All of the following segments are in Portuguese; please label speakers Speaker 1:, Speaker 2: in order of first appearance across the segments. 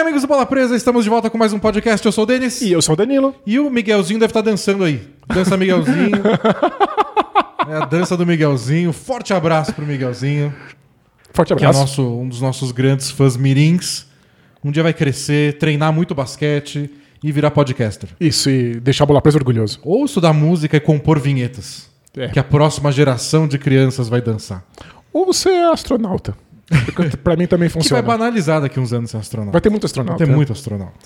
Speaker 1: amigos do Bola Presa, estamos de volta com mais um podcast. Eu sou o Denis.
Speaker 2: E eu sou o Danilo.
Speaker 1: E o Miguelzinho deve estar dançando aí. Dança Miguelzinho. é a dança do Miguelzinho. Forte abraço pro Miguelzinho,
Speaker 2: Forte
Speaker 1: que é
Speaker 2: abraço.
Speaker 1: nosso, um dos nossos grandes fãs mirins. Um dia vai crescer, treinar muito basquete e virar podcaster.
Speaker 2: Isso, e deixar a bola presa orgulhoso.
Speaker 1: Ou estudar música e compor vinhetas.
Speaker 2: É.
Speaker 1: Que a próxima geração de crianças vai dançar.
Speaker 2: Ou você é astronauta. Porque pra mim também
Speaker 1: Que
Speaker 2: funciona.
Speaker 1: vai
Speaker 2: Vai,
Speaker 1: banalizar daqui uns anos ser astronauta.
Speaker 2: ter muito astronauta.
Speaker 1: Vai ter
Speaker 2: né?
Speaker 1: muito astronauta.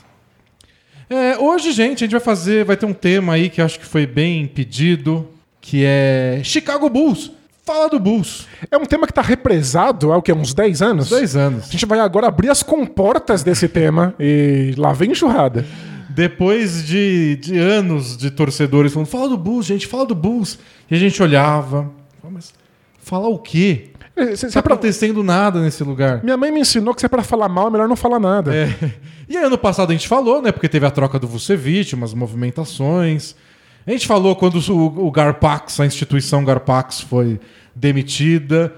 Speaker 1: É, hoje, gente, a gente vai fazer, vai ter um tema aí que eu acho que foi bem pedido, que é Chicago Bulls. Fala do Bulls.
Speaker 2: É um tema que tá represado há o quê? Uns 10 anos?
Speaker 1: Dois
Speaker 2: A
Speaker 1: anos.
Speaker 2: gente vai agora abrir as comportas desse tema e lá vem enxurrada.
Speaker 1: Depois de, de anos de torcedores falando, fala do Bulls, gente, fala do Bulls. E a gente olhava, "Ah, mas falar o quê?
Speaker 2: É, se-
Speaker 1: Não
Speaker 2: se
Speaker 1: tá
Speaker 2: é pra-
Speaker 1: acontecendo nada nesse lugar.
Speaker 2: Minha mãe me ensinou que se é pra falar mal, é melhor não falar nada.
Speaker 1: É. E aí, ano passado a gente falou, né? Porque teve a troca do Vucevic, umas movimentações. A gente falou quando o, o Garpax, a instituição Garpax, foi demitida.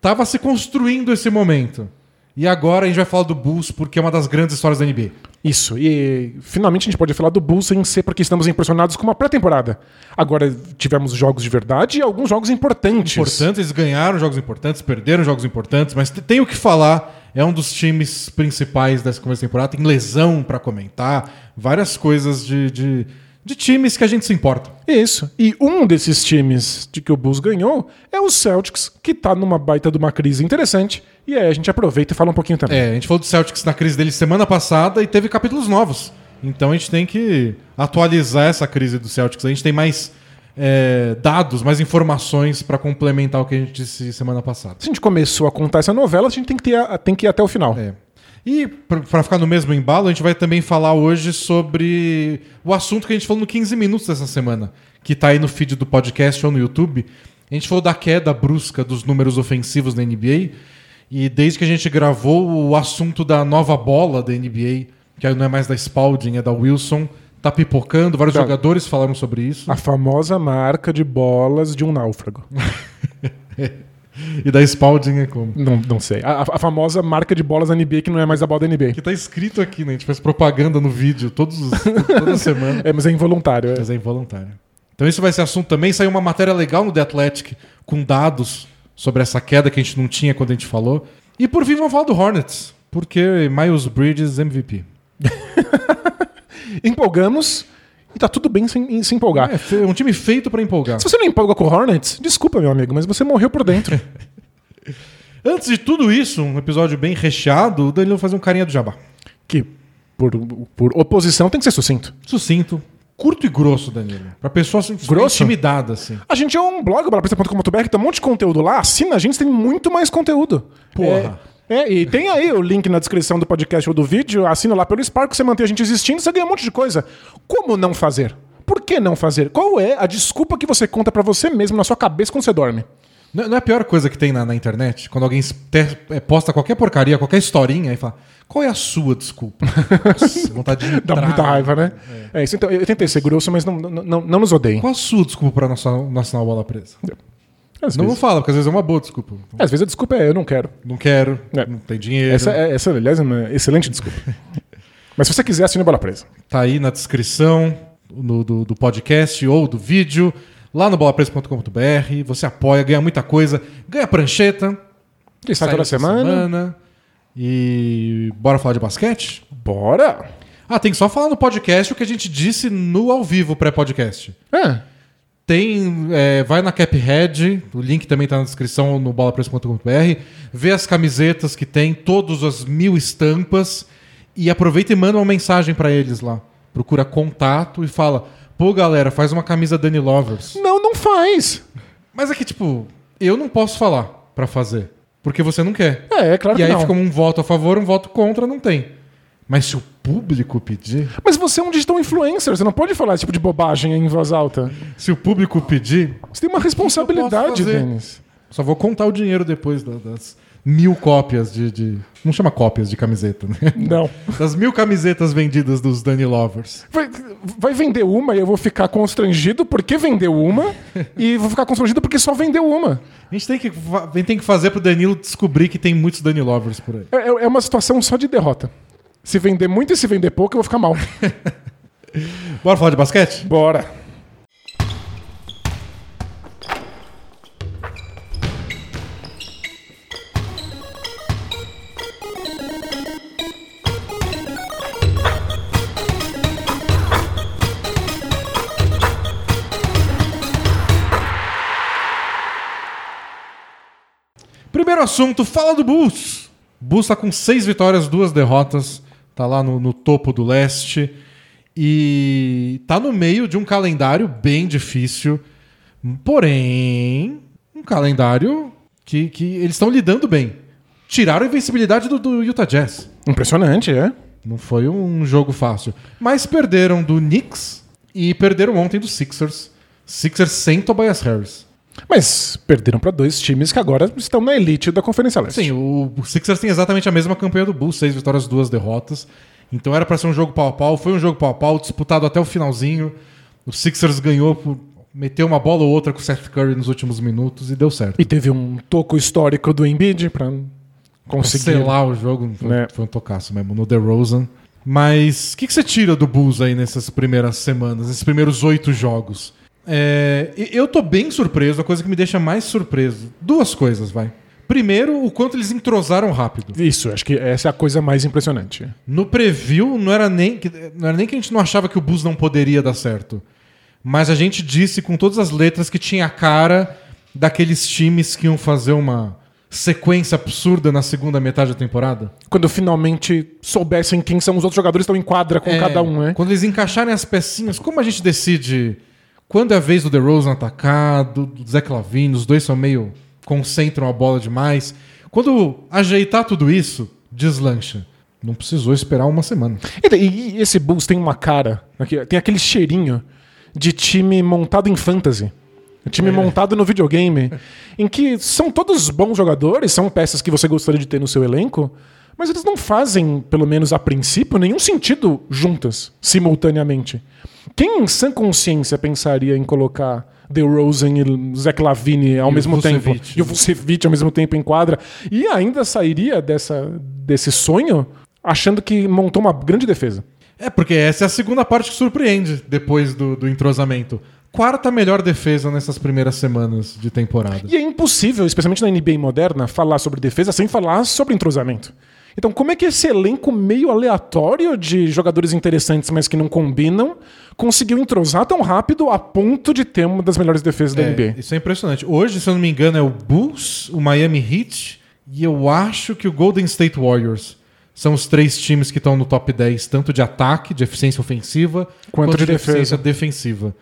Speaker 1: Tava se construindo esse momento. E agora a gente vai falar do Bulls, porque é uma das grandes histórias da NBA.
Speaker 2: Isso, e finalmente a gente pode falar do Bulls sem ser porque estamos impressionados com uma pré-temporada. Agora tivemos jogos de verdade e alguns jogos importantes.
Speaker 1: Portanto, eles ganharam jogos importantes, perderam jogos importantes, mas te- tem o que falar. É um dos times principais dessa começo de temporada. Tem lesão pra comentar, várias coisas de- de, de times que a gente se importa.
Speaker 2: Isso. E um desses times de que o Bulls ganhou é o Celtics, que tá numa baita de uma crise interessante. E aí a gente aproveita e fala um pouquinho também.
Speaker 1: É, a gente falou do Celtics na crise dele semana passada e teve capítulos novos. Então a gente tem que atualizar essa crise do Celtics. A gente tem mais é, dados, mais informações pra complementar o que a gente disse semana passada.
Speaker 2: Se a gente começou a contar essa novela, a gente tem que, ter a- tem que ir até o final.
Speaker 1: É. E pra pra ficar no mesmo embalo, a gente vai também falar hoje sobre o assunto que a gente falou no 15 minutos dessa semana, que tá aí no feed do podcast ou no YouTube. A gente falou da queda brusca dos números ofensivos na NBA. E desde que a gente gravou o assunto da nova bola da NBA, que aí não é mais da Spalding, é da Wilson, tá pipocando, vários
Speaker 2: Tá.
Speaker 1: jogadores falaram sobre isso.
Speaker 2: A famosa marca de bolas de um náufrago.
Speaker 1: E da Spalding é como?
Speaker 2: não, não sei. A, a famosa marca de bolas da NBA que não é mais a bola da NBA.
Speaker 1: Que tá escrito aqui, né? A gente faz propaganda no vídeo todos, os- toda semana.
Speaker 2: É, mas é involuntário. é.
Speaker 1: Mas é involuntário. Então isso vai ser assunto também. Saiu uma matéria legal no The Athletic com dados sobre essa queda que a gente não tinha quando a gente falou. E por fim vamos falar do Hornets, porque Miles Bridges MVP.
Speaker 2: Empolgamos e tá tudo bem se, em- se empolgar.
Speaker 1: É, fe- um time feito pra empolgar.
Speaker 2: Se você não empolga com o Hornets, desculpa, meu amigo, mas você morreu por dentro.
Speaker 1: É. Antes de tudo isso, um episódio bem recheado, o Danilo fazer um carinha do Jabá.
Speaker 2: que, por, por oposição, tem que ser sucinto.
Speaker 1: Sucinto, curto e grosso, Danilo. Pra pessoa assim, ficar
Speaker 2: Grosso?
Speaker 1: intimidada assim.
Speaker 2: A gente é um blog, balapresa.com.br, que tem um monte de conteúdo lá. Assina a gente, tem muito mais conteúdo.
Speaker 1: Porra.
Speaker 2: É, é, e tem aí o link na descrição do podcast ou do vídeo. Assina lá pelo Spark, você mantém a gente existindo, você ganha um monte de coisa. Como não fazer? Por que não fazer? Qual é a desculpa que você conta pra você mesmo na sua cabeça quando você dorme?
Speaker 1: Não não é a pior coisa que tem na, na internet? Quando alguém te- é, posta qualquer porcaria, qualquer historinha e fala: qual é a sua desculpa? Nossa, vontade de
Speaker 2: Dá
Speaker 1: entrar.
Speaker 2: muita raiva, né? É. isso, então, eu tentei ser grosso, mas não, não, não, não nos odeiem.
Speaker 1: Qual a sua desculpa pra nossa nacional bola presa?
Speaker 2: Às,
Speaker 1: Não, não
Speaker 2: vezes,
Speaker 1: fala, porque às vezes é uma boa desculpa.
Speaker 2: às vezes a desculpa é eu não quero.
Speaker 1: Não quero,
Speaker 2: É.
Speaker 1: não tem dinheiro.
Speaker 2: Essa, é, essa, aliás, é uma excelente desculpa. mas se você quiser, assina a bola presa.
Speaker 1: Tá aí na descrição no- do, do podcast ou do vídeo, lá no bolapresa.com.br. Você apoia, ganha muita coisa. Ganha prancheta.
Speaker 2: Quem sai
Speaker 1: sai
Speaker 2: toda
Speaker 1: essa
Speaker 2: semana.
Speaker 1: E bora falar de basquete?
Speaker 2: Bora!
Speaker 1: Ah, tem que só falar no podcast o que a gente disse no ao vivo pré-podcast.
Speaker 2: É.
Speaker 1: Tem, é, vai na Caphead, o link também tá na descrição no bolapreço.com.br. Vê as camisetas que tem, todas as mil estampas. E aproveita e manda uma mensagem pra eles lá. Procura contato e fala: pô, galera, faz uma camisa Dani Lovers.
Speaker 2: Não, não faz.
Speaker 1: Mas é que, tipo, eu não posso falar pra fazer, porque você não quer.
Speaker 2: É, é claro
Speaker 1: e
Speaker 2: que
Speaker 1: aí
Speaker 2: não.
Speaker 1: fica um voto a favor, um voto contra, não tem. Mas se o público pedir.
Speaker 2: Mas você é um digital influencer, você não pode falar esse tipo de bobagem em voz alta.
Speaker 1: Se o público pedir,
Speaker 2: Você tem uma responsabilidade,
Speaker 1: fazer?
Speaker 2: Denis.
Speaker 1: Só vou contar o dinheiro depois da- das mil cópias de, de- Não chama cópias de camiseta, né?
Speaker 2: Não.
Speaker 1: Das mil camisetas vendidas dos Dani Lovers.
Speaker 2: Vai, vai vender uma e eu vou ficar constrangido porque vendeu uma e vou ficar constrangido porque só vendeu uma.
Speaker 1: A gente tem que, fa- tem que fazer pro Danilo descobrir que tem muitos Dani Lovers por aí.
Speaker 2: É, é- é uma situação só de derrota. Se vender muito e se vender pouco, eu vou ficar mal.
Speaker 1: Bora falar de basquete?
Speaker 2: Bora.
Speaker 1: Primeiro assunto, fala do Bulls. Bulls tá com seis vitórias, duas derrotas. Tá lá no, no topo do leste. E tá no meio de um calendário bem difícil. Porém, um calendário que, que eles estão lidando bem. Tiraram a invencibilidade do, do Utah Jazz.
Speaker 2: Impressionante, é?
Speaker 1: Não foi um jogo fácil. Mas perderam do Knicks e perderam ontem do Sixers. Sixers sem Tobias Harris.
Speaker 2: Mas perderam pra dois times que agora estão na elite da Conferência Leste.
Speaker 1: Sim, o o Sixers tem exatamente a mesma campanha do Bulls, seis vitórias, duas derrotas. Então era pra ser um jogo pau a pau, foi um jogo pau a pau, disputado até o finalzinho. O Sixers ganhou, por- meteu uma bola ou outra com o Seth Curry nos últimos minutos e deu certo.
Speaker 2: E teve um toco histórico do Embiid pra conseguir.
Speaker 1: Então, Sei lá, o jogo foi,
Speaker 2: Né.
Speaker 1: foi um tocaço mesmo, no DeRozan. Mas o que, que você tira do Bulls aí nessas primeiras semanas, nesses primeiros oito jogos? É, e- eu tô bem surpreso, a coisa que me deixa mais surpreso. Duas coisas, vai. Primeiro, o quanto eles entrosaram rápido.
Speaker 2: Isso, acho que essa é a coisa mais impressionante.
Speaker 1: No preview, não era, nem que, não era nem que a gente não achava que o Bus não poderia dar certo. Mas a gente disse com todas as letras que tinha a cara daqueles times que iam fazer uma sequência absurda na segunda metade da temporada.
Speaker 2: Quando finalmente soubessem quem são os outros jogadores, estão em quadra com
Speaker 1: É,
Speaker 2: cada um, né?
Speaker 1: Quando eles encaixarem as pecinhas, como a gente decide quando é a vez do DeRozan atacar, do, do Zé Clavin, os dois são meio. concentram a bola demais. Quando ajeitar tudo isso, deslancha. Não precisou esperar uma semana.
Speaker 2: E, e esse Bulls tem uma cara, aqui, tem aquele cheirinho de time montado em fantasy. Um
Speaker 1: É.
Speaker 2: Time montado no videogame, em que são todos bons jogadores, são peças que você gostaria de ter no seu elenco, mas eles não fazem, pelo menos a princípio, nenhum sentido juntas, simultaneamente. Quem em sã consciência pensaria em colocar The Rosen e Zach Lavine ao
Speaker 1: o
Speaker 2: mesmo tempo?
Speaker 1: Vucevic.
Speaker 2: E o Vucevic ao mesmo tempo em quadra? E ainda sairia dessa, desse sonho achando que montou uma grande defesa.
Speaker 1: É, porque essa é a segunda parte que surpreende depois do, do entrosamento. Quarta melhor defesa nessas primeiras semanas de temporada.
Speaker 2: E é impossível, especialmente na NBA moderna, falar sobre defesa sem falar sobre entrosamento. Então, como é que esse elenco meio aleatório de jogadores interessantes, mas que não combinam, conseguiu entrosar tão rápido a ponto de ter uma das melhores defesas da
Speaker 1: É,
Speaker 2: NBA?
Speaker 1: isso é impressionante. Hoje, se eu não me engano, é o Bulls, o Miami Heat e eu acho que o Golden State Warriors. São os três times que estão no top 10, tanto de ataque, de eficiência ofensiva,
Speaker 2: Quanto de
Speaker 1: eficiência defensiva.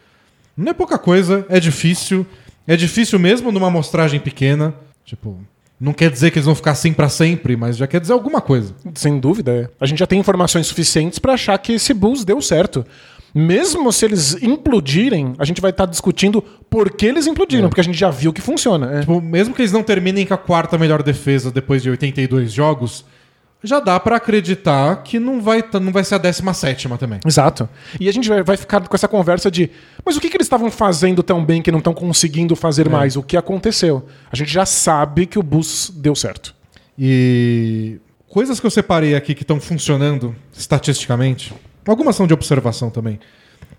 Speaker 1: Não é pouca coisa, é difícil. É difícil mesmo numa amostragem pequena. Tipo, não quer dizer que eles vão ficar assim pra sempre, mas já quer dizer alguma coisa.
Speaker 2: Sem dúvida. é. A gente já tem informações suficientes para achar que esse Bulls deu certo. Mesmo se eles implodirem, a gente vai estar discutindo por que eles implodiram, porque a gente já viu que funciona. é.
Speaker 1: Tipo, mesmo que eles não terminem com a quarta melhor defesa depois de 82 jogos, já dá pra acreditar que não vai, tá- não vai ser a 17 também.
Speaker 2: Exato. E a gente vai- vai ficar com essa conversa de, mas o que, que eles estavam fazendo tão bem que não estão conseguindo fazer mais? O que aconteceu? A gente já sabe que o Bulls deu certo.
Speaker 1: E coisas que eu separei aqui que estão funcionando estatisticamente, algumas são de observação também,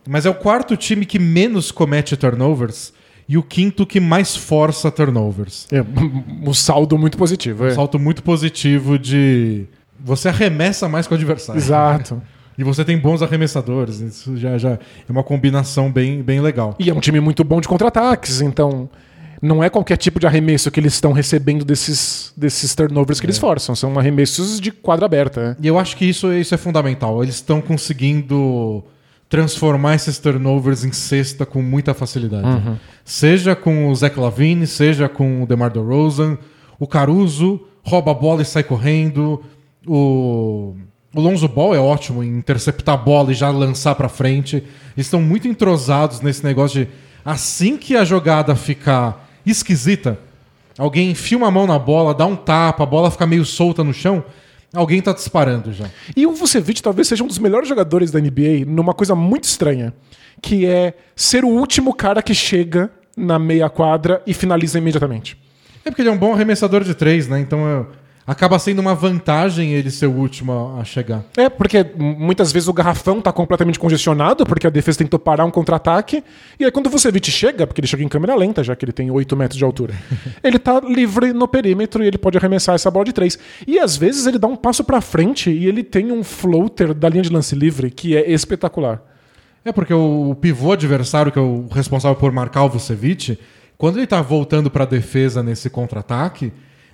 Speaker 1: mas é o quarto time que menos comete turnovers e o quinto que mais força turnovers.
Speaker 2: É, um saldo muito positivo. é.
Speaker 1: Salto muito positivo de você arremessa mais com o adversário.
Speaker 2: Exato.
Speaker 1: E você tem bons arremessadores, isso já, já é uma combinação bem, bem legal.
Speaker 2: E é um time muito bom de contra-ataques, então não é qualquer tipo de arremesso que eles estão recebendo desses, desses turnovers que eles forçam. São arremessos de quadra aberta. né?
Speaker 1: E eu acho que isso, isso é fundamental. Eles estão conseguindo transformar esses turnovers em cesta com muita facilidade. Seja com o Zach Lavine, seja com o DeMar DeRozan, o Caruso rouba a bola e sai correndo, o, o Lonzo Ball é ótimo em interceptar a bola e já lançar pra frente. Eles estão muito entrosados nesse negócio de assim que a jogada ficar esquisita, Alguém enfia uma mão na bola, dá um tapa, a bola fica meio solta no chão, alguém tá disparando já.
Speaker 2: E o Vucevic talvez seja um dos melhores jogadores da NBA numa coisa muito estranha, que é ser o último cara que chega na meia quadra e finaliza imediatamente.
Speaker 1: É porque ele é um bom arremessador de três, né? Então eu- acaba sendo uma vantagem ele ser o último a- a chegar.
Speaker 2: É, porque m- muitas vezes o garrafão tá completamente congestionado, porque a defesa tentou parar um contra-ataque. E aí quando o Vucevic chega, porque ele chega em câmera lenta, já que ele tem 8 metros de altura, ele tá livre no perímetro e ele pode arremessar essa bola de três. E às vezes ele dá um passo pra frente e ele tem um floater da linha de lance livre que é espetacular.
Speaker 1: É porque o, o pivô adversário, que é o responsável por marcar o Vucevic, quando ele tá voltando pra defesa nesse contra-ataque,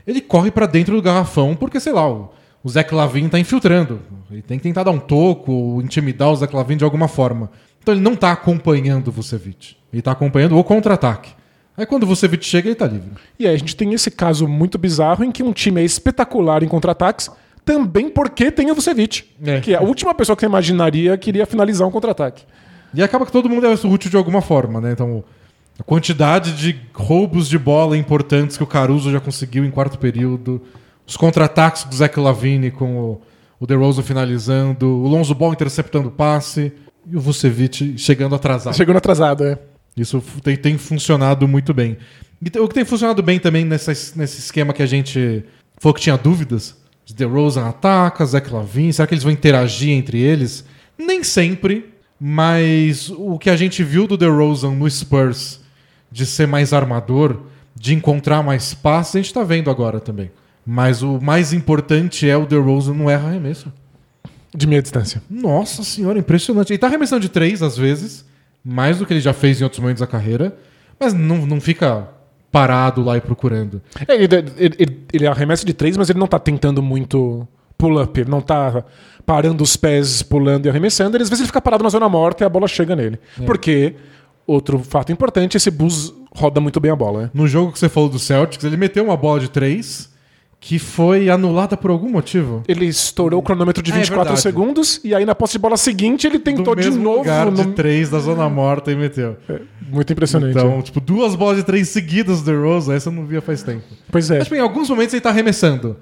Speaker 1: ele corre pra dentro do garrafão, porque, sei lá, o, o Zé Clavin tá infiltrando. Ele tem que tentar dar um toco, ou intimidar o Zé Clavin de alguma forma. Então ele não tá acompanhando o Vucevic. Ele tá acompanhando o contra-ataque. Aí quando o Vucevic chega, ele tá livre.
Speaker 2: E aí a gente tem esse caso muito bizarro em que um time é espetacular em contra-ataques, também porque tem o Vucevic,
Speaker 1: É.
Speaker 2: que é a última pessoa que você imaginaria que iria finalizar um contra-ataque.
Speaker 1: E acaba que todo mundo é útil de alguma forma, né? Então, a quantidade de roubos de bola importantes que o Caruso já conseguiu em quarto período, os contra-ataques com o Zach Lavine com o, o DeRozan finalizando, o Lonzo Ball interceptando o passe e o Vucevic chegando atrasado.
Speaker 2: Chegando atrasado, é.
Speaker 1: Isso fu- tem, tem funcionado muito bem. E te- o que tem funcionado bem também nessa, es- nesse esquema que a gente falou que tinha dúvidas? De DeRozan ataca, Zach Lavin, será que eles vão interagir entre eles? Nem sempre, mas o que a gente viu do DeRozan no Spurs de ser mais armador, de encontrar mais passes, a gente tá vendo agora também. Mas o mais importante é o DeRozan não erra arremesso.
Speaker 2: De meia distância.
Speaker 1: Nossa senhora, impressionante. Ele tá arremessando de três às vezes, mais do que ele já fez em outros momentos da carreira, mas não, não fica parado lá e procurando.
Speaker 2: É, Ele, ele, ele- ele arremessa de três, mas ele não tá tentando muito pull-up. Ele não tá parando os pés, pulando e arremessando. Ele, às vezes ele fica parado na zona morta e a bola chega nele.
Speaker 1: É.
Speaker 2: Porque, outro fato importante, esse bus roda muito bem a bola. né?
Speaker 1: No jogo que você falou do Celtics, ele meteu uma bola de três que foi anulada por algum motivo.
Speaker 2: Ele estourou o cronômetro de
Speaker 1: É, é
Speaker 2: 24
Speaker 1: verdade.
Speaker 2: segundos e aí na posse de bola seguinte ele tentou
Speaker 1: Do
Speaker 2: de
Speaker 1: mesmo
Speaker 2: novo.
Speaker 1: lugar de
Speaker 2: no-
Speaker 1: três da zona morta e meteu.
Speaker 2: Muito impressionante.
Speaker 1: Então, tipo, duas bolas de três seguidas do Rosa, essa eu não via faz tempo.
Speaker 2: Pois é.
Speaker 1: Mas, tipo, em alguns momentos ele tá arremessando,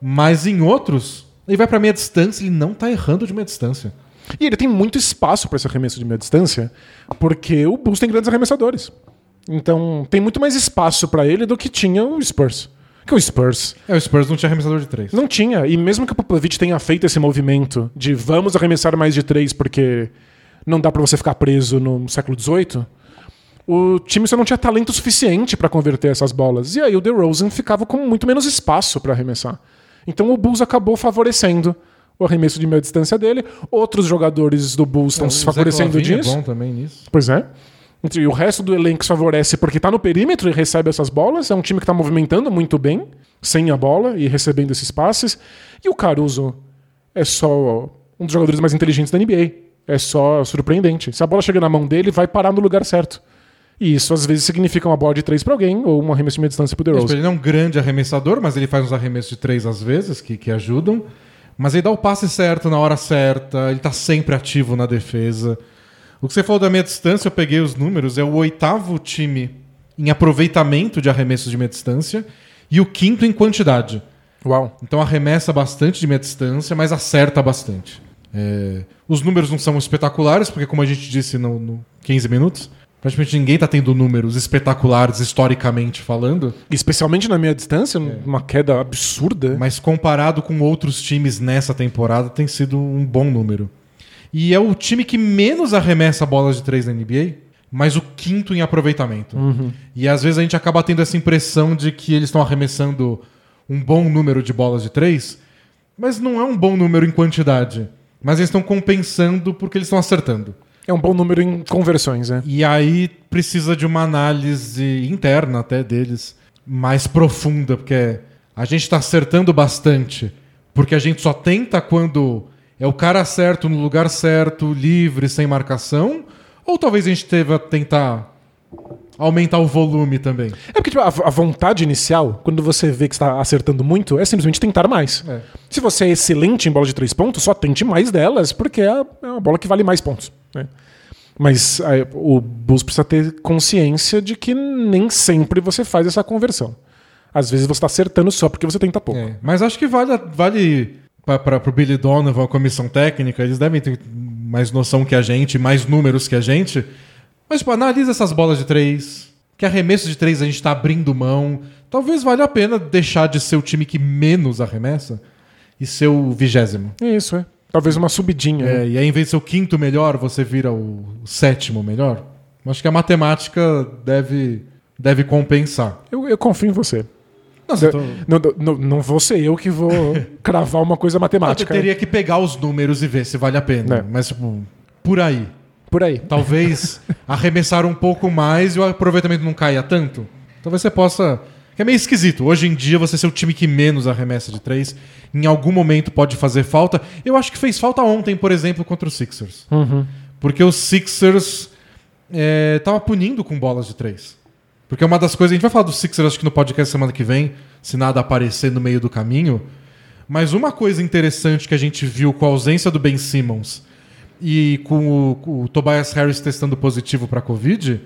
Speaker 1: mas em outros, ele vai pra meia distância e ele não tá errando de meia distância.
Speaker 2: E ele tem muito espaço para esse arremesso de meia distância, porque o Bulls tem grandes arremessadores. Então, tem muito mais espaço para ele do que tinha o Spurs. Que o Spurs
Speaker 1: É, o Spurs não tinha arremessador de três.
Speaker 2: não tinha. E mesmo que o Popovich tenha feito esse movimento de vamos arremessar mais de três porque não dá para você ficar preso no século XVIII, o time só não tinha talento suficiente para converter essas bolas. E aí o DeRozan ficava com muito menos espaço para arremessar. Então o Bulls acabou favorecendo o arremesso de meia distância dele. Outros jogadores do Bulls
Speaker 1: É,
Speaker 2: estão
Speaker 1: Então, O
Speaker 2: se
Speaker 1: Zé
Speaker 2: favorecendo
Speaker 1: Clavin
Speaker 2: disso.
Speaker 1: É bom também nisso.
Speaker 2: Pois é. E o resto do elenco se favorece porque tá no perímetro e recebe essas bolas. É um time que tá movimentando muito bem, sem a bola e recebendo esses passes. E o Caruso é só um dos jogadores mais inteligentes da NBA. É só surpreendente. Se a bola chega na mão dele, vai parar no lugar certo. E isso às vezes significa uma bola de três pra alguém ou um arremesso de meia distância pro
Speaker 1: Tipo,
Speaker 2: DeRozan.
Speaker 1: ele não é um grande arremessador, mas ele faz uns arremessos de três às vezes, que, que ajudam. Mas ele dá o passe certo na hora certa, ele tá sempre ativo na defesa. O que você falou da meia distância, eu peguei os números, é o oitavo time em aproveitamento de arremessos de meia distância e o quinto em quantidade.
Speaker 2: Uau.
Speaker 1: Então arremessa bastante de meia distância, mas acerta bastante. É, Os números não são espetaculares, porque como a gente disse no, no 15 minutos, praticamente ninguém tá tendo números espetaculares historicamente falando.
Speaker 2: Especialmente na meia distância, uma queda absurda.
Speaker 1: Mas comparado com outros times nessa temporada, tem sido um bom número. E é o time que menos arremessa bolas de três na NBA, mas o quinto em aproveitamento. E às vezes a gente acaba tendo essa impressão de que eles estão arremessando um bom número de bolas de três, mas não é um bom número em quantidade. Mas eles estão compensando porque eles estão acertando.
Speaker 2: É um bom número em conversões, né?
Speaker 1: E aí precisa de uma análise interna até deles, mais profunda, porque a gente tá acertando bastante, porque a gente só tenta quando é o cara certo, no lugar certo, livre, sem marcação, ou talvez a gente teve a tentar aumentar o volume também.
Speaker 2: É porque tipo, a, a vontade inicial, quando você vê que está acertando muito, é simplesmente tentar mais.
Speaker 1: É.
Speaker 2: Se você é excelente em bola de três pontos, só tente mais delas, porque é, a- é uma bola que vale mais pontos. né? Mas aí, o Bulls precisa ter consciência de que nem sempre você faz essa conversão. Às vezes você está acertando só porque você tenta pouco.
Speaker 1: É, mas acho que vale, vale para o Billy Donovan, a comissão técnica, eles devem ter mais noção que a gente, mais números que a gente. Mas, tipo, analisa essas bolas de três. O que arremesso de três a gente está abrindo mão. Talvez valha a pena deixar de ser o time que menos arremessa e ser o vigésimo.
Speaker 2: É isso, é. Talvez uma subidinha. né?
Speaker 1: É, e aí, em vez de ser o quinto melhor, você vira o sétimo melhor. Acho que a matemática deve, deve compensar.
Speaker 2: Eu, eu confio em você.
Speaker 1: Nossa,
Speaker 2: Eu- não, não, não vou ser eu que vou cravar uma coisa
Speaker 1: eu
Speaker 2: matemática.
Speaker 1: teria que pegar os números e ver se vale a pena.
Speaker 2: né? É.
Speaker 1: Mas, tipo, por aí.
Speaker 2: Por aí.
Speaker 1: Talvez arremessar um pouco mais e o aproveitamento não caia tanto. Talvez você possa. que É meio esquisito. Hoje em dia, você ser o time que menos arremessa de três, em algum momento pode fazer falta. Eu acho que fez falta ontem, por exemplo, contra os Sixers. Porque os Sixers é, tava punindo com bolas de três. Porque é uma das coisas. A gente vai falar dos Sixers, acho que no podcast semana que vem, se nada aparecer no meio do caminho. Mas uma coisa interessante que a gente viu com a ausência do Ben Simmons e com o, com o Tobias Harris testando positivo para Covid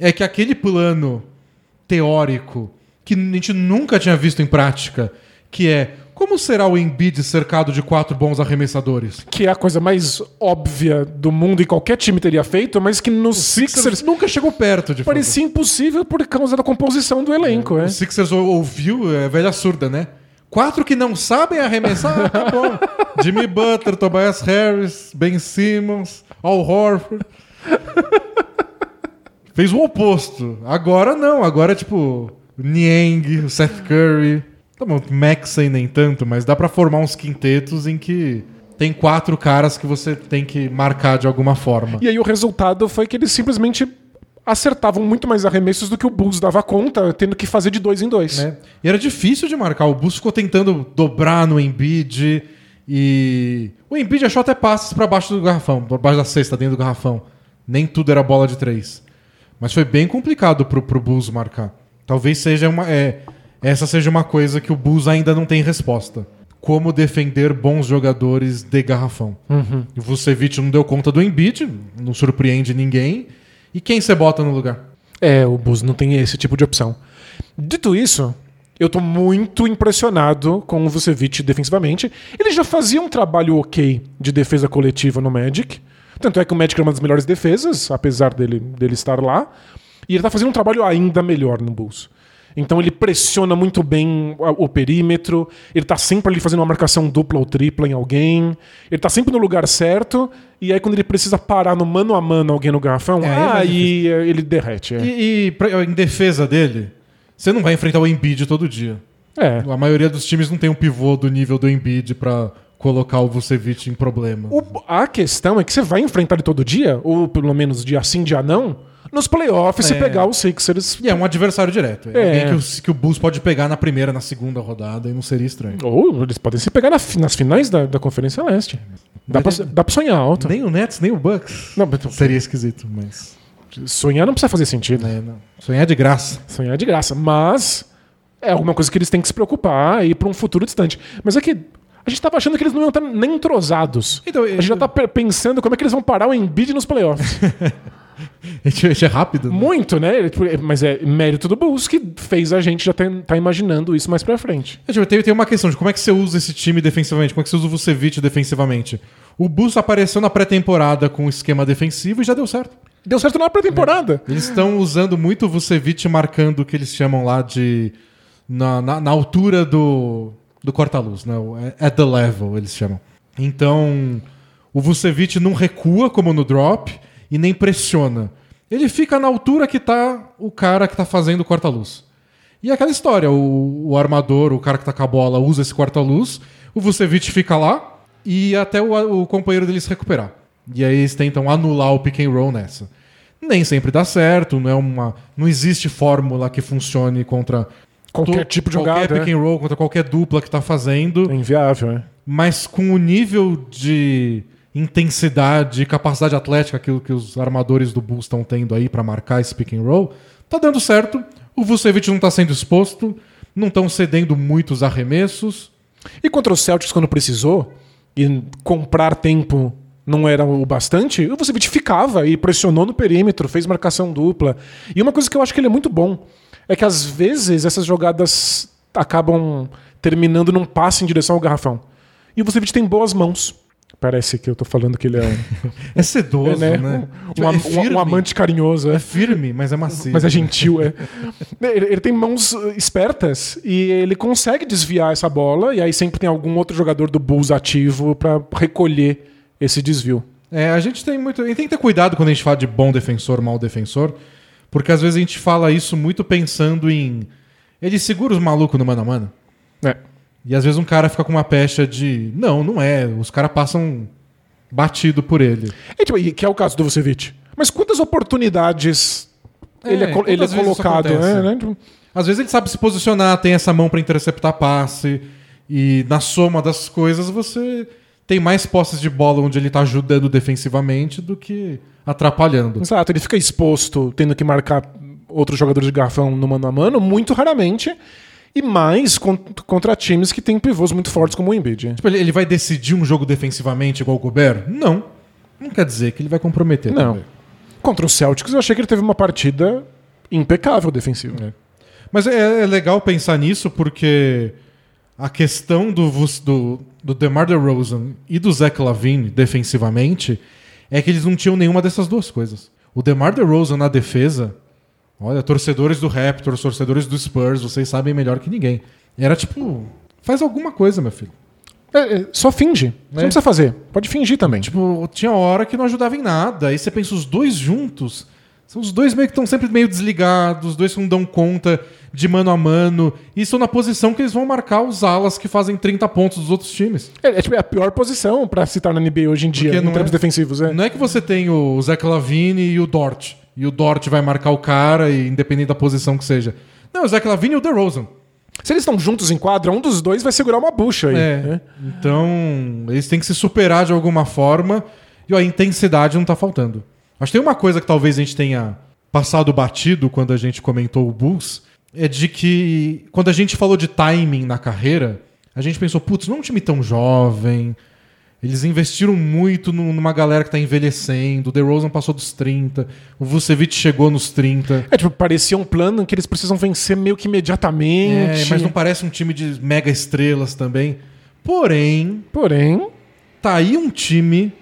Speaker 1: é que aquele plano teórico que a gente nunca tinha visto em prática, que é como será o Embiid cercado de quatro bons arremessadores?
Speaker 2: Que é a coisa mais óbvia do mundo e qualquer time teria feito, mas que nos Sixers
Speaker 1: nunca chegou perto de fazer.
Speaker 2: parecia impossível por causa da composição do elenco. É.
Speaker 1: O Sixers ou- ouviu, é velha surda, né? Quatro que não sabem arremessar, ah, tá bom. Jimmy Butler, Tobias Harris, Ben Simmons, Al Horford. Fez o oposto. Agora não, agora é tipo Niang, o Seth Curry. Tá bom, Maxey nem tanto, mas dá pra formar uns quintetos em que tem quatro caras que você tem que marcar de alguma forma.
Speaker 2: E aí o resultado foi que eles simplesmente acertavam muito mais arremessos do que o Bulls dava conta, tendo que fazer de dois em dois.
Speaker 1: né? E era difícil de marcar. O Bus ficou tentando dobrar no Embiid e o Embiid achou até passes pra baixo do garrafão, pra baixo da cesta, dentro do garrafão. Nem tudo era bola de três. Mas foi bem complicado pro, pro Bulls marcar. Talvez seja uma é, essa seja uma coisa que o Bulls ainda não tem resposta. Como defender bons jogadores de garrafão. E o Vucevic não deu conta do Embiid, não surpreende ninguém. E quem você bota no lugar?
Speaker 2: É, o Bus não tem esse tipo de opção. Dito isso, eu tô muito impressionado com o Vucevic defensivamente. Ele já fazia um trabalho ok de defesa coletiva no Magic. Tanto é que o Magic era uma das melhores defesas, apesar dele, dele estar lá. E ele tá fazendo um trabalho ainda melhor no Bulls. Então ele pressiona muito bem a- o perímetro, ele tá sempre ali fazendo uma marcação dupla ou tripla em alguém, ele tá sempre no lugar certo, e aí quando ele precisa parar no mano a mano alguém no garrafão,
Speaker 1: É, aí é mais
Speaker 2: aí eh, ele derrete. é.
Speaker 1: E, e pra- em defesa dele, você não vai enfrentar o Embiid todo dia.
Speaker 2: É.
Speaker 1: A maioria dos times não tem um pivô do nível do Embiid pra colocar o Vucevic em problema.
Speaker 2: O- a questão é que você vai enfrentar ele todo dia, ou pelo menos dia sim, dia não, nos playoffs se
Speaker 1: É.
Speaker 2: pegar os Sixers.
Speaker 1: E é um adversário direto. É,
Speaker 2: É.
Speaker 1: alguém que o, que o Bulls pode pegar na primeira, na segunda rodada e não seria estranho.
Speaker 2: Ou eles podem se pegar na fi- nas finais da, da Conferência Leste. Dá pra,
Speaker 1: Mas ele-
Speaker 2: dá pra sonhar alto.
Speaker 1: Nem o Nets, nem o Bucks.
Speaker 2: Não, mas-
Speaker 1: Seria esquisito, mas.
Speaker 2: sonhar não precisa fazer sentido. né?
Speaker 1: É, não. Sonhar é de graça.
Speaker 2: Sonhar é de graça. Mas é alguma coisa que eles têm que se preocupar e pra um futuro distante. Mas é que a gente tava achando que eles não iam estar nem entrosados.
Speaker 1: Então,
Speaker 2: a gente
Speaker 1: eu-
Speaker 2: já tá pe- pensando como é que eles vão parar o Embiid nos playoffs.
Speaker 1: A gente, a gente é rápido. né?
Speaker 2: Muito, né? Ele- tipo, é- Mas é mérito do Bulls que fez a gente já tá, tá imaginando isso mais pra frente.
Speaker 1: É, tipo, Tem, tem uma questão de como é que você usa esse time defensivamente, como é que você usa o Vucevic defensivamente. O Bulls apareceu na pré-temporada com o esquema defensivo e já deu certo.
Speaker 2: Deu certo na pré-temporada.
Speaker 1: Eles estão usando muito o Vucevic marcando o que eles chamam lá de. na, na- na altura do, do corta-luz, né? O- é- At the level, eles chamam. Então, o Vucevic não recua como no drop e nem pressiona. Ele fica na altura que tá o cara que tá fazendo o corta-luz. E é aquela história, o, o armador, o cara que tá com a bola, usa esse corta-luz, o Vucevic fica lá e até o, o companheiro dele se recuperar. E aí eles tentam anular o pick and roll nessa. Nem sempre dá certo, não é uma, não existe fórmula que funcione contra
Speaker 2: Qualquer
Speaker 1: to-
Speaker 2: tipo de
Speaker 1: qualquer
Speaker 2: jogada.
Speaker 1: pick
Speaker 2: é.
Speaker 1: and roll, contra qualquer dupla que tá fazendo
Speaker 2: É inviável, é.
Speaker 1: mas com o nível de intensidade e capacidade atlética que, o- que os armadores do Bulls estão tendo aí pra marcar esse pick and roll, tá dando certo. O Vucevic não tá sendo exposto, não estão cedendo muitos arremessos.
Speaker 2: E contra os Celtics, quando precisou, e comprar tempo não era o bastante, o Vucevic ficava e pressionou no perímetro, fez marcação dupla. E uma coisa que eu acho que ele é muito bom é que às vezes essas jogadas acabam terminando num passe em direção ao garrafão. E o Vucevic tem boas mãos. Parece que eu tô falando que ele é um,
Speaker 1: É sedoso,
Speaker 2: né,
Speaker 1: né?
Speaker 2: um- um am-
Speaker 1: é firme.
Speaker 2: um amante carinhoso. É.
Speaker 1: É firme, mas é macio.
Speaker 2: Mas é gentil, é. Ele, ele tem mãos eh, espertas e ele consegue desviar essa bola, e aí sempre tem algum outro jogador do Bulls ativo pra recolher esse desvio.
Speaker 1: É, a gente tem muito. A gente tem que ter cuidado quando a gente fala de bom defensor, mau defensor, porque às vezes a gente fala isso muito pensando em. Ele segura os malucos no mano a mano.
Speaker 2: É.
Speaker 1: E às vezes um cara fica com uma pecha de. Não, não é. Os caras passam batido por ele.
Speaker 2: E, tipo, e que é o caso do Vucevic. Mas quantas oportunidades
Speaker 1: É,
Speaker 2: ele é, co-
Speaker 1: quantas
Speaker 2: ele é
Speaker 1: vezes isso
Speaker 2: colocado,
Speaker 1: acontece?
Speaker 2: né? né? Tipo,
Speaker 1: Às vezes ele sabe se posicionar, tem essa mão pra interceptar passe, e na soma das coisas você tem mais posses de bola onde ele tá ajudando defensivamente do que atrapalhando.
Speaker 2: Exato, ele fica exposto tendo que marcar outro jogador de garfão no mano a mano, muito raramente, e mais con- contra times que têm pivôs muito fortes como o Embiid.
Speaker 1: Tipo, ele, ele vai decidir um jogo defensivamente igual o Gobert? Não. Não quer dizer que ele vai comprometer.
Speaker 2: Não.
Speaker 1: também.
Speaker 2: Contra o Celtics, eu achei que ele teve uma partida impecável defensiva.
Speaker 1: Mas é, é legal pensar nisso porque a questão do, Vus- do, do DeMar DeRozan e do Zach Lavine defensivamente é que eles não tinham nenhuma dessas duas coisas. O DeMar DeRozan na defesa, olha, torcedores do Raptors, torcedores do Spurs, vocês sabem melhor que ninguém. Era tipo, faz alguma coisa, meu filho.
Speaker 2: É, é, só finge. Você não precisa fazer. Pode fingir também.
Speaker 1: Tipo, tinha hora que não ajudava em nada. Aí você pensa, os dois juntos. São os dois meio que estão sempre meio desligados, os dois não dão conta de mano a mano. E estão na posição que eles vão marcar os alas que fazem 30 pontos dos outros times.
Speaker 2: é, é, tipo, é a pior posição pra citar na NBA hoje em dia,
Speaker 1: Porque
Speaker 2: em
Speaker 1: não é-
Speaker 2: termos defensivos. É.
Speaker 1: Não é que você tem o Zé Lavine e o Dort. E o Dort vai marcar o cara, e independente da posição que seja. Não, o Zé Lavine e o DeRozan.
Speaker 2: Se eles estão juntos em quadra, um dos dois vai segurar uma bucha aí.
Speaker 1: É.
Speaker 2: né?
Speaker 1: Então, eles têm que se superar de alguma forma. E ó, a intensidade não tá faltando. Acho que tem uma coisa que talvez a gente tenha passado batido quando a gente comentou o Bulls. É de que quando a gente falou de timing na carreira, a gente pensou, putz, não é um time tão jovem. Eles investiram muito num- numa galera que tá envelhecendo. O DeRozan passou dos 30. O Vucevic chegou nos 30.
Speaker 2: É, tipo, parecia um plano que eles precisam vencer meio que
Speaker 1: É,
Speaker 2: imediatamente.
Speaker 1: mas não parece um time de mega estrelas também. Porém,
Speaker 2: Porém,
Speaker 1: Tá aí um time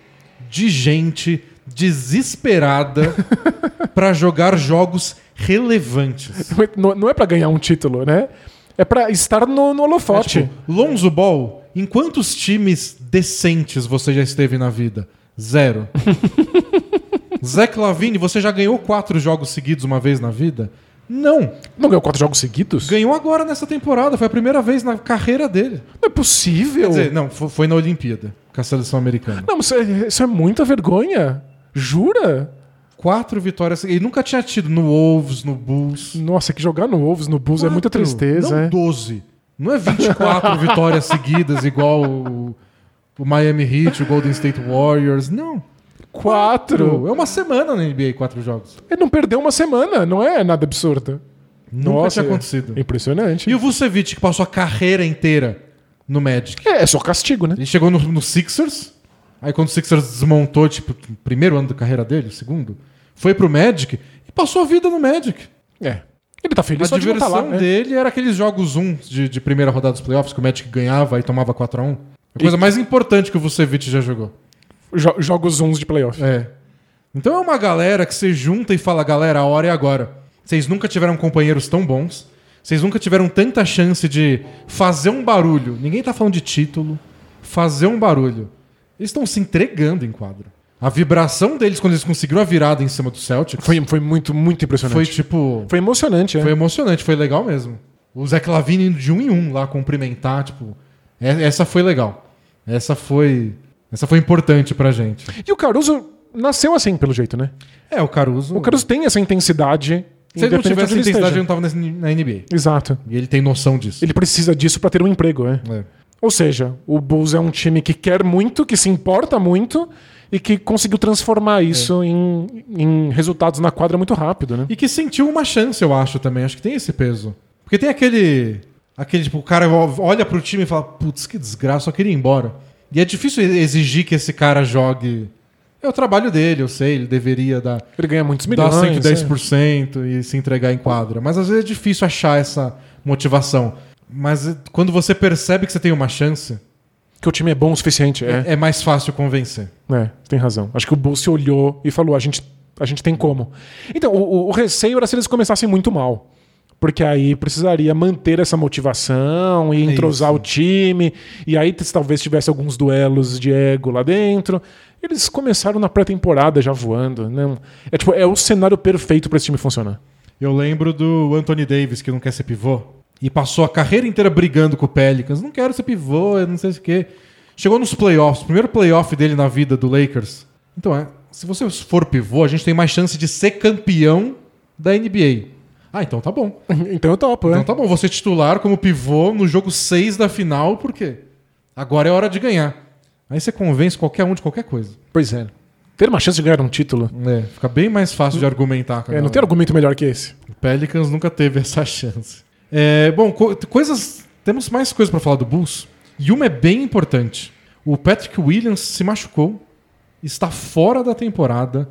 Speaker 1: de gente desesperada pra jogar jogos relevantes.
Speaker 2: não, não é pra ganhar um título, né? É pra estar no, no holofote.
Speaker 1: É, tipo, Lonzo Ball, em quantos times decentes você já esteve na vida? Zero. Zach Lavine, você já ganhou quatro jogos seguidos uma vez na vida? Não.
Speaker 2: Não ganhou quatro jogos seguidos?
Speaker 1: Ganhou agora nessa temporada. Foi a primeira vez na carreira dele.
Speaker 2: Não é possível.
Speaker 1: Quer dizer, não, fo- foi na Olimpíada, com a seleção americana.
Speaker 2: Não, isso é, isso é muita vergonha. Jura?
Speaker 1: Quatro vitórias. Ele nunca tinha tido no Wolves, no Bulls.
Speaker 2: Nossa, que jogar no Wolves, no Bulls é
Speaker 1: Quatro,
Speaker 2: muita tristeza.
Speaker 1: Não
Speaker 2: é.
Speaker 1: 12. Não é 24 vitórias seguidas igual o, o Miami Heat, o Golden State Warriors. Não.
Speaker 2: Quatro.
Speaker 1: É uma semana na NBA, quatro jogos.
Speaker 2: Ele não perdeu uma semana, não é nada absurdo.
Speaker 1: Nunca
Speaker 2: Nossa,
Speaker 1: tinha acontecido.
Speaker 2: é Impressionante.
Speaker 1: E o Vucevic, que passou a carreira inteira no Magic.
Speaker 2: É, é só castigo, né?
Speaker 1: Ele chegou no, no Sixers. Aí quando o Sixers desmontou, tipo, o primeiro ano da carreira dele, o segundo, foi pro Magic e passou a vida no Magic.
Speaker 2: É. Ele tá feliz
Speaker 1: a
Speaker 2: só de não tá
Speaker 1: diversão
Speaker 2: lá. né?
Speaker 1: dele era aqueles jogos 1 de, de primeira rodada dos playoffs que o Magic ganhava e tomava 4x1. A coisa mais importante que o Vucevic já jogou.
Speaker 2: Jo- jogos uns de playoff.
Speaker 1: É. Então é uma galera que se junta e fala, galera, a hora é agora. Vocês nunca tiveram companheiros tão bons. Vocês nunca tiveram tanta chance de fazer um barulho. Ninguém tá falando de título. Fazer um barulho. Eles estão se entregando em quadro. A vibração deles quando eles conseguiram a virada em cima do Celtics
Speaker 2: Foi, foi muito, muito impressionante.
Speaker 1: foi tipo...
Speaker 2: Foi emocionante, é.
Speaker 1: Foi emocionante, foi legal mesmo. O Zé Clavini indo de um em um lá cumprimentar, tipo. é- Essa foi legal. Essa foi. Essa foi importante pra gente.
Speaker 2: E o Caruso nasceu assim, pelo jeito, né?
Speaker 1: É, o Caruso.
Speaker 2: O Caruso tem essa intensidade.
Speaker 1: se ele não
Speaker 2: independente
Speaker 1: tivesse
Speaker 2: onde ele
Speaker 1: intensidade, ele
Speaker 2: esteja.
Speaker 1: não tava nesse- na NBA.
Speaker 2: Exato.
Speaker 1: E ele tem noção disso.
Speaker 2: Ele precisa disso pra ter um emprego, é.
Speaker 1: É.
Speaker 2: Ou seja, o Bulls é um time que quer muito, que se importa muito e que conseguiu transformar isso em, em resultados na quadra muito rápido, né?
Speaker 1: E que sentiu uma chance, eu acho também. Acho que tem esse peso. Porque tem aquele. Aquele, tipo, o cara olha pro time e fala: putz, que desgraça, só queria ir embora. E é difícil exigir que esse cara jogue. É o trabalho dele, eu sei, ele deveria dar.
Speaker 2: Ele ganha muitos
Speaker 1: dar
Speaker 2: milhões. é.
Speaker 1: 110% e se entregar em quadra. Mas às vezes é difícil é, achar essa motivação. Mas eh, quando você percebe que você tem uma chance,
Speaker 2: Que o time é bom o suficiente. É,
Speaker 1: É mais fácil convencer.
Speaker 2: é você tem razão. Acho que o Bull se olhou e falou: a gente, a gente tem como. Então, o, o- o receio era se eles começassem muito mal. Porque aí precisaria manter essa motivação e entrosar o time. E aí t- talvez tivesse alguns duelos de ego lá dentro. Eles começaram na pré-temporada já voando. Não. É, tipo, é o cenário perfeito para esse time funcionar.
Speaker 1: Eu lembro do Anthony Davis, que não quer ser pivô. E passou a carreira inteira brigando com o Pelicans. Não quero ser pivô, eu não sei o quê. Chegou nos playoffs, primeiro playoff dele na vida do Lakers. Então é, se você for pivô, a gente tem mais chance de ser campeão da NBA. Ah, então tá bom.
Speaker 2: Então eu topo,
Speaker 1: Então
Speaker 2: né?
Speaker 1: tá bom, você titular como pivô no jogo 6 da final, por quê? Agora é hora de ganhar. Aí você convence qualquer um de qualquer coisa.
Speaker 2: Pois é. Ter uma chance de ganhar um título.
Speaker 1: É, fica bem mais fácil de argumentar. com a
Speaker 2: É, não
Speaker 1: galera.
Speaker 2: tem argumento melhor que esse.
Speaker 1: O Pelicans nunca teve essa chance. É, bom, co- coisas. Temos mais coisas pra falar do Bulls. E uma é bem importante. O Patrick Williams se machucou, está fora da temporada.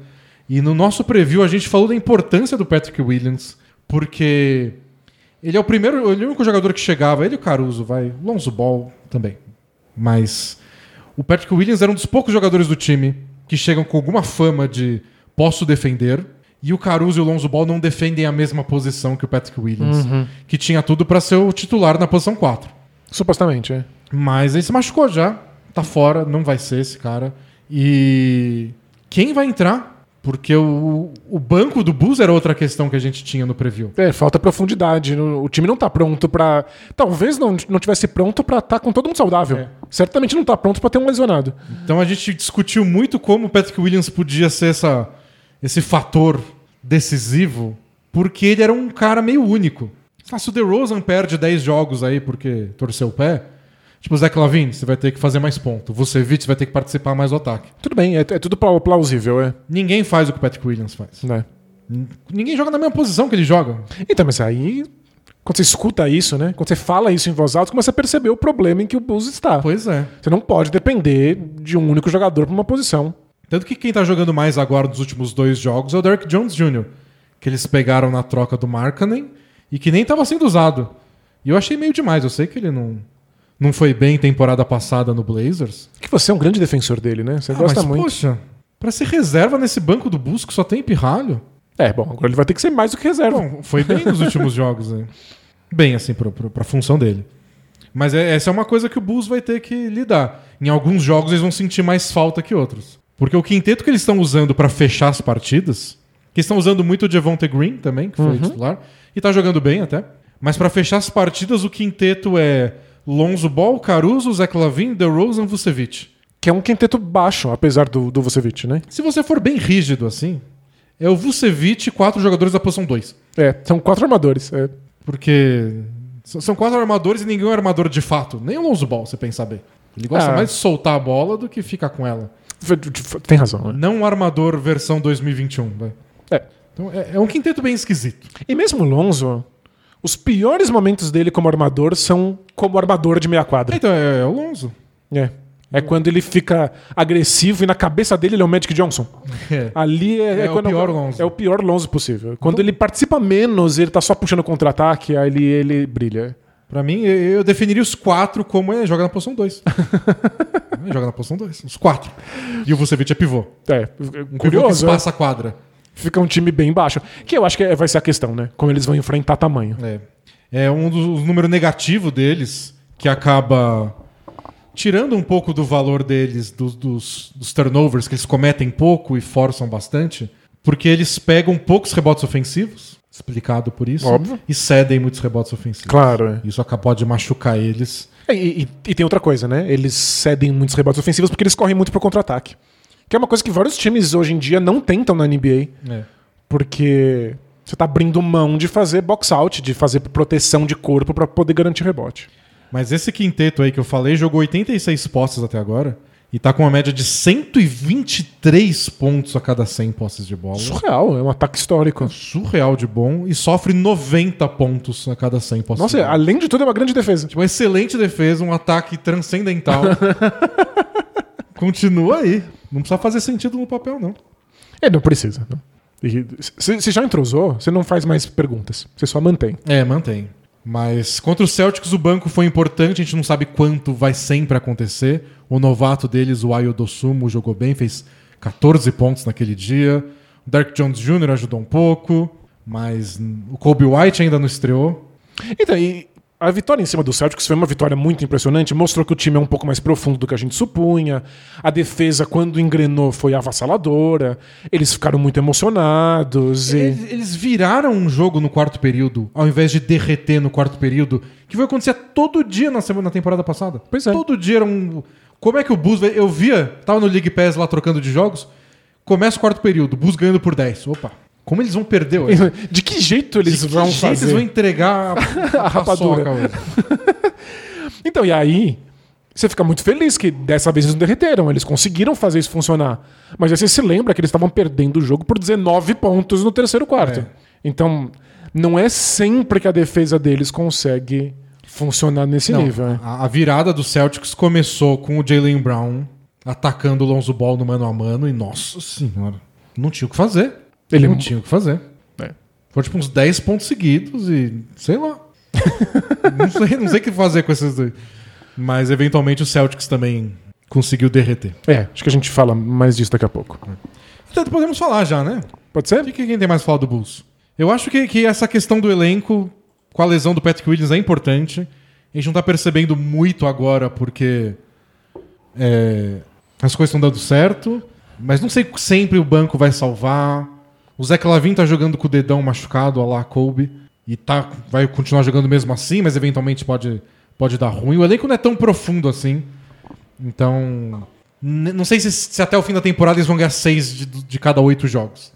Speaker 1: E no nosso preview a gente falou da importância do Patrick Williams, porque ele é o primeiro, ele é o único jogador que chegava, ele e o Caruso, vai, Lonzo Ball também. Mas o Patrick Williams era um dos poucos jogadores do time que chegam com alguma fama de posso defender. E o Caruso e o Lonzo Ball não defendem a mesma posição que o Patrick Williams, que tinha tudo pra ser o titular na posição 4.
Speaker 2: Supostamente, é.
Speaker 1: Mas ele se machucou já, tá fora, não vai ser esse cara. E quem vai entrar? Porque o, o banco do Bulls era outra questão que a gente tinha no preview.
Speaker 2: É, falta profundidade. O o time não tá pronto pra. Talvez não, não tivesse pronto pra estar com todo mundo saudável.
Speaker 1: É.
Speaker 2: Certamente não tá pronto pra ter um lesionado.
Speaker 1: Então a gente discutiu muito como o Patrick Williams podia ser essa, esse fator decisivo, porque ele era um cara meio único. Ah, se o DeRozan perde 10 jogos aí porque torceu o pé, tipo, o Zach Lavine, você vai ter que fazer mais ponto. Você, Vucevic, vai ter que participar mais do ataque.
Speaker 2: Tudo bem, é, é tudo plau- plausível, é.
Speaker 1: Ninguém faz o que o Patrick Williams faz.
Speaker 2: Né?
Speaker 1: N- Ninguém joga na mesma posição que ele joga.
Speaker 2: Então, mas aí. Quando você escuta isso, né? Quando você fala isso em voz alta, você começa a perceber o problema em que o Bulls está.
Speaker 1: Pois é.
Speaker 2: Você não pode depender de um único jogador pra uma posição.
Speaker 1: Tanto que quem tá jogando mais agora nos últimos dois jogos é o Derrick Jones Jr., que eles pegaram na troca do Markkanen e que nem tava sendo usado. E eu achei meio demais, eu sei que ele não, não foi bem temporada passada no Blazers.
Speaker 2: Que você é um grande defensor dele, né? Você
Speaker 1: Ah,
Speaker 2: gosta
Speaker 1: mas,
Speaker 2: muito.
Speaker 1: poxa, pra ser reserva nesse banco do Busco só tem pirralho?
Speaker 2: É, bom, agora ele vai ter que ser mais do que reserva.
Speaker 1: Bom, foi bem nos últimos jogos, né? Bem, assim, pro, pro, pra função dele. Mas é- essa é uma coisa que o Bulls vai ter que lidar. Em alguns jogos eles vão sentir mais falta que outros. Porque o quinteto que eles estão usando pra fechar as partidas, que estão usando muito o Devonte Green também, que foi titular, e tá jogando bem até. Mas pra fechar as partidas, o quinteto é Lonzo Ball, Caruso, Zach Lavin, DeRozan, Vucevic.
Speaker 2: Que é um quinteto baixo, apesar do, do Vucevic, né?
Speaker 1: Se você for bem rígido assim, é o Vucevic e quatro jogadores da posição 2.
Speaker 2: É, são quatro armadores. É.
Speaker 1: Porque s- são quatro armadores e ninguém é um armador de fato. Nem o Lonzo Ball, se pensar bem. Ele gosta
Speaker 2: Ah.
Speaker 1: mais de soltar a bola do que ficar com ela.
Speaker 2: F- f- Tem razão, né?
Speaker 1: Não um armador versão 2021. vai.
Speaker 2: É.
Speaker 1: Então é, é um quinteto bem esquisito.
Speaker 2: E mesmo o Lonzo, os piores momentos dele como armador são como armador de meia quadra.
Speaker 1: Então é, é o Lonzo.
Speaker 2: É. É quando ele fica agressivo e na cabeça dele ele é o Magic Johnson.
Speaker 1: É.
Speaker 2: Ali é,
Speaker 1: É o
Speaker 2: quando-
Speaker 1: pior Lonzo.
Speaker 2: É o pior Lonzo possível. Quando ele participa menos, ele tá só puxando contra-ataque, aí ele, ele brilha.
Speaker 1: Pra mim, eu eu definiria os quatro como é, joga na posição 2. joga na posição 2. Os quatro. E o Vucevic é pivô.
Speaker 2: É,
Speaker 1: Um
Speaker 2: curioso.
Speaker 1: pivô que
Speaker 2: né?
Speaker 1: passa a quadra.
Speaker 2: Fica um time bem baixo. Que eu acho que é- vai ser a questão, né? Como eles vão enfrentar tamanho.
Speaker 1: É. É um dos números negativos deles, que acaba tirando um pouco do valor deles, dos, dos- dos turnovers, que eles cometem pouco e forçam bastante, porque eles pegam poucos rebotes ofensivos, explicado por isso,
Speaker 2: Óbvio.
Speaker 1: e cedem muitos rebotes ofensivos.
Speaker 2: Claro, é.
Speaker 1: Isso acabou de machucar eles.
Speaker 2: É, E, e- e tem outra coisa, né? Eles cedem muitos rebotes ofensivos porque eles correm muito pro contra-ataque. Que é uma coisa que vários times hoje em dia não tentam na NBA,
Speaker 1: É.
Speaker 2: porque você tá abrindo mão de fazer box out, de fazer proteção de corpo pra poder garantir rebote.
Speaker 1: Mas esse quinteto aí que eu falei jogou 86 posses até agora e tá com uma média de 123 pontos a cada 100 posses de bola.
Speaker 2: Surreal, é um ataque histórico.
Speaker 1: surreal de bom e sofre 90 pontos a cada 100 posses.
Speaker 2: Nossa, além de tudo, é uma grande defesa.
Speaker 1: Tipo, uma excelente defesa, um ataque transcendental. Continua aí. Não precisa fazer sentido no papel, não.
Speaker 2: É, não precisa. não. E se, se já entrosou, você não faz mais perguntas. Você só mantém.
Speaker 1: É, mantém. Mas contra os Celtics o banco foi importante, a gente não sabe quanto vai sempre acontecer. O novato deles, o Ayo Dossumo, jogou bem, fez 14 pontos naquele dia. O Dark Jones Jr. ajudou um pouco, mas o Kobe White ainda não estreou.
Speaker 2: Então, e a vitória em cima do Celtics foi uma vitória muito impressionante, mostrou que o time é um pouco mais profundo do que a gente supunha. A defesa, quando engrenou, foi avassaladora. Eles ficaram muito emocionados. e-
Speaker 1: Eles, eles viraram um jogo no quarto período, ao invés de derreter no quarto período, que foi acontecer todo dia na semana na temporada passada.
Speaker 2: Pois é.
Speaker 1: Todo dia era um. Como é que o Bus. Eu via, tava no League Pass lá trocando de jogos. Começa o quarto período, Bus ganhando por 10. Opa, como eles vão perder hoje?
Speaker 2: De que jeito eles
Speaker 1: De que
Speaker 2: vão
Speaker 1: jeito
Speaker 2: fazer?
Speaker 1: eles vão entregar a, a
Speaker 2: rapadura.
Speaker 1: paçoca hoje?
Speaker 2: Então, e aí, você fica muito feliz que dessa vez eles não derreteram, eles conseguiram fazer isso funcionar. Mas aí você se lembra que eles estavam perdendo o jogo por 19 pontos no terceiro quarto.
Speaker 1: É.
Speaker 2: Então, não é sempre que a defesa deles consegue funcionar nesse
Speaker 1: Não,
Speaker 2: nível. né?
Speaker 1: a, a virada do Celtics começou com o Jalen Brown atacando o Lonzo Ball no mano a mano e, nossa senhora, não tinha o que fazer.
Speaker 2: Ele-
Speaker 1: não tinha o que fazer.
Speaker 2: É.
Speaker 1: Foi tipo uns 10 pontos seguidos e sei lá. não, sei, não sei o que fazer com esses dois. Mas eventualmente o Celtics também conseguiu derreter.
Speaker 2: É, acho que a gente fala mais disso daqui a pouco.
Speaker 1: Então podemos falar já, né?
Speaker 2: Pode
Speaker 1: O
Speaker 2: ser?
Speaker 1: que, que quem tem mais falado do Bulls? Eu acho que, que essa questão do elenco com a lesão do Patrick Williams é importante. A gente não tá percebendo muito agora porque é, as coisas estão dando certo, mas não sei se sempre o banco vai salvar. O Zé Clavin tá jogando com o dedão machucado, a lá Kobe, e tá, vai continuar jogando mesmo assim, mas eventualmente pode, pode dar ruim. O elenco não é tão profundo assim. Então, n- não sei se, se até o fim da temporada eles vão ganhar seis de, de cada oito jogos.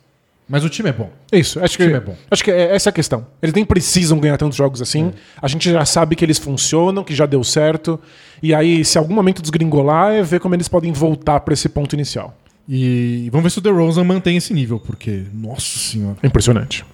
Speaker 1: Mas o time é bom.
Speaker 2: É Isso, acho que,
Speaker 1: time é bom.
Speaker 2: acho que é essa é a questão. Eles nem precisam ganhar tantos jogos assim. A gente já sabe que eles funcionam, que já deu certo. E aí, se algum momento desgringolar, é ver como eles podem voltar pra esse ponto inicial.
Speaker 1: E vamos ver se o DeRozan mantém esse nível, porque, nossa senhora,
Speaker 2: É Impressionante.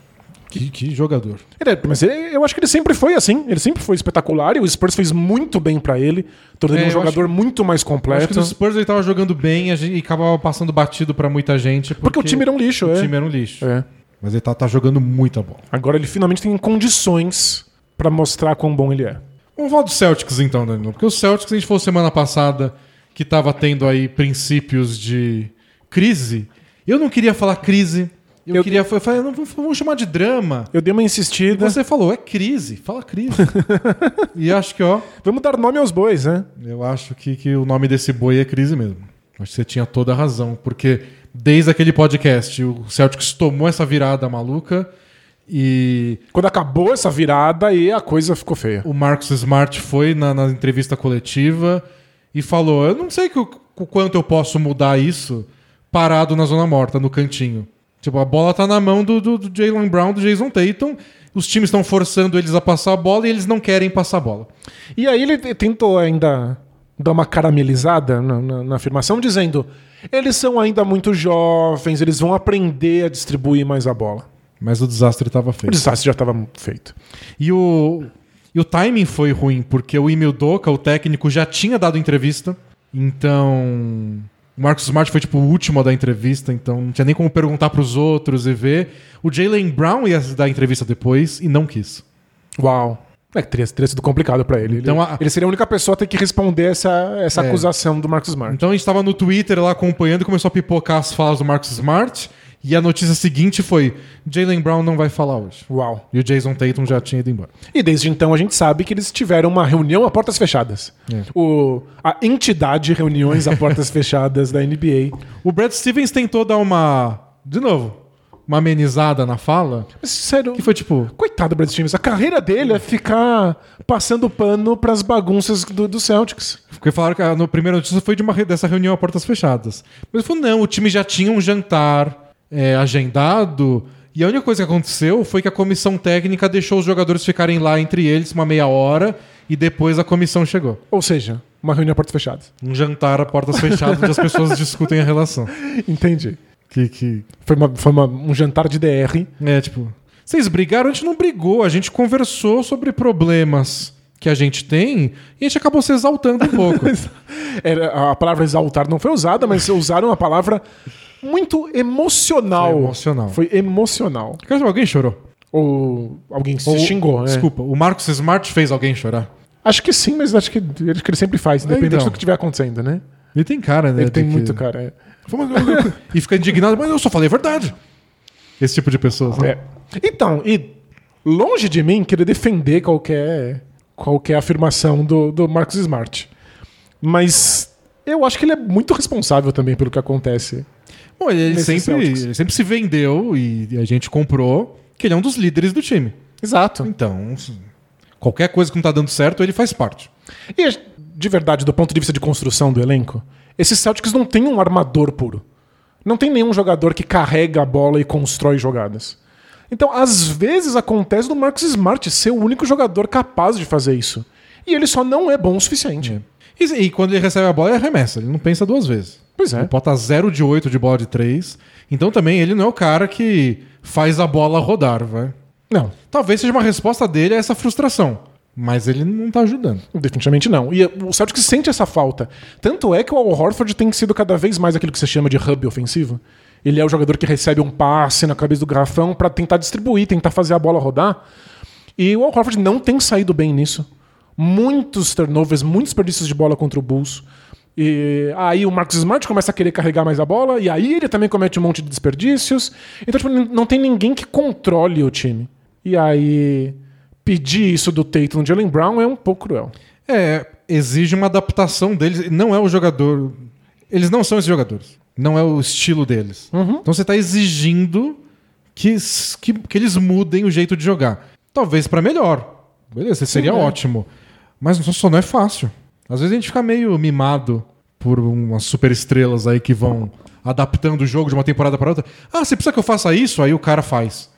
Speaker 1: que, que jogador.
Speaker 2: Ele é- mas ele- eu acho que ele sempre foi assim. Ele sempre foi espetacular e o Spurs fez muito bem pra ele, tornando
Speaker 1: É,
Speaker 2: ele um
Speaker 1: eu
Speaker 2: jogador muito mais
Speaker 1: Acho que
Speaker 2: completo.
Speaker 1: no Spurs ele tava jogando bem e a gente- e acabava passando batido pra muita gente. Porque,
Speaker 2: Porque o time era um lixo,
Speaker 1: o
Speaker 2: é.
Speaker 1: time era um lixo.
Speaker 2: É.
Speaker 1: Mas ele tá, tá jogando muita bola.
Speaker 2: Agora ele finalmente tem condições pra mostrar quão bom ele é.
Speaker 1: Vamos falar do Celtics então, Danilo. Porque o Celtics, se a gente falou semana passada que tava tendo aí princípios de crise, eu não queria falar crise. Eu,
Speaker 2: Eu-
Speaker 1: queria. Eu falei, não, vamos chamar de drama.
Speaker 2: Eu dei uma insistida.
Speaker 1: Você falou, é crise, fala crise. e acho que, ó,
Speaker 2: Vamos dar nome aos bois, né?
Speaker 1: Eu acho que, que o nome desse boi é crise mesmo. Acho que você tinha toda a razão, porque desde aquele podcast o Celtics tomou essa virada maluca e
Speaker 2: Quando acabou essa virada, aí a coisa ficou feia.
Speaker 1: o Marcus Smart foi na, na entrevista coletiva e falou: Eu não sei que, o o quanto eu posso mudar isso parado na zona morta, no cantinho. Tipo, a bola tá na mão do, do, do Jalen Brown, do Jason Tatum. Os times estão forçando eles a passar a bola e eles não querem passar a bola.
Speaker 2: E aí ele te- tentou ainda dar uma caramelizada na, na- na afirmação, dizendo: eles são ainda muito jovens, eles vão aprender a distribuir mais a bola.
Speaker 1: Mas o desastre estava
Speaker 2: O
Speaker 1: feito.
Speaker 2: desastre já estava feito.
Speaker 1: E o, e o timing foi ruim, porque o Emil Doca, o técnico, já tinha dado entrevista. Então. O Marcus Smart foi tipo o último da entrevista, então não tinha nem como perguntar pros outros e ver. O Jalen Brown ia dar entrevista depois e não quis.
Speaker 2: Uau. É que teria, teria sido complicado pra ele.
Speaker 1: Então,
Speaker 2: ele,
Speaker 1: a-
Speaker 2: ele seria a única pessoa a ter que responder essa, essa
Speaker 1: É.
Speaker 2: acusação do Marcos Smart.
Speaker 1: Então a gente tava no Twitter lá acompanhando e começou a pipocar as falas do Marcus Smart. E a notícia seguinte foi: Jalen Brown não vai falar hoje.
Speaker 2: Uau.
Speaker 1: E o Jason Tatum já tinha ido embora.
Speaker 2: E desde então a gente sabe que eles tiveram uma reunião a portas fechadas.
Speaker 1: É.
Speaker 2: O, a entidade reuniões a portas fechadas da NBA.
Speaker 1: O Brad Stevens tentou dar uma. De novo, uma amenizada na fala.
Speaker 2: Mas, sério,
Speaker 1: Que foi tipo.
Speaker 2: Coitado do Brad Stevens. A carreira dele é ficar passando pano pras bagunças do, do Celtics.
Speaker 1: Porque falaram que a no- primeira notícia foi de uma, re- dessa reunião a portas fechadas. Mas ele falou, não, o time já tinha um jantar é, agendado. E a única coisa que aconteceu foi que a comissão técnica deixou os jogadores ficarem lá entre eles uma meia hora e depois a comissão chegou.
Speaker 2: Ou seja, uma reunião a portas fechadas.
Speaker 1: Um jantar a portas fechadas onde as pessoas discutem a relação.
Speaker 2: Entendi.
Speaker 1: Que, que...
Speaker 2: Foi, uma- foi uma- um jantar de DR.
Speaker 1: É, tipo... Vocês brigaram? A gente não brigou. A gente conversou sobre problemas que a gente tem e a gente acabou se exaltando um pouco.
Speaker 2: Era, a palavra exaltar não foi usada, mas usaram uma palavra muito emocional.
Speaker 1: Foi emocional.
Speaker 2: Foi emocional.
Speaker 1: Quer dizer, alguém chorou?
Speaker 2: O Ou alguém se
Speaker 1: Ou-
Speaker 2: xingou, né?
Speaker 1: Desculpa, o Marcos Smart fez alguém chorar.
Speaker 2: Acho que sim, mas acho que, acho que ele sempre faz, independente
Speaker 1: Então.
Speaker 2: do que estiver acontecendo, né?
Speaker 1: Ele tem cara, né?
Speaker 2: Ele tem
Speaker 1: de que-
Speaker 2: muito, cara. é.
Speaker 1: Foi uma- e fica indignado, mas eu só falei a verdade. Esse tipo de pessoa. sabe?
Speaker 2: É. Então, e longe de mim querer defender qualquer, qualquer afirmação do, do Marcos Smart. Mas eu acho que ele é muito responsável também pelo que acontece.
Speaker 1: Bom, ele, ele
Speaker 2: Nesses
Speaker 1: sempre,
Speaker 2: Celtics.
Speaker 1: ele sempre se vendeu e a gente comprou que ele é um dos líderes do time.
Speaker 2: Exato.
Speaker 1: Então, assim, qualquer coisa que não tá dando certo, ele faz parte.
Speaker 2: E de verdade, do ponto de vista de construção do elenco, esses Celtics não tem um armador puro. Não tem nenhum jogador que carrega a bola e constrói jogadas. Então, às vezes acontece do Marcus Smart ser o único jogador capaz de fazer isso. E ele só não é bom o suficiente.
Speaker 1: E, e quando ele recebe a bola, ele arremessa. Ele não pensa duas vezes.
Speaker 2: Pois é.
Speaker 1: Ele bota 0 de 8 de bola de 3. Então também ele não é o cara que faz a bola rodar, vai.
Speaker 2: Não,
Speaker 1: Talvez seja uma resposta dele a essa frustração. Mas ele não tá ajudando.
Speaker 2: Definitivamente não. E o Celtics sente essa falta. Tanto é que o Al Horford tem sido cada vez mais aquilo que se chama de hub ofensivo. Ele é o jogador que recebe um passe na cabeça do garrafão pra tentar distribuir, tentar fazer a bola rodar. E o Al Horford não tem saído bem nisso. Muitos turnovers, muitos desperdícios de bola contra o Bulls. E aí o Marcus Smart começa a querer carregar mais a bola, e aí ele também comete um monte de desperdícios. Então, tipo, não tem ninguém que controle o time. E aí pedir isso do Tatum e do Jalen Brown é um pouco cruel.
Speaker 1: É, exige uma adaptação deles. Não é o jogador. Eles não são esses jogadores. Não é o estilo deles. Então você tá exigindo que, s- que, que eles mudem o jeito de jogar. Talvez pra melhor. Beleza, seria
Speaker 2: né?
Speaker 1: ótimo. Mas só- só não é fácil. Às vezes a gente fica meio mimado por umas superestrelas aí que vão adaptando o jogo de uma temporada pra outra. Ah, você precisa que eu faça isso? Aí o cara faz.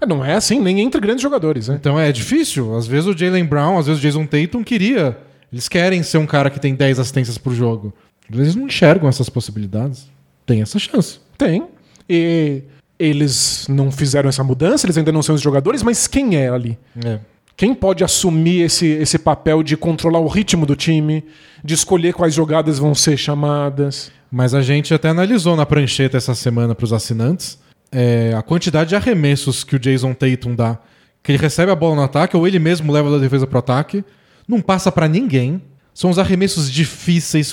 Speaker 2: É, Não é assim, nem entre grandes jogadores, né?
Speaker 1: Então é difícil. Às vezes o Jalen Brown, às vezes o Jason Tatum queria. Eles querem ser um cara que tem 10 assistências por jogo. Às vezes não enxergam essas possibilidades. Tem essa chance.
Speaker 2: Tem. E eles não fizeram essa mudança, eles ainda não são os jogadores, mas quem é ali?
Speaker 1: É.
Speaker 2: Quem pode assumir esse, esse papel de controlar o ritmo do time, de escolher quais jogadas vão ser chamadas?
Speaker 1: Mas a gente até analisou na prancheta essa semana para os assinantes é, a quantidade de arremessos que o Jason Tatum dá. Que ele recebe a bola no ataque, ou ele mesmo leva da defesa pro ataque, não passa para ninguém. São os arremessos difíceis,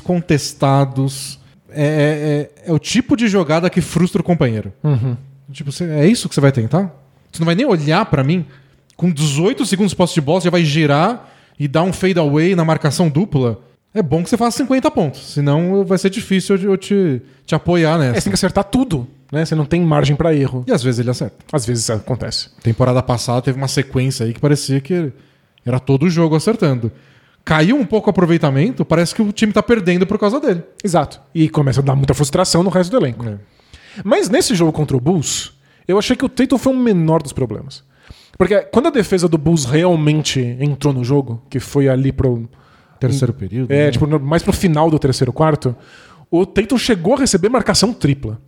Speaker 1: contestados. É, é- é- é o tipo de jogada que frustra o companheiro. Tipo, você- é isso que você vai tentar? Você não vai nem olhar pra mim. Com 18 segundos de posse de bola, você já vai girar e dar um fade away na marcação dupla. É bom que você faça 50 pontos, senão vai ser difícil eu te- eu te, te apoiar
Speaker 2: É, você
Speaker 1: nessa.
Speaker 2: tem que acertar tudo, né? Você não tem margem pra erro.
Speaker 1: E às vezes ele acerta.
Speaker 2: Às vezes acontece.
Speaker 1: Temporada passada teve uma sequência aí que parecia que era todo o jogo acertando. Caiu um pouco o aproveitamento, parece que o time tá perdendo por causa dele.
Speaker 2: Exato. E começa a dar muita frustração no resto do elenco. Mas nesse jogo contra o Bulls, eu achei que o Tatum foi o menor dos problemas. Porque quando a defesa do Bulls realmente entrou no jogo, que foi ali pro.
Speaker 1: Terceiro período.
Speaker 2: É,
Speaker 1: né?
Speaker 2: tipo, no- mais pro final do terceiro quarto, o Tatum chegou a receber marcação tripla.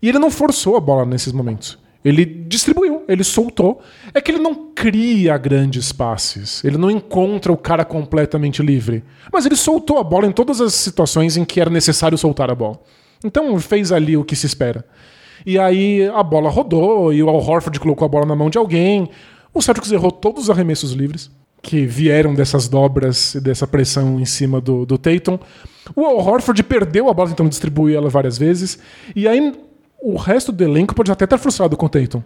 Speaker 2: E ele não forçou a bola nesses momentos. Ele distribuiu, ele soltou. É que ele não cria grandes passes. Ele não encontra o cara completamente livre. Mas ele soltou a bola em todas as situações em que era necessário soltar a bola. Então fez ali o que se espera. E aí a bola rodou e o Al Horford colocou a bola na mão de alguém. O Celtics errou todos os arremessos livres que vieram dessas dobras e dessa pressão em cima do, do Tatum. O Al Horford perdeu a bola, então distribuiu ela várias vezes. E aí o resto do elenco pode até estar frustrado com o Tatum.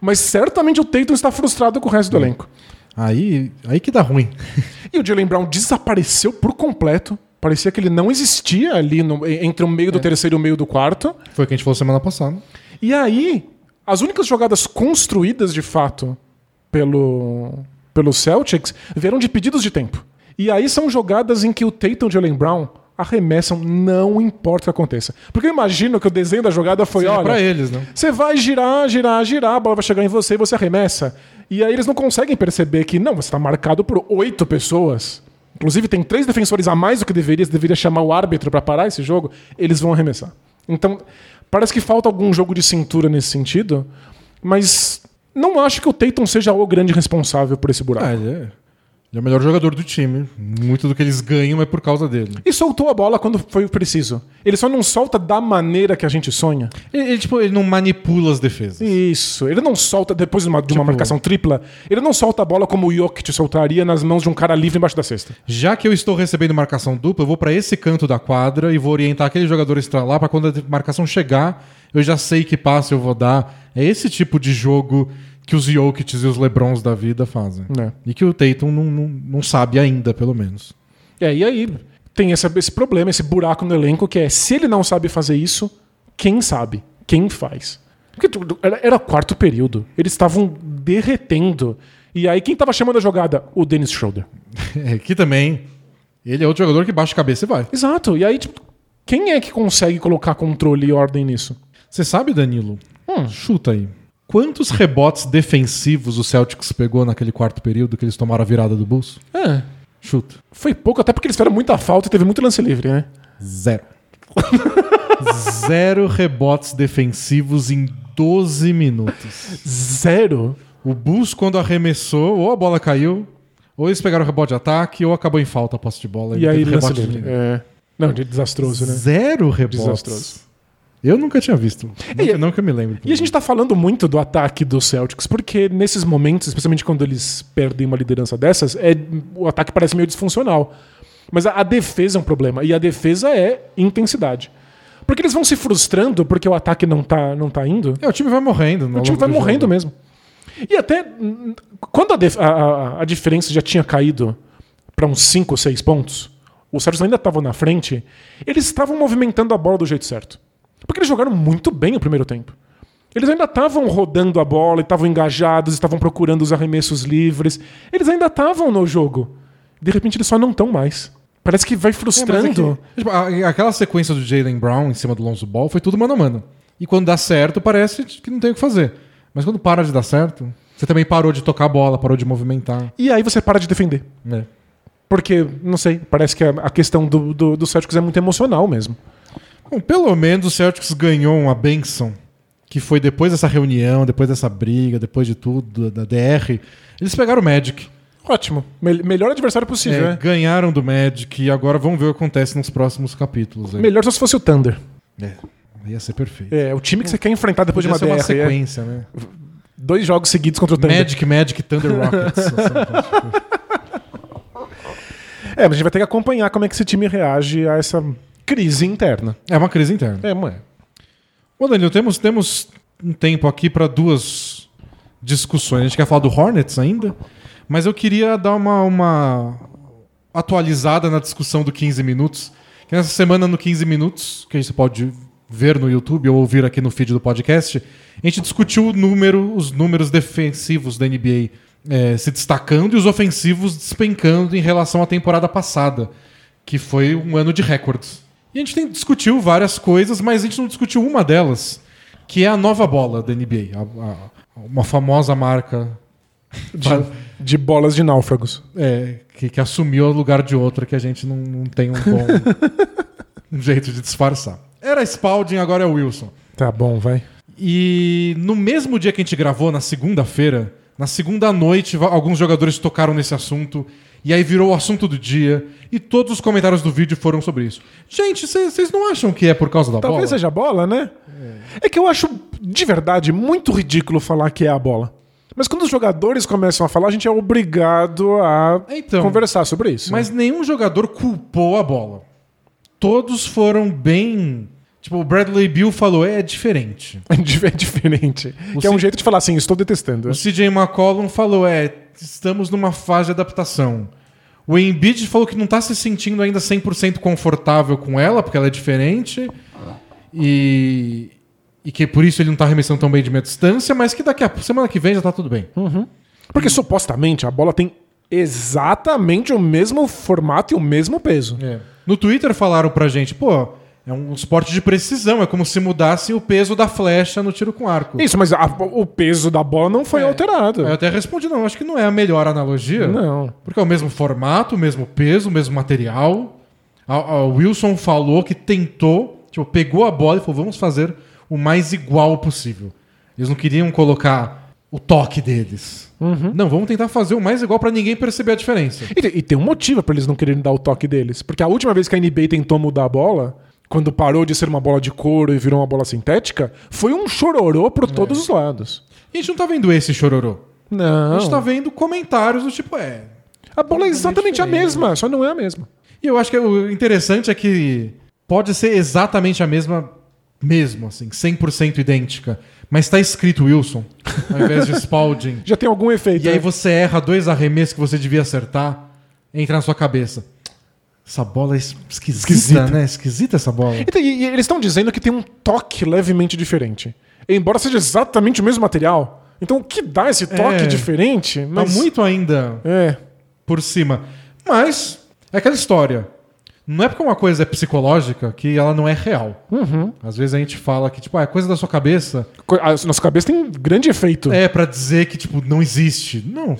Speaker 2: Mas certamente o Tatum está frustrado com o resto do elenco.
Speaker 1: Aí, aí que dá ruim.
Speaker 2: E o Jalen Brown desapareceu por completo. Parecia que ele não existia ali no- entre o meio do terceiro e o meio do quarto.
Speaker 1: Foi o que a gente falou semana passada.
Speaker 2: E aí, as únicas jogadas construídas de fato pelo, pelo Celtics vieram de pedidos de tempo. E aí são jogadas em que o Tatum e o Jalen Brown arremessam, não importa o que aconteça. Porque eu imagino que o desenho da jogada foi,
Speaker 1: Seja pra
Speaker 2: olha,
Speaker 1: eles, né?
Speaker 2: você vai girar, girar, girar, a bola vai chegar em você e você arremessa. E aí eles não conseguem perceber que, não, você está marcado por oito pessoas. Inclusive, tem três defensores a mais do que deveria, você deveria chamar o árbitro para parar esse jogo, eles vão arremessar. Então, parece que falta algum jogo de cintura nesse sentido, mas não acho que o Tatum seja o grande responsável por esse buraco.
Speaker 1: Ah, ele é. Ele é o melhor jogador do time. Muito do que eles ganham é por causa dele.
Speaker 2: E soltou a bola quando foi preciso. Ele só não solta da maneira que a gente sonha.
Speaker 1: Ele, ele, tipo, ele não manipula as defesas.
Speaker 2: Isso. Ele não solta, depois de uma, de uma
Speaker 1: Tipo-
Speaker 2: marcação tripla, ele não solta a bola como o Jokic soltaria nas mãos de um cara livre embaixo da cesta.
Speaker 1: Já que eu estou recebendo marcação dupla, eu vou para esse canto da quadra e vou orientar aquele jogador estralar para quando a marcação chegar, eu já sei que passe eu vou dar. É esse tipo de jogo que os Jokic e os Lebrons da vida fazem.
Speaker 2: É.
Speaker 1: E que o Tatum não, não, não sabe ainda, pelo menos.
Speaker 2: É, e aí tem essa- esse problema, esse buraco no elenco que é se ele não sabe fazer isso, quem sabe? Quem faz? Porque tu- tu- era, era quarto período. Eles estavam derretendo. E aí quem tava chamando a jogada? O Dennis Schroeder.
Speaker 1: É, que também, ele é outro jogador que baixa a cabeça e vai.
Speaker 2: Exato. E aí, tipo, quem é que consegue colocar controle e ordem nisso?
Speaker 1: Você sabe, Danilo?
Speaker 2: Hum.
Speaker 1: Chuta aí. Quantos rebotes defensivos o Celtics pegou naquele quarto período que eles tomaram a virada do Bulls?
Speaker 2: É.
Speaker 1: Chuta.
Speaker 2: Foi pouco, até porque eles fizeram muita falta e teve muito lance livre, né?
Speaker 1: Zero. Zero rebotes defensivos em 12 minutos.
Speaker 2: Zero.
Speaker 1: O Bulls, quando arremessou, ou a bola caiu, ou eles pegaram o rebote de ataque, ou acabou em falta a posse de bola.
Speaker 2: E aí,
Speaker 1: teve
Speaker 2: lance
Speaker 1: de
Speaker 2: livre.
Speaker 1: ninguém.
Speaker 2: É. Não, de desastroso, né?
Speaker 1: Zero rebotes.
Speaker 2: Desastroso.
Speaker 1: Eu nunca tinha visto. Nunca-
Speaker 2: E-
Speaker 1: não que eu me lembre.
Speaker 2: E a gente tá falando muito do ataque dos Celtics, porque nesses momentos, especialmente quando eles perdem uma liderança dessas, é, o ataque parece meio disfuncional. Mas a, a defesa é um problema, e a defesa é intensidade. Porque eles vão se frustrando porque o ataque não tá, não tá indo.
Speaker 1: É, o time vai morrendo.
Speaker 2: O time vai morrendo mesmo. E até hum, quando a, def- a- a- a diferença já tinha caído para uns 5 ou 6 pontos, os Celtics ainda estavam na frente, eles estavam movimentando a bola do jeito certo. Porque eles jogaram muito bem o primeiro tempo. Eles ainda estavam rodando a bola, estavam engajados, estavam procurando os arremessos livres. Eles ainda estavam no jogo. De repente eles só não estão mais. Parece que vai frustrando.
Speaker 1: é Tipo, a- aquela sequência do Jalen Brown em cima do Lonzo Ball foi tudo mano a mano. E quando dá certo, parece que não tem o que fazer. Mas quando para de dar certo, você também parou de tocar a bola, parou de movimentar.
Speaker 2: E aí você para de defender.
Speaker 1: né?
Speaker 2: Porque, não sei, parece que a, a questão do, do, do Celtics é muito emocional mesmo.
Speaker 1: Bom, pelo menos o Celtics ganhou uma benção, que foi depois dessa reunião, depois dessa briga, depois de tudo, da da DR. Eles pegaram o Magic,
Speaker 2: Ótimo. Mel- melhor adversário possível,
Speaker 1: é,
Speaker 2: né?
Speaker 1: ganharam do Magic e agora vamos ver o que acontece nos próximos capítulos. Aí.
Speaker 2: é. Melhor só se fosse o Thunder.
Speaker 1: É, ia ser perfeito.
Speaker 2: É, o time que você quer enfrentar depois
Speaker 1: Podia
Speaker 2: de
Speaker 1: ser
Speaker 2: uma
Speaker 1: uma
Speaker 2: DR. é.
Speaker 1: sequência, né?
Speaker 2: Dois jogos seguidos contra o Thunder.
Speaker 1: Magic, Magic, Thunder Rockets.
Speaker 2: É, mas a gente vai ter que acompanhar como é que esse time reage a essa crise interna.
Speaker 1: é uma crise interna.
Speaker 2: É, mano.
Speaker 1: Bom, Danilo, temos, temos um tempo aqui para duas discussões. A gente quer falar do Hornets ainda, mas eu queria dar uma, uma atualizada na discussão do 15 Minutos. Que nessa semana, no 15 Minutos, que você pode ver no YouTube ou ouvir aqui no feed do podcast, a gente discutiu o número, os números defensivos da NBA eh, se destacando e os ofensivos despencando em relação à temporada passada, que foi um ano de recordes. E a gente tem, discutiu várias coisas, mas a gente não discutiu uma delas, que é a nova bola da NBA, a- a- uma famosa marca
Speaker 2: De, de bolas de náufragos.
Speaker 1: é, que, que assumiu o lugar de outra que a gente não, não tem um bom um jeito de disfarçar. Era Spalding, agora é Wilson.
Speaker 2: Tá bom, vai.
Speaker 1: E no mesmo dia que a gente gravou, na segunda-feira, na segunda noite, va- alguns jogadores tocaram nesse assunto. E aí virou o assunto do dia. E todos os comentários do vídeo foram sobre isso. Gente, vocês não acham que é por causa da
Speaker 2: Talvez
Speaker 1: bola?
Speaker 2: seja a bola, né? É. que eu acho, de verdade, muito ridículo falar que é a bola. Mas quando os jogadores começam a falar, a gente é obrigado a
Speaker 1: Então.
Speaker 2: conversar sobre isso.
Speaker 1: Mas nenhum jogador culpou a bola. Todos foram bem. Tipo, o Bradley Bill falou: é diferente.
Speaker 2: É di- é diferente.
Speaker 1: O
Speaker 2: que é um
Speaker 1: Cid-
Speaker 2: jeito de falar assim, estou detestando.
Speaker 1: O CJ McCollum falou: é, estamos numa fase de adaptação. O Embiid falou que não tá se sentindo ainda 100% confortável com ela, porque ela é diferente. E, e que por isso ele não tá arremessando tão bem de meia distância, mas que daqui a semana que vem já tá tudo bem.
Speaker 2: Porque supostamente a bola tem exatamente o mesmo formato e o mesmo peso.
Speaker 1: É. No Twitter falaram pra gente: pô, é um esporte de precisão, é como se mudasse o peso da flecha no tiro com arco.
Speaker 2: Isso, mas a- o peso da bola não
Speaker 1: É.
Speaker 2: foi alterado.
Speaker 1: Aí eu até respondi: não, acho que não é a melhor analogia.
Speaker 2: Não.
Speaker 1: Porque é o mesmo formato, o mesmo peso, o mesmo material. A, a Wilson falou que tentou, tipo, pegou a bola e falou: vamos fazer o mais igual possível. Eles não queriam colocar o toque deles. Não, vamos tentar fazer o mais igual pra ninguém perceber a diferença.
Speaker 2: E, te- e tem um motivo pra eles não quererem dar o toque deles. Porque a última vez que a NBA tentou mudar a bola, quando parou de ser uma bola de couro e virou uma bola sintética, foi um chororô por todos os lados.
Speaker 1: E a gente não tá vendo esse chororô. É. A
Speaker 2: Não.
Speaker 1: gente tá vendo comentários do tipo, é.
Speaker 2: A bola é exatamente a mesma, só não é a mesma.
Speaker 1: E eu acho que o interessante é que pode ser exatamente a mesma, mesmo, assim, 100% idêntica. Mas tá escrito Wilson, ao invés de Spalding.
Speaker 2: Já tem algum efeito.
Speaker 1: E aí
Speaker 2: né?
Speaker 1: você erra dois arremessos que você devia acertar, entra na sua cabeça. Essa bola é es- esquisita,
Speaker 2: Esquisita.
Speaker 1: né? Esquisita essa bola.
Speaker 2: Então, e- e eles estão dizendo que tem um toque levemente diferente. Embora seja exatamente o mesmo material. Então, o que dá esse toque
Speaker 1: É.
Speaker 2: diferente? Mas...
Speaker 1: Tá muito ainda
Speaker 2: É.
Speaker 1: por cima. Mas é aquela história. Não é porque uma coisa é psicológica que ela não é real. Às vezes a gente fala que, tipo, ah, é coisa da sua cabeça.
Speaker 2: Uhum. Co- A nossa cabeça tem grande efeito.
Speaker 1: É pra dizer que, tipo, não existe. Não.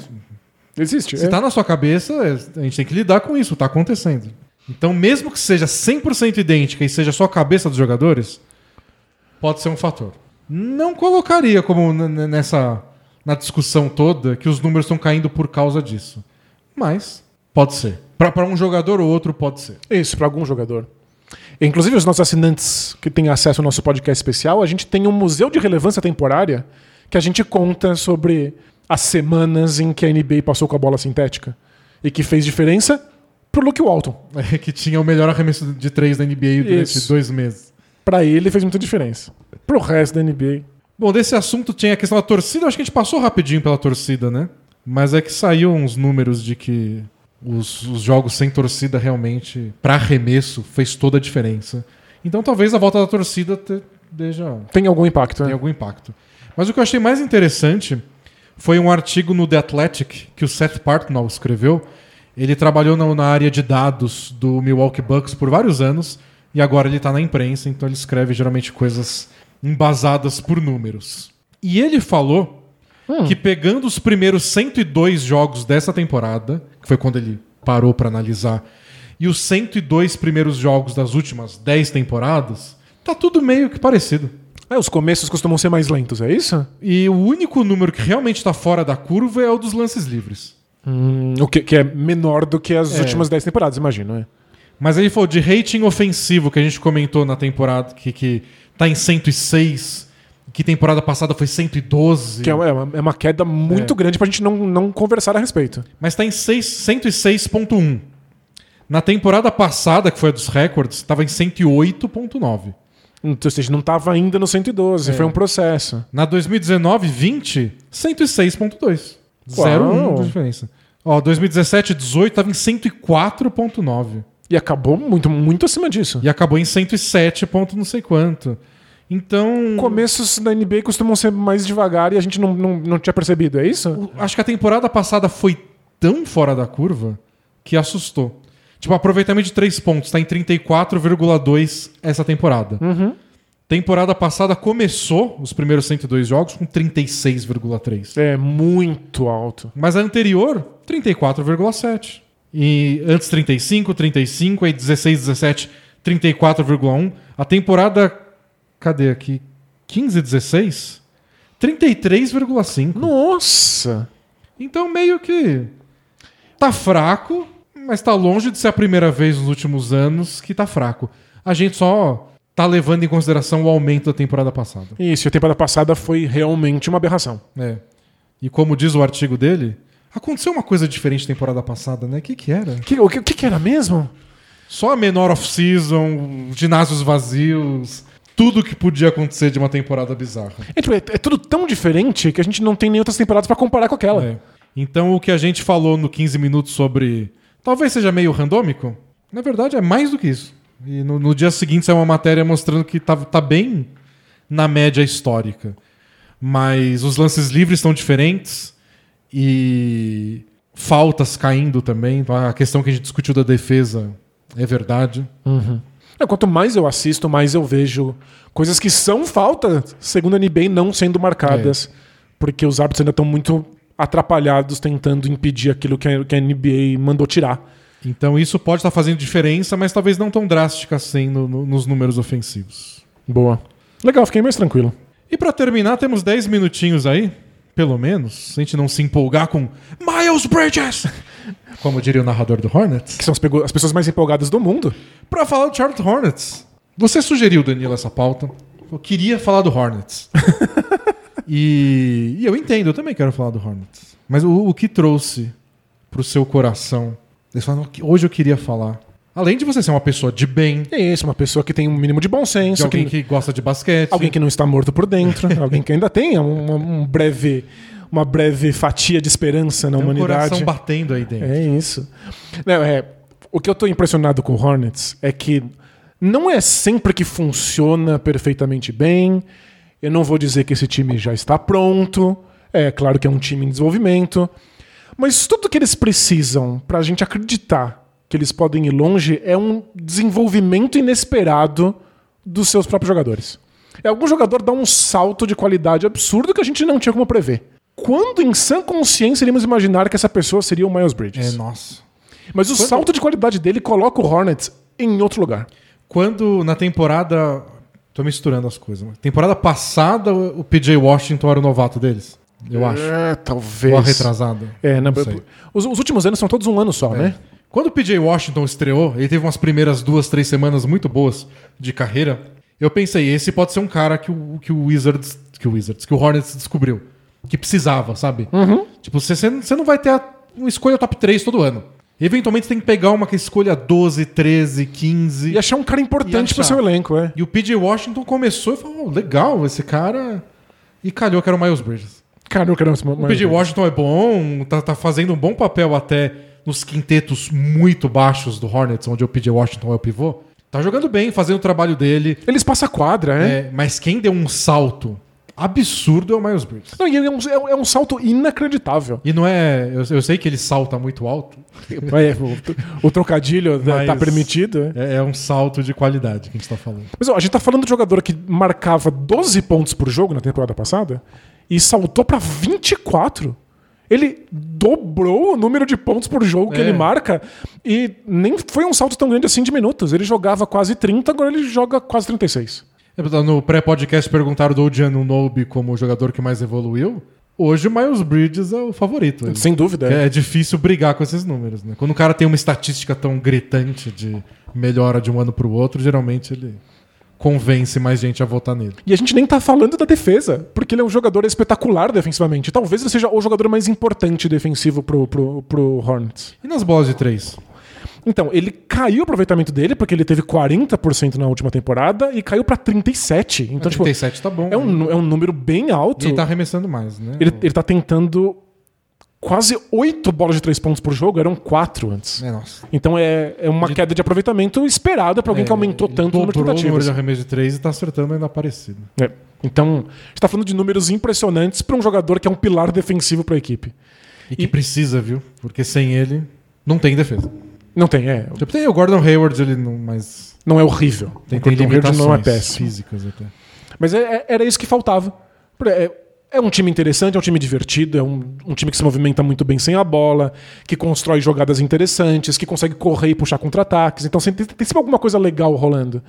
Speaker 2: Existe.
Speaker 1: Se
Speaker 2: é.
Speaker 1: tá na sua cabeça, é- a gente tem que lidar com isso. Tá acontecendo. Então, mesmo que seja 100% idêntica e seja só a cabeça dos jogadores, pode ser um fator. Não colocaria como n- n- nessa na discussão toda que os números estão caindo por causa disso. Mas pode ser. Pra pra um jogador ou outro pode ser.
Speaker 2: É Isso, para algum jogador. Inclusive, os nossos assinantes que têm acesso ao nosso podcast especial, a gente tem um museu de relevância temporária que a gente conta sobre as semanas em que a NBA passou com a bola sintética e que fez diferença pro Luke Walton.
Speaker 1: É, que tinha o melhor arremesso de três da NBA durante
Speaker 2: Isso.
Speaker 1: dois meses.
Speaker 2: Pra ele fez muita diferença. Pro resto da NBA.
Speaker 1: Bom, desse assunto tinha a questão da torcida. Acho que a gente passou rapidinho pela torcida, né? Mas é que saiu uns números de que os, os jogos sem torcida realmente, para arremesso, fez toda a diferença. Então talvez a volta da torcida te, deixa,
Speaker 2: Tem algum impacto,
Speaker 1: tenha
Speaker 2: né?
Speaker 1: algum impacto. Mas o que eu achei mais interessante foi um artigo no The Athletic que o Seth Partnow escreveu. Ele trabalhou na, na área de dados do Milwaukee Bucks por vários anos e agora ele está na imprensa, então ele escreve geralmente coisas embasadas por números. E ele falou
Speaker 2: Hum.
Speaker 1: que pegando os primeiros 102 jogos dessa temporada, que foi quando ele parou para analisar, e os 102 primeiros jogos das últimas 10 temporadas, tá tudo meio que parecido.
Speaker 2: É, os começos costumam ser mais lentos, é isso?
Speaker 1: E o único número que realmente está fora da curva é o dos lances livres.
Speaker 2: Hum, o que, que é menor do que as
Speaker 1: É.
Speaker 2: últimas 10 temporadas, imagino, é.
Speaker 1: Mas ele falou de rating ofensivo que a gente comentou na temporada que, que tá em 106, que temporada passada foi 112,
Speaker 2: Que é, uma- é uma, é uma queda muito
Speaker 1: É.
Speaker 2: grande pra gente não, não conversar a respeito.
Speaker 1: mas tá em seis- 106.1. Na temporada passada, que foi a dos recordes, estava em 108.9.
Speaker 2: Então, ou seja, não estava ainda no 112, foi um processo.
Speaker 1: Na 2019-20, 106.2.
Speaker 2: Uau.
Speaker 1: Zero um de diferença. Ó, 2017-18 tava em 104.9.
Speaker 2: E acabou muito, muito acima disso.
Speaker 1: E acabou em 107 ponto não sei quanto.
Speaker 2: Hum.
Speaker 1: Então,
Speaker 2: Começos da NBA costumam ser mais devagar e a gente não, não, não tinha percebido, é isso?
Speaker 1: o- acho que a temporada passada foi tão fora da curva que assustou. Tipo, aproveitamento de 3 pontos, tá em 34,2 essa temporada. Temporada passada começou os primeiros 102 jogos com 36,3.
Speaker 2: É muito alto.
Speaker 1: Mas a anterior, 34,7. E antes 35, 35, aí 16, 17, 34,1. A temporada, cadê aqui? 15, 16? 33,5.
Speaker 2: Nossa!
Speaker 1: Então meio que tá fraco, mas tá longe de ser a primeira vez nos últimos anos que tá fraco. A gente só tá levando em consideração o aumento da temporada passada.
Speaker 2: Isso, e a temporada passada foi realmente uma aberração.
Speaker 1: É. E como diz o artigo dele, aconteceu uma coisa diferente temporada passada, né? O que que era?
Speaker 2: Que- o que, o que que era mesmo?
Speaker 1: Só a menor off-season, ginásios vazios, tudo que podia acontecer de uma temporada bizarra.
Speaker 2: É, tipo, é, é tudo tão diferente que a gente não tem nem outras temporadas pra comparar com aquela.
Speaker 1: É. Então o que a gente falou no 15 minutos sobre. Talvez seja meio randômico. Na verdade, é mais do que isso. E no, no dia seguinte saiu uma matéria mostrando que tá, tá bem na média histórica. Mas os lances livres estão diferentes e faltas caindo também. Então, A questão que a gente discutiu da defesa é verdade.
Speaker 2: É, Quanto mais eu assisto, mais eu vejo coisas que são falta, segundo a NBA, não sendo marcadas.
Speaker 1: É.
Speaker 2: Porque os árbitros ainda estão muito atrapalhados tentando impedir aquilo que a, que a NBA mandou tirar.
Speaker 1: Então isso pode estar fazendo diferença, mas talvez não tão drástica assim no- no- nos números ofensivos.
Speaker 2: Boa. Legal, fiquei mais tranquilo.
Speaker 1: E para terminar, temos 10 minutinhos aí pelo menos, se a gente não se empolgar com Miles Bridges, como diria o narrador do Hornets,
Speaker 2: Que são as, pego- as pessoas mais empolgadas do mundo.
Speaker 1: pra falar do Charlotte Hornets. Você sugeriu, Danilo, essa pauta. Eu queria falar do Hornets. e, e eu entendo, eu também quero falar do Hornets. Mas o, o que trouxe pro seu coração? Eles falam, "Não, que- hoje eu queria falar. Além de você ser uma pessoa de bem,
Speaker 2: É isso, uma pessoa que tem um mínimo de bom
Speaker 1: de
Speaker 2: senso.
Speaker 1: alguém
Speaker 2: que-
Speaker 1: que gosta de basquete.
Speaker 2: Alguém que não está morto por dentro, alguém que ainda tem um, um breve, uma breve fatia de esperança na
Speaker 1: tem um
Speaker 2: humanidade.
Speaker 1: coração batendo aí dentro.
Speaker 2: É isso. Não, é, o que eu tô impressionado com o Hornets é que não é sempre que funciona perfeitamente bem. Eu não vou dizer que esse time já está pronto. É claro que é um time em desenvolvimento. Mas tudo que eles precisam para a gente acreditar que eles podem ir longe é um desenvolvimento inesperado dos seus próprios jogadores. É algum jogador dá um salto de qualidade absurdo que a gente não tinha como prever. Quando em sã consciência iríamos imaginar que essa pessoa seria o Miles
Speaker 1: É,
Speaker 2: Bridges?
Speaker 1: nossa.
Speaker 2: Mas o salto de qualidade dele coloca o Hornets em outro lugar.
Speaker 1: Quando na temporada. Tô misturando as coisas. Mas temporada passada, o PJ Washington era o novato deles. Eu acho.
Speaker 2: É, talvez.
Speaker 1: Ou a retrasada.
Speaker 2: É, não,
Speaker 1: sei.
Speaker 2: os, os últimos anos são todos um ano só, né?
Speaker 1: Quando o PJ Washington estreou, ele teve umas primeiras duas, três semanas muito boas de carreira. Eu pensei, esse pode ser um cara que o, que o Wizards. Que o Wizards, que o Hornets descobriu. Que precisava, sabe? Tipo, você- você você não vai ter a- uma escolha top 3 todo ano. Eventualmente você tem que pegar uma que escolha 12, 13, 15.
Speaker 2: E achar um cara importante
Speaker 1: achar.
Speaker 2: pro seu elenco, é.
Speaker 1: E o PJ Washington começou e falou: "Oh, legal, esse cara. E calhou que era o Miles Bridges.
Speaker 2: Cara, eu quero
Speaker 1: O PJ Washington é bom, tá, tá fazendo um bom papel até nos quintetos muito baixos do Hornets, onde o PJ Washington é o pivô. Tá jogando bem, fazendo o trabalho dele.
Speaker 2: Eles passam a quadra, né?
Speaker 1: é, mas quem deu um salto absurdo é o Miles Bridges.
Speaker 2: Não, e é um, é um- é um salto inacreditável.
Speaker 1: E não é. Eu, eu sei que ele salta muito alto.
Speaker 2: É, o, o trocadilho né,
Speaker 1: Mas-
Speaker 2: tá permitido.
Speaker 1: É,
Speaker 2: é.
Speaker 1: é um salto de qualidade que a gente tá falando.
Speaker 2: Mas ó, a gente tá falando de jogador que marcava 12 pontos por jogo na temporada passada e saltou pra 24. Ele dobrou o número de pontos por jogo que
Speaker 1: É.
Speaker 2: ele marca e nem foi um salto tão grande assim de minutos. Ele jogava quase 30, agora ele joga quase 36.
Speaker 1: É, tá, No pré-podcast perguntaram do Odiano Nobe como o jogador que mais evoluiu. Hoje o Miles Bridges é o favorito. Ele-
Speaker 2: Sem dúvida.
Speaker 1: É. difícil brigar com esses números, né? Quando o cara tem uma estatística tão gritante de melhora de um ano pro outro, geralmente ele convence mais gente a votar nele.
Speaker 2: E a gente nem tá falando da defesa, porque ele é um jogador espetacular defensivamente. Talvez ele seja o jogador mais importante defensivo pro, pro, pro Hornets.
Speaker 1: E nas bolas de três?
Speaker 2: Então, ele caiu o aproveitamento dele, porque ele teve 40% na última temporada e caiu pra 37%. Então, tipo,
Speaker 1: 37 tá bom.
Speaker 2: É um,
Speaker 1: né?
Speaker 2: nu- é um número bem alto.
Speaker 1: E ele tá arremessando mais, né?
Speaker 2: ele, ele tá tentando quase oito bolas de três pontos por jogo, eram quatro antes.
Speaker 1: É, nossa.
Speaker 2: Então é, é uma queda de aproveitamento esperada pra alguém que aumentou
Speaker 1: É, Ele
Speaker 2: tanto o um número de
Speaker 1: dobrou o número né?
Speaker 2: tentativas.
Speaker 1: de arremesso de três e tá acertando ainda parecido.
Speaker 2: É. Então, a gente tá falando de números impressionantes pra um jogador que é um pilar defensivo pra equipe.
Speaker 1: E que
Speaker 2: E-
Speaker 1: precisa, viu? Porque sem ele, não tem defesa.
Speaker 2: Não tem, é.
Speaker 1: Tipo, tem o Gordon Hayward, ele não, mas
Speaker 2: Não é horrível.
Speaker 1: tem, tem
Speaker 2: O Gordon Hayward
Speaker 1: limitações
Speaker 2: não é péssimo.
Speaker 1: físicas até.
Speaker 2: Mas é- é- era isso que faltava. Por- É, é um time interessante, é um time divertido, é um, um time que se movimenta muito bem sem a bola, que constrói jogadas interessantes, que consegue correr e puxar contra-ataques. Então sempre- tem, tem sempre alguma coisa legal rolando.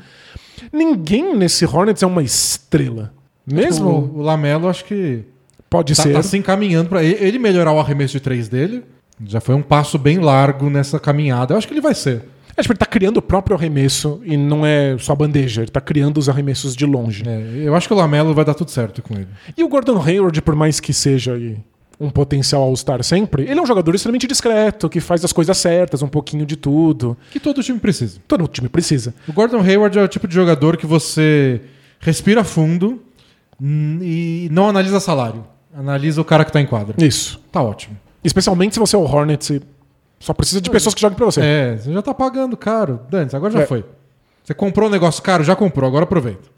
Speaker 2: Ninguém nesse Hornets é uma estrela. Mesmo?
Speaker 1: O, o Lamelo, acho que
Speaker 2: Pode
Speaker 1: Tipo, tá,
Speaker 2: ser.
Speaker 1: tá se encaminhando pra ele ele melhorar o arremesso de três dele. Já foi um passo bem largo nessa caminhada. Eu acho que ele vai ser.
Speaker 2: É, tipo, ele tá criando o próprio arremesso e não é só bandeja. Ele tá criando os arremessos de longe.
Speaker 1: É, eu acho que o Lamelo vai dar tudo certo com ele.
Speaker 2: E o Gordon Hayward, por mais que seja aí um potencial All-Star sempre, ele é um jogador extremamente discreto, que faz as coisas certas, um pouquinho de tudo.
Speaker 1: Que todo time precisa.
Speaker 2: Todo time precisa.
Speaker 1: O Gordon Hayward é o tipo de jogador que você respira fundo hum, e não analisa salário. Analisa o cara que tá em quadra.
Speaker 2: Isso.
Speaker 1: Tá ótimo.
Speaker 2: Especialmente se você é o Hornets e só precisa de pessoas que joguem pra você.
Speaker 1: É, você já tá pagando caro. Dantes, agora já
Speaker 2: É.
Speaker 1: foi. Você comprou um negócio caro, já comprou, agora aproveita.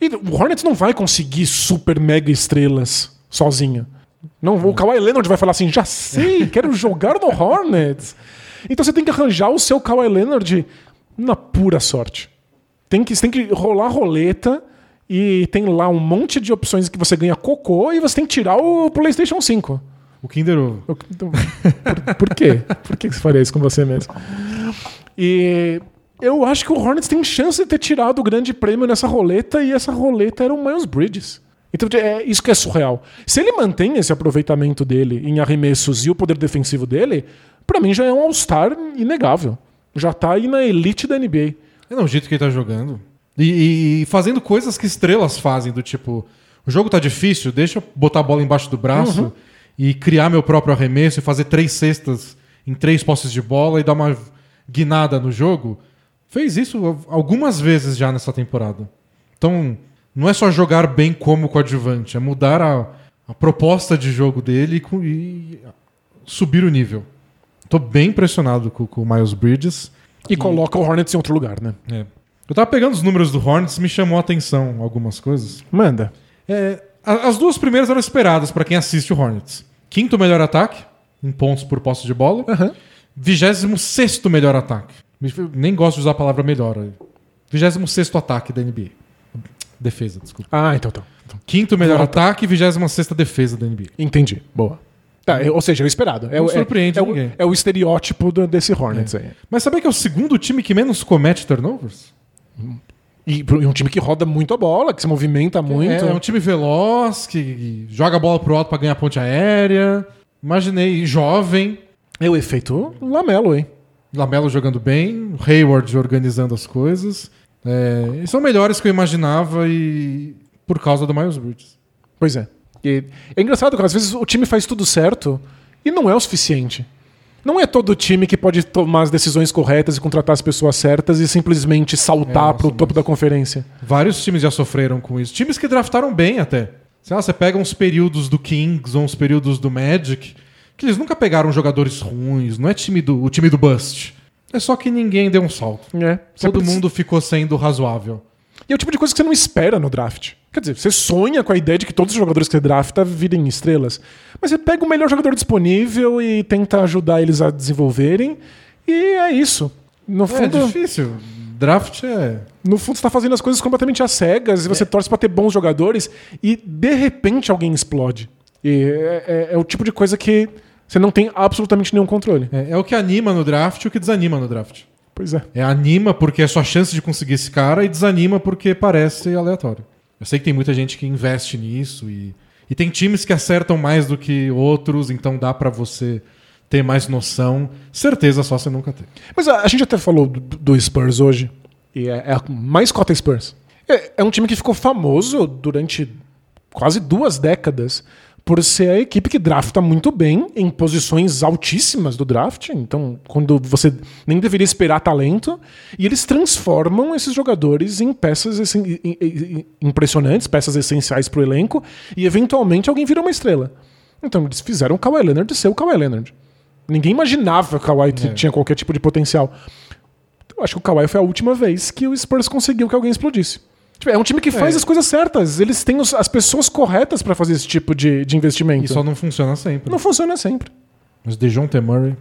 Speaker 2: E o Hornets não vai conseguir super mega estrelas sozinho. Não, o Kawhi Leonard vai falar assim: já sei, quero jogar no Hornets. Então você tem que arranjar o seu Kawhi Leonard na pura sorte. Tem que, você tem que rolar a roleta e tem lá um monte de opções que você ganha cocô e você tem que tirar o PlayStation 5.
Speaker 1: O Kinder Ovo.
Speaker 2: Eu- então, Por, por quê? Por que você faria isso com você mesmo? E eu acho que o Hornets tem chance de ter tirado o grande prêmio nessa roleta e essa roleta era o Miles Bridges. Então, é isso que é surreal. Se ele mantém esse aproveitamento dele em arremessos e o poder defensivo dele, pra mim já é um All-Star inegável. Já tá aí na elite da NBA.
Speaker 1: É não, o jeito que ele tá jogando. E, e fazendo coisas que estrelas fazem, do tipo, o jogo tá difícil, deixa eu botar a bola embaixo do braço e criar meu próprio arremesso e fazer três cestas em três posses de bola e dar uma guinada no jogo. Fez isso al- algumas vezes já nessa temporada. Então, não é só jogar bem como coadjuvante, é mudar a, a proposta de jogo dele e com- e subir o nível. Tô bem impressionado com, com o Miles Bridges.
Speaker 2: E coloca o Hornets em outro lugar, né?
Speaker 1: É. Eu tava pegando os números do Hornets, me chamou a atenção algumas coisas.
Speaker 2: Manda.
Speaker 1: É, a- as duas primeiras eram esperadas pra quem assiste o Hornets. Quinto melhor ataque, em pontos por posse de bola.
Speaker 2: Aham.
Speaker 1: 26 melhor ataque. Nem gosto de usar a palavra melhor. 26 ataque da NBA. Defesa, desculpa.
Speaker 2: Ah, então tá. Então,
Speaker 1: Quinto melhor
Speaker 2: Volta.
Speaker 1: ataque, 26 defesa da NBA.
Speaker 2: Entendi. Boa. Tá, é- ou seja, é o esperado. É,
Speaker 1: Não
Speaker 2: o- é-
Speaker 1: surpreende
Speaker 2: é, o-
Speaker 1: ninguém.
Speaker 2: é o estereótipo do- desse Hornets aí.
Speaker 1: Mas sabia que é o segundo time que menos comete turnovers?
Speaker 2: E pro- e um time que roda muito a bola, que se movimenta muito.
Speaker 1: É, é um time veloz, que joga a bola pro alto pra ganhar ponte aérea. Imaginei, jovem,
Speaker 2: É o efeito Lamelo, hein?
Speaker 1: Lamelo jogando bem, Hayward organizando as coisas. É, e são melhores que eu imaginava e por causa do Miles Bridges.
Speaker 2: Pois é. E é engraçado que às vezes o time faz tudo certo e não é o suficiente. Não é todo time que pode tomar as decisões corretas e contratar as pessoas certas e simplesmente
Speaker 1: É,
Speaker 2: saltar
Speaker 1: nossa,
Speaker 2: pro topo da conferência.
Speaker 1: Vários times já sofreram com isso. Times que draftaram bem até. Sei lá, você pega uns períodos do Kings ou uns períodos do Magic, que eles nunca pegaram jogadores ruins, não é time do, o time do Bust. É só que ninguém deu um salto.
Speaker 2: É.
Speaker 1: Todo mundo ficou sendo razoável.
Speaker 2: E é o tipo de coisa que você não espera no draft. Quer dizer, você sonha com a ideia de que todos os jogadores que você drafta virem estrelas. Mas você pega o melhor jogador disponível e tenta ajudar eles a desenvolverem. E é isso. No
Speaker 1: É
Speaker 2: fundo,
Speaker 1: difícil. Draft é.
Speaker 2: no fundo você tá fazendo as coisas completamente às cegas e você torce pra ter bons jogadores e de repente alguém explode. E é, é- é o tipo de coisa que você não tem absolutamente nenhum controle.
Speaker 1: É, é o que anima no draft e o que desanima no draft.
Speaker 2: Pois é.
Speaker 1: É, anima porque é sua chance de conseguir esse cara e desanima porque parece aleatório. Eu sei que tem muita gente que investe nisso e, e tem times que acertam mais do que outros, então dá pra você ter mais noção. Certeza só você nunca ter.
Speaker 2: Mas a, a gente até falou do, do Spurs hoje. E é, é a mais cota Spurs. É, é um time que ficou famoso durante quase duas décadas por ser a equipe que drafta muito bem em posições altíssimas do draft. Então, quando você nem deveria esperar talento. E eles transformam esses jogadores em peças assim, em- em- em- impressionantes, peças essenciais para o elenco. E eventualmente alguém vira uma estrela. Então, eles fizeram o Kawhi Leonard ser o Kawhi Leonard. Ninguém imaginava que o Kawhi t-
Speaker 1: É.
Speaker 2: tinha qualquer tipo de potencial. Eu acho que o Kawhi foi a última vez que o Spurs conseguiu que alguém explodisse. Tipo, é um time que faz
Speaker 1: É.
Speaker 2: as coisas certas. Eles têm os- as pessoas corretas pra fazer esse tipo de, de investimento.
Speaker 1: E só não funciona sempre.
Speaker 2: não funciona sempre.
Speaker 1: Mas Dejounte Murray...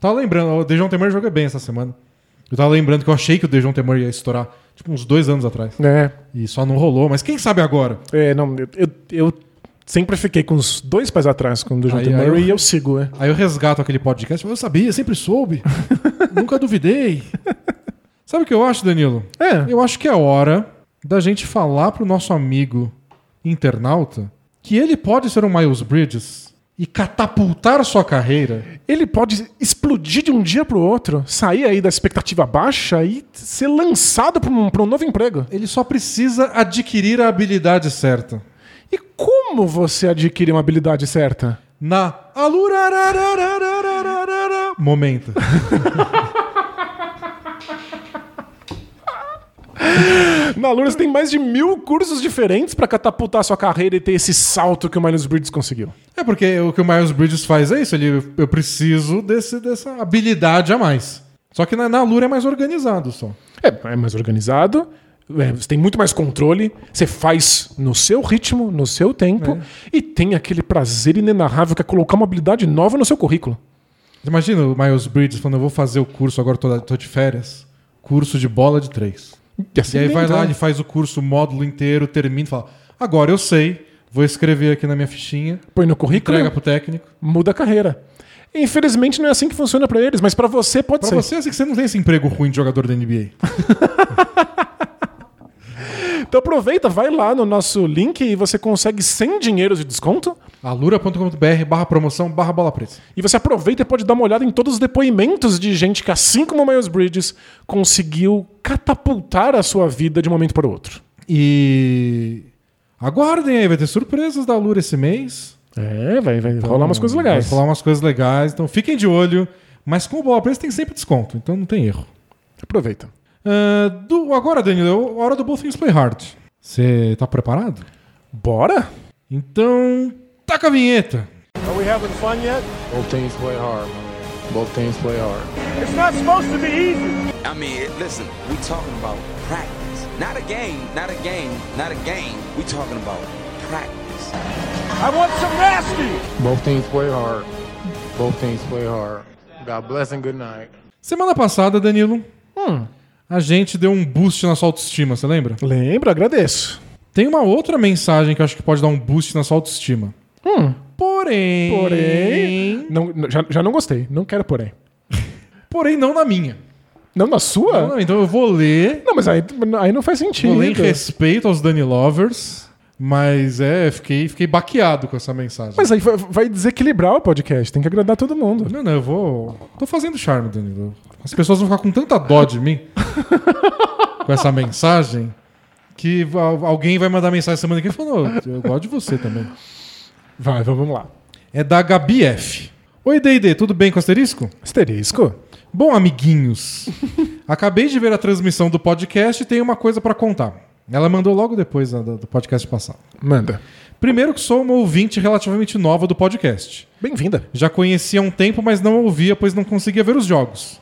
Speaker 1: Tava lembrando, o Dejounte Murray joga bem essa semana. Eu tava lembrando que eu achei que o Dejounte Murray ia estourar, tipo, uns dois anos atrás.
Speaker 2: É,
Speaker 1: E só não rolou, mas quem sabe agora?
Speaker 2: é não, eu, eu, eu sempre fiquei com os dois pés atrás com o DeJounte
Speaker 1: Aí- aí
Speaker 2: Murray
Speaker 1: eu-
Speaker 2: e eu sigo, é.
Speaker 1: Aí eu resgato aquele podcast. Eu sabia, sempre soube. Nunca duvidei. Sabe o que eu acho, Danilo?
Speaker 2: É,
Speaker 1: Eu acho que é hora da gente falar pro nosso amigo internauta que ele pode ser um Miles Bridges e catapultar sua carreira.
Speaker 2: ele pode explodir de um dia pro outro, sair aí da expectativa baixa e ser lançado pra um, pra um novo emprego.
Speaker 1: Ele só precisa adquirir a habilidade certa.
Speaker 2: E como você adquire uma habilidade certa?
Speaker 1: Na alurarararararararara- momento.
Speaker 2: Na Lura você tem mais de mil cursos diferentes pra catapultar sua carreira e ter esse salto que o Miles Bridges conseguiu.
Speaker 1: É porque o que o Miles Bridges faz é isso, ele, eu preciso desse, dessa habilidade a mais. Só que na, na Lura é mais organizado só.
Speaker 2: É, é mais organizado, é, você tem muito mais controle, você faz no seu ritmo, no seu
Speaker 1: É.
Speaker 2: tempo, e tem aquele prazer inenarrável que é colocar uma habilidade nova no seu currículo.
Speaker 1: Você Imagina o Miles Bridges falando, eu vou fazer o curso, agora tô, tô de férias. Curso de bola de três.
Speaker 2: assim
Speaker 1: E aí vai
Speaker 2: então. né?
Speaker 1: lá, ele faz o curso, o módulo inteiro, termina e fala, agora eu sei, vou escrever aqui na minha fichinha,
Speaker 2: põe no currículo,
Speaker 1: entrega pro técnico.
Speaker 2: muda a carreira. Infelizmente não é assim que funciona pra eles, mas pra você
Speaker 1: Pra
Speaker 2: pode ser.
Speaker 1: você, assim que você não tem esse emprego ruim de jogador da NBA.
Speaker 2: Então aproveita, vai lá no nosso link e você consegue 100 dinheiros de desconto.
Speaker 1: alura.com.br barra promoção barra bola preta.
Speaker 2: E você aproveita e pode dar uma olhada em todos os depoimentos de gente que, assim como o Miles Bridges, conseguiu catapultar a sua vida de um momento para o outro.
Speaker 1: E aguardem aí, vai ter surpresas da Alura esse mês.
Speaker 2: É, vai, vai rolar umas coisas legais.
Speaker 1: Hum, Vai rolar umas coisas legais, então fiquem de olho. Mas com o Bola Presa tem sempre desconto, então não tem erro.
Speaker 2: um- Aproveita.
Speaker 1: Ah, do, agora, Danilo, é a hora do Both Things Play Hard. Você tá preparado?
Speaker 2: Bora?
Speaker 1: Então, taca a vinheta.
Speaker 3: Are we having fun yet?
Speaker 4: Both teams play hard. Both teams play hard.
Speaker 3: It's not supposed to be easy.
Speaker 5: I mean, it- listen, we talking about practice. Not a game, not a game, not a game. We talking about practice.
Speaker 3: I want some nasty.
Speaker 4: Both teams play hard. Both teams play hard. God bless and good night.
Speaker 1: Semana passada, Danilo, a gente deu um boost na sua autoestima, você lembra?
Speaker 2: Lembro, agradeço.
Speaker 1: Tem uma outra mensagem que eu acho que pode dar um boost na sua autoestima. Porém.
Speaker 2: Porém. Não, não, já, já não gostei. Não quero, porém.
Speaker 1: Porém, não na minha.
Speaker 2: Não na sua?
Speaker 1: Não, não, então eu vou ler.
Speaker 2: Não, mas aí, aí não faz sentido.
Speaker 1: Vou ler em respeito aos Dani Lovers. Mas é, fiquei, fiquei baqueado com essa mensagem.
Speaker 2: Mas aí vai, vai desequilibrar o podcast. Tem que agradar todo mundo.
Speaker 1: Não, não, eu vou. Tô fazendo charme, Danilo. As pessoas vão ficar com tanta dó de mim com essa mensagem que al- alguém vai mandar mensagem semana que vem falando: "Ô, Eu gosto de você também.
Speaker 2: Vai, vamos lá.
Speaker 1: É da Gabi F. Oi, DD, tudo bem com asterisco?
Speaker 2: Asterisco?
Speaker 1: Bom, amiguinhos, acabei de ver a transmissão do podcast e tenho uma coisa pra contar. Ela mandou logo depois né, do do podcast passado.
Speaker 2: Manda.
Speaker 1: Primeiro que sou uma ouvinte relativamente nova do podcast.
Speaker 2: Bem-vinda.
Speaker 1: Já conhecia há um tempo, mas não ouvia, pois não conseguia ver os jogos.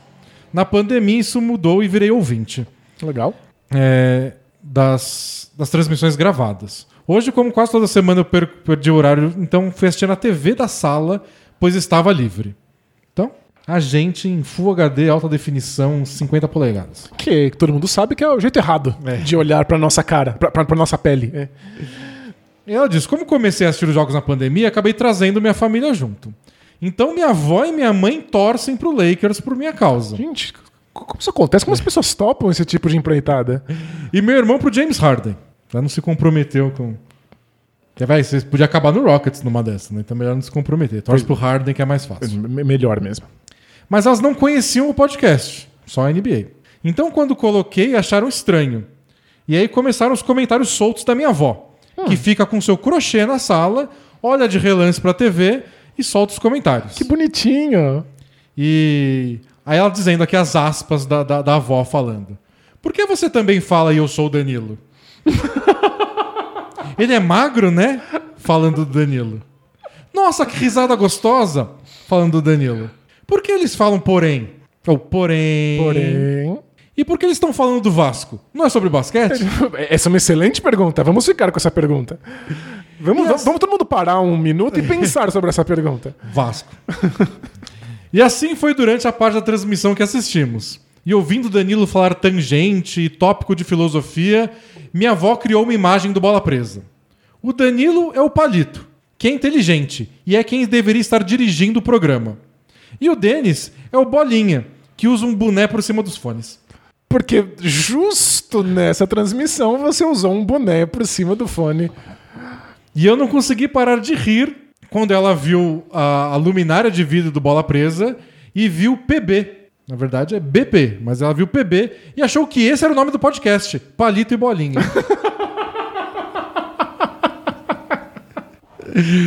Speaker 1: Na pandemia isso mudou e virei ouvinte
Speaker 2: Legal.
Speaker 1: é, das, das transmissões gravadas. Hoje, como quase toda semana eu per- perdi o horário, então fui assistir na TV da sala, pois estava livre. Então, a gente em Full HD, alta definição, 50 polegadas.
Speaker 2: Que todo mundo sabe que é o jeito errado de olhar pra nossa cara, pra, pra, pra nossa pele. É.
Speaker 1: E ela diz: Como comecei a assistir os jogos na pandemia, acabei trazendo minha família junto. Então minha avó e minha mãe torcem pro Lakers por minha causa.
Speaker 2: Gente, c- como isso acontece? Como as pessoas topam esse tipo de empreitada?
Speaker 1: E meu irmão pro James Harden. Já não se comprometeu com. Que vai, você podia acabar no Rockets numa dessa, né? Então melhor não se comprometer. Torce pro Harden que é mais fácil.
Speaker 2: Me- melhor mesmo.
Speaker 1: Mas elas não conheciam o podcast, só a NBA. Então, quando coloquei, acharam estranho. E aí começaram os comentários soltos da minha avó, que fica com seu crochê na sala, olha de relance pra TV e solta os comentários.
Speaker 2: Que bonitinho.
Speaker 1: E aí ela dizendo aqui as aspas da, da, da avó falando. Por que você também fala e eu sou o Danilo? Ele é magro, né? Falando do Danilo. Nossa, que risada gostosa! Falando do Danilo. Por que eles falam porém? Ou porém.
Speaker 2: Porém.
Speaker 1: E por que eles estão falando do Vasco? Não é sobre basquete?
Speaker 2: Essa é uma excelente pergunta. Vamos ficar com essa pergunta. Vamos, vamos, vamos todo mundo parar um minuto e pensar sobre essa pergunta.
Speaker 1: Vasco. e assim foi durante a parte da transmissão que assistimos. E ouvindo Danilo falar tangente e tópico de filosofia, minha avó criou uma imagem do Bola Presa. O Danilo é o palito, que é inteligente e é quem deveria estar dirigindo o programa. E o Denis é o Bolinha, que usa um boné por cima dos fones.
Speaker 2: Porque justo nessa transmissão você usou um boné por cima do fone.
Speaker 1: E eu não consegui parar de rir quando ela viu a, a luminária de vidro do Bola Presa e viu PB. Na verdade é BP, mas ela viu PB e achou que esse era o nome do podcast: Palito e Bolinha.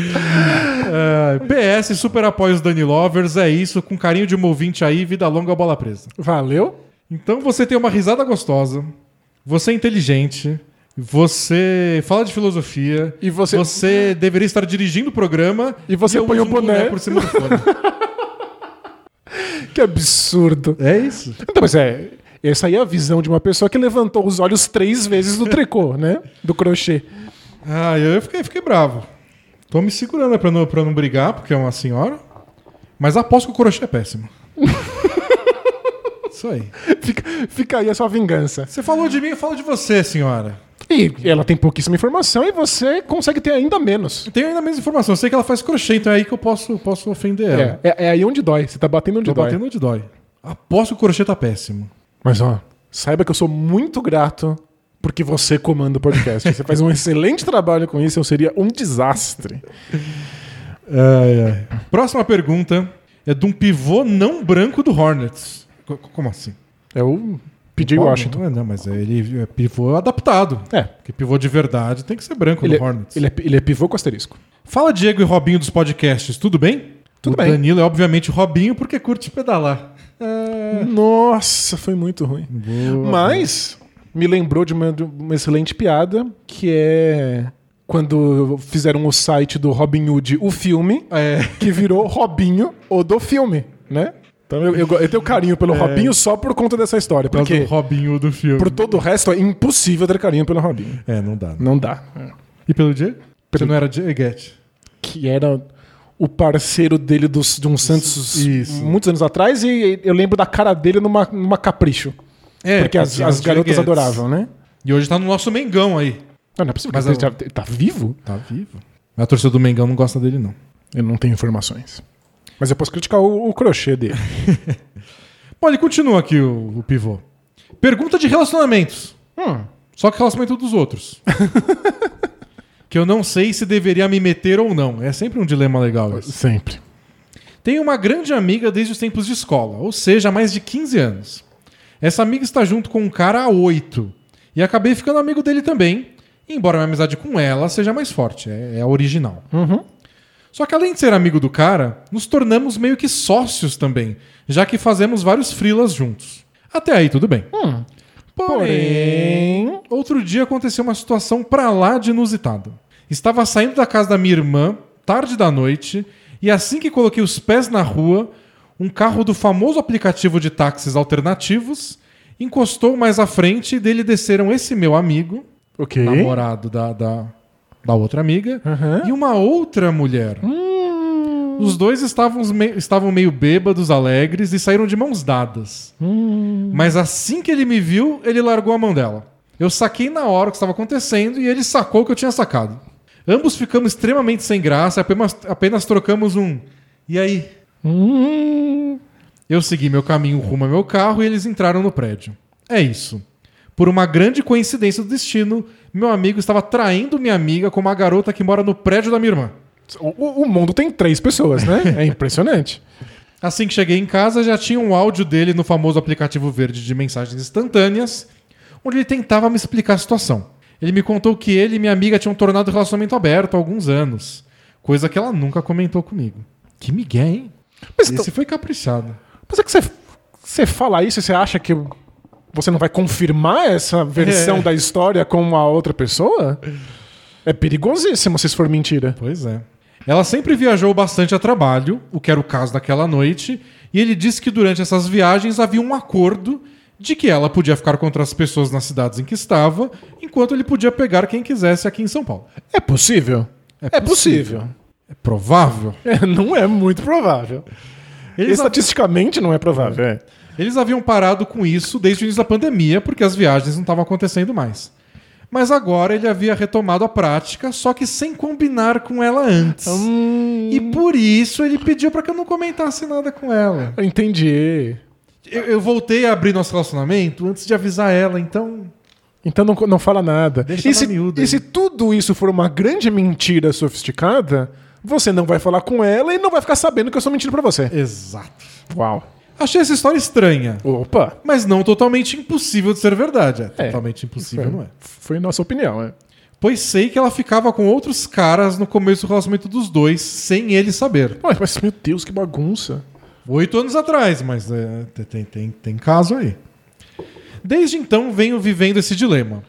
Speaker 1: É, PS, super apoio os Dani Lovers, é isso, com carinho de um ouvinte aí, vida longa, bola presa.
Speaker 2: Valeu?
Speaker 1: Então você tem uma risada gostosa, você é inteligente, você fala de filosofia,
Speaker 2: E você-
Speaker 1: você deveria estar dirigindo o programa
Speaker 2: E você
Speaker 1: eu
Speaker 2: põe
Speaker 1: uso
Speaker 2: um boné.
Speaker 1: por cima do fone.
Speaker 2: Que absurdo.
Speaker 1: é isso.
Speaker 2: Então, mas é. Essa aí é a visão de uma pessoa que levantou os olhos três vezes do tricô, né? Do crochê.
Speaker 1: Ah, eu fiquei, fiquei bravo. Tô me segurando pra não, pra não brigar, porque é uma senhora. Mas aposto que o crochê é péssimo. isso aí.
Speaker 2: Fica, fica aí a sua vingança.
Speaker 1: Você falou de mim, eu falo de você, senhora.
Speaker 2: E ela tem pouquíssima informação e você consegue ter ainda menos.
Speaker 1: Eu tenho ainda a mesma informação. Eu sei que ela faz crochê, então é aí que eu posso, posso ofender ela.
Speaker 2: É, é, é aí onde dói. Você tá batendo onde
Speaker 1: Tô
Speaker 2: dói.
Speaker 1: batendo onde dói. Aposto que o crochê tá péssimo.
Speaker 2: Mas ó, saiba que eu sou muito grato Porque você comanda o podcast. Você faz um excelente trabalho com isso, eu seria um desastre.
Speaker 1: Ai, ai. Próxima pergunta é de um pivô não branco do Hornets. Co- co- como assim?
Speaker 2: É o PJ
Speaker 1: Bom,
Speaker 2: Washington.
Speaker 1: Não, é, não, mas ele é pivô adaptado.
Speaker 2: É.
Speaker 1: Porque pivô de verdade tem que ser branco
Speaker 2: Ele é,
Speaker 1: do Hornets.
Speaker 2: ele, é, ele é pivô com asterisco.
Speaker 1: Fala Diego e Robinho dos podcasts, tudo bem?
Speaker 2: Tudo
Speaker 1: o
Speaker 2: bem.
Speaker 1: Danilo é obviamente Robinho porque curte pedalar. É,
Speaker 2: Nossa, foi muito ruim. Mas me lembrou de uma, de uma excelente piada, que é quando fizeram o site do Robin Hood, o filme,
Speaker 1: É.
Speaker 2: que virou Robinho, o do filme, né? Então eu, eu, go- eu tenho carinho pelo Robinho só por conta dessa história,
Speaker 1: É. por causa
Speaker 2: porque
Speaker 1: do Robinho do filme.
Speaker 2: por todo o resto é impossível ter carinho pelo Robinho.
Speaker 1: É, não dá. né?
Speaker 2: Não dá.
Speaker 1: E pelo Diego? Você não era Dieguete.
Speaker 2: que era o parceiro dele dos, de um Santos
Speaker 1: Isso.
Speaker 2: muitos anos atrás, e eu lembro da cara dele numa, numa capricho.
Speaker 1: É,
Speaker 2: porque as,
Speaker 1: era
Speaker 2: as
Speaker 1: Dieguetes.
Speaker 2: garotas adoravam, né?
Speaker 1: E hoje tá no nosso Mengão aí.
Speaker 2: Não, não é possível
Speaker 1: Mas
Speaker 2: que ele
Speaker 1: eu-
Speaker 2: já- ele tá vivo?
Speaker 1: Tá vivo. Mas a torcida do Mengão não gosta dele, não.
Speaker 2: Eu não tenho informações. Mas eu posso criticar o, o crochê dele.
Speaker 1: Bom, ele continua aqui o, o pivô. Pergunta de relacionamentos. Hum, Só que relacionamento dos outros. que eu não sei se deveria me meter ou não. É sempre um dilema legal isso.
Speaker 2: Sempre.
Speaker 1: Tenho uma grande amiga desde os tempos de escola, ou seja, há mais de 15 anos. Essa amiga está junto com um cara há 8. E acabei ficando amigo dele também, embora minha amizade com ela seja mais forte, é, é a original. Só que além de ser amigo do cara, nos tornamos meio que sócios também, já que fazemos vários frilas juntos. Até aí tudo bem.
Speaker 2: Porém.
Speaker 1: Outro dia aconteceu uma situação pra lá de inusitada. Estava saindo da casa da minha irmã, tarde da noite, e assim que coloquei os pés na rua, um carro do famoso aplicativo de táxis alternativos encostou mais à frente e dele desceram esse meu amigo,
Speaker 2: Ok.
Speaker 1: namorado da, da, da outra amiga,
Speaker 2: Aham. Hum.
Speaker 1: e uma outra mulher. Os dois estavam, me- estavam meio bêbados, alegres e saíram de mãos dadas.
Speaker 2: Hum.
Speaker 1: Mas assim que ele me viu, ele largou a mão dela. Eu saquei na hora o que estava acontecendo e ele sacou o que eu tinha sacado. Ambos ficamos extremamente sem graça, apenas, apenas trocamos um. E aí? Eu segui meu caminho rumo ao meu carro e eles entraram no prédio. É isso. Por uma grande coincidência do destino, meu amigo estava traindo minha amiga com uma garota que mora no prédio da minha irmã.
Speaker 2: O, o mundo tem três pessoas, né? É impressionante.
Speaker 1: Assim que cheguei em casa, já tinha um áudio dele no famoso aplicativo verde de mensagens instantâneas, onde ele tentava me explicar a situação. Ele me contou que ele e minha amiga tinham tornado o relacionamento aberto há alguns anos, coisa que ela nunca comentou comigo. Que migué, hein?
Speaker 2: Mas então,
Speaker 1: Esse foi caprichado.
Speaker 2: Mas é que você, você fala isso e você acha que você não vai confirmar essa versão
Speaker 1: É.
Speaker 2: da história com a outra pessoa? É perigosíssimo se isso for mentira.
Speaker 1: Pois é. Ela sempre viajou bastante a trabalho, o que era o caso daquela noite, e ele disse que durante essas viagens havia um acordo de que ela podia ficar contra as pessoas nas cidades em que estava, enquanto ele podia pegar quem quisesse aqui em São Paulo.
Speaker 2: É possível? É, possível.
Speaker 1: É provável.
Speaker 2: É, não é muito provável.
Speaker 1: Eles,
Speaker 2: Estatisticamente não é provável. é.
Speaker 1: eles haviam parado com isso desde o início da pandemia, porque as viagens não estavam acontecendo mais. Mas agora ele havia retomado a prática, só que sem combinar com ela antes. E por isso ele pediu para que eu não comentasse nada com ela.
Speaker 2: Eu Entendi.
Speaker 1: Eu, eu voltei a abrir nosso relacionamento antes de avisar ela, então.
Speaker 2: Então não, co- não fala nada.
Speaker 1: Deixa
Speaker 2: e
Speaker 1: na
Speaker 2: se,
Speaker 1: miúda
Speaker 2: e
Speaker 1: aí.
Speaker 2: se tudo isso for uma grande mentira sofisticada, você não vai falar com ela e não vai ficar sabendo que eu estou mentindo pra você.
Speaker 1: Exato.
Speaker 2: Uau.
Speaker 1: Achei essa história estranha,
Speaker 2: Opa.
Speaker 1: mas não totalmente impossível de ser verdade. É,
Speaker 2: É.
Speaker 1: totalmente impossível, não é?
Speaker 2: Foi nossa opinião, é.
Speaker 1: Pois sei que ela ficava com outros caras no começo do relacionamento dos dois, sem ele saber.
Speaker 2: Ué, Mas, meu Deus, que bagunça.
Speaker 1: Oito anos atrás, mas é, tem- tem, tem, tem caso aí. Desde então venho vivendo esse dilema.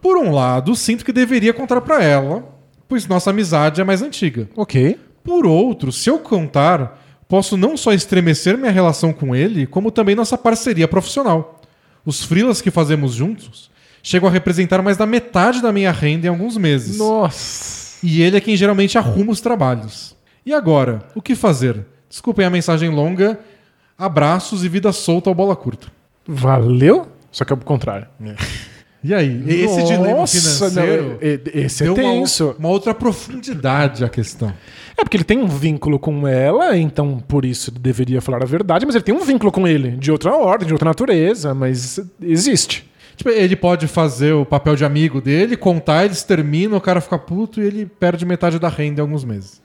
Speaker 1: Por um lado, sinto que deveria contar pra ela, pois nossa amizade é mais antiga.
Speaker 2: Ok.
Speaker 1: Por outro, se eu contar, posso não só estremecer minha relação com ele, como também nossa parceria profissional. Os freelas que fazemos juntos chegam a representar mais da metade da minha renda em alguns meses.
Speaker 2: Nossa.
Speaker 1: E ele é quem geralmente arruma os trabalhos. E agora, o que fazer? Desculpem a mensagem longa. Abraços e vida solta ao bola curta.
Speaker 2: Valeu? Só que é o contrário.
Speaker 1: E aí? Esse dilema
Speaker 2: Nossa,
Speaker 1: financeiro
Speaker 2: não, e- e- esse é
Speaker 1: deu um uma,
Speaker 2: tenso.
Speaker 1: uma outra profundidade à questão.
Speaker 2: É porque ele tem um vínculo com ela, então por isso ele deveria falar a verdade, mas ele tem um vínculo com ele, de outra ordem, de outra natureza, mas existe.
Speaker 1: Tipo, ele pode fazer o papel de amigo dele, contar, eles terminam, o cara fica puto e ele perde metade da renda em alguns meses.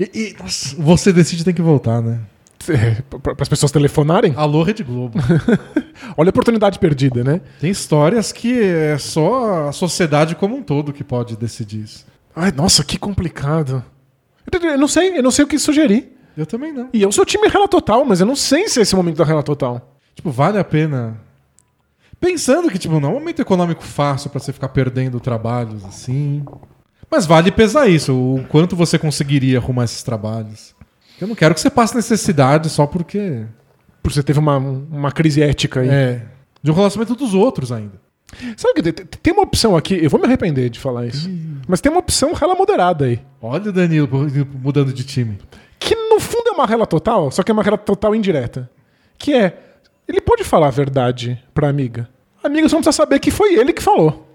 Speaker 1: E, e, nossa, você decide tem que voltar, né?
Speaker 2: Para as pessoas telefonarem?
Speaker 1: Alô, Rede Globo.
Speaker 2: Olha a oportunidade perdida, né?
Speaker 1: Tem histórias que é só a sociedade como um todo que pode decidir isso.
Speaker 2: Ai, nossa, que complicado. Eu eu não sei, eu não sei o que sugerir.
Speaker 1: Eu também não.
Speaker 2: E eu sou time Rela Total, mas eu não sei se é esse o momento da Rela Total.
Speaker 1: Tipo, vale a pena. Pensando que, tipo, não é um momento econômico fácil pra você ficar perdendo trabalhos assim. Mas vale pesar isso, o quanto você conseguiria arrumar esses trabalhos. Eu não quero que você passe necessidade só porque.
Speaker 2: Porque você teve uma, uma crise ética aí.
Speaker 1: É. De um relacionamento dos outros ainda.
Speaker 2: Sabe o que tem- tem? Tem uma opção aqui, eu vou me arrepender de falar isso. Mas tem uma opção rela moderada aí.
Speaker 1: Olha o Danilo mudando de time.
Speaker 2: Que no fundo é uma rela total, só que é uma rela total indireta. Que é, ele pode falar a verdade pra amiga. A amiga só não precisa saber que foi ele que falou.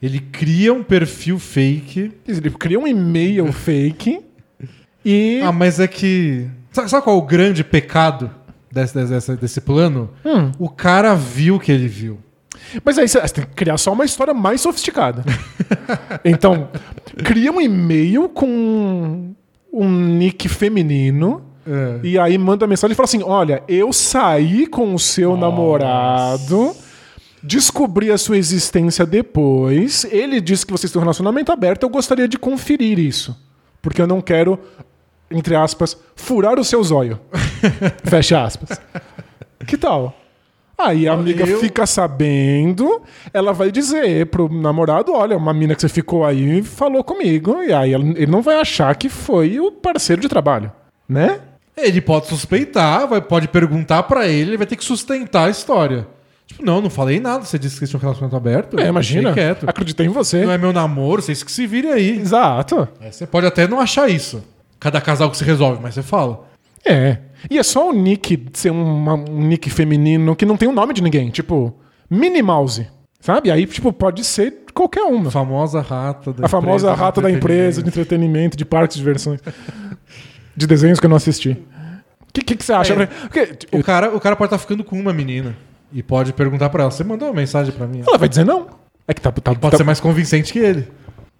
Speaker 1: Ele cria um perfil fake.
Speaker 2: Ele cria um e-mail fake e.
Speaker 1: Ah, mas é que. Sabe, sabe qual é o grande pecado desse, desse- desse, desse plano?
Speaker 2: Hum.
Speaker 1: O cara viu o que ele viu.
Speaker 2: Mas aí você você tem que criar só uma história mais sofisticada. então, cria um e-mail com um nick feminino.
Speaker 1: É.
Speaker 2: E aí manda mensagem e fala assim: Olha, eu saí com o seu namorado, descobri a sua existência depois. Ele disse que vocês têm um relacionamento aberto. Eu gostaria de conferir isso. Porque eu não quero, entre aspas, furar o seu zóio. Fecha aspas. Que tal? Aí a amiga
Speaker 1: eu-
Speaker 2: fica sabendo, ela vai dizer pro namorado: olha, uma mina que você ficou aí falou comigo. E aí ela- ele não vai achar que foi o parceiro de trabalho, né?
Speaker 1: Ele pode suspeitar, vai, pode perguntar pra ele, ele vai ter que sustentar a história. Tipo, não, não falei nada, você disse que tinha um relacionamento aberto.
Speaker 2: É,
Speaker 1: eu
Speaker 2: imagina.
Speaker 1: deixei quieto.
Speaker 2: Acreditei em você.
Speaker 1: Não é meu namoro, vocês que se virem aí.
Speaker 2: Exato.
Speaker 1: É, Você pode até não achar isso. Cada casal que se resolve, mas você fala.
Speaker 2: É. E é só o nick ser uma- um nick feminino que não tem o nome de ninguém. Tipo, Minnie Mouse. Sabe? Aí, tipo, pode ser qualquer uma.
Speaker 1: A famosa rata da
Speaker 2: A famosa
Speaker 1: empresa de
Speaker 2: rata da empresa, de
Speaker 1: entretenimento.
Speaker 2: entretenimento, de parques de diversões. de desenhos que eu não assisti. O que, que, que você acha?
Speaker 1: É.
Speaker 2: Porque, tipo,
Speaker 1: O cara, o cara pode estar ficando com uma menina e pode perguntar pra ela: você mandou uma mensagem pra mim?
Speaker 2: Ela vai dizer não. É que tá. tá-
Speaker 1: Pode
Speaker 2: tá-
Speaker 1: ser mais convincente que ele.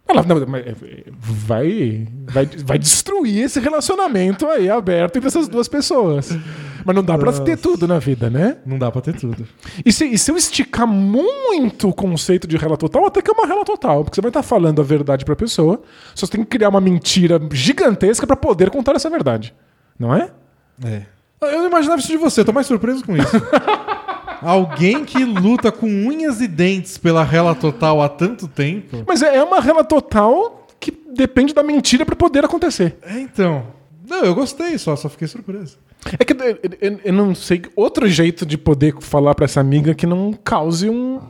Speaker 2: Ela, não, mas, é, vai, vai, vai destruir esse relacionamento aí aberto entre essas duas pessoas. Mas não dá pra ter tudo na vida, né?
Speaker 1: Não dá pra ter tudo.
Speaker 2: E se, e se eu esticar muito o conceito de rela total, até que é uma rela total, porque você vai estar falando a verdade pra pessoa, só você tem que criar uma mentira gigantesca pra poder contar essa verdade. Não é?
Speaker 1: É. Eu não imaginava isso de você, eu tô mais surpreso com isso. Alguém que luta com unhas e dentes pela rela total há tanto tempo.
Speaker 2: Mas é é uma rela total que depende da mentira pra poder acontecer.
Speaker 1: É, então. Não, eu gostei só, só fiquei surpreso.
Speaker 2: É que eu, eu- eu não sei outro jeito de poder falar pra essa amiga que não cause um-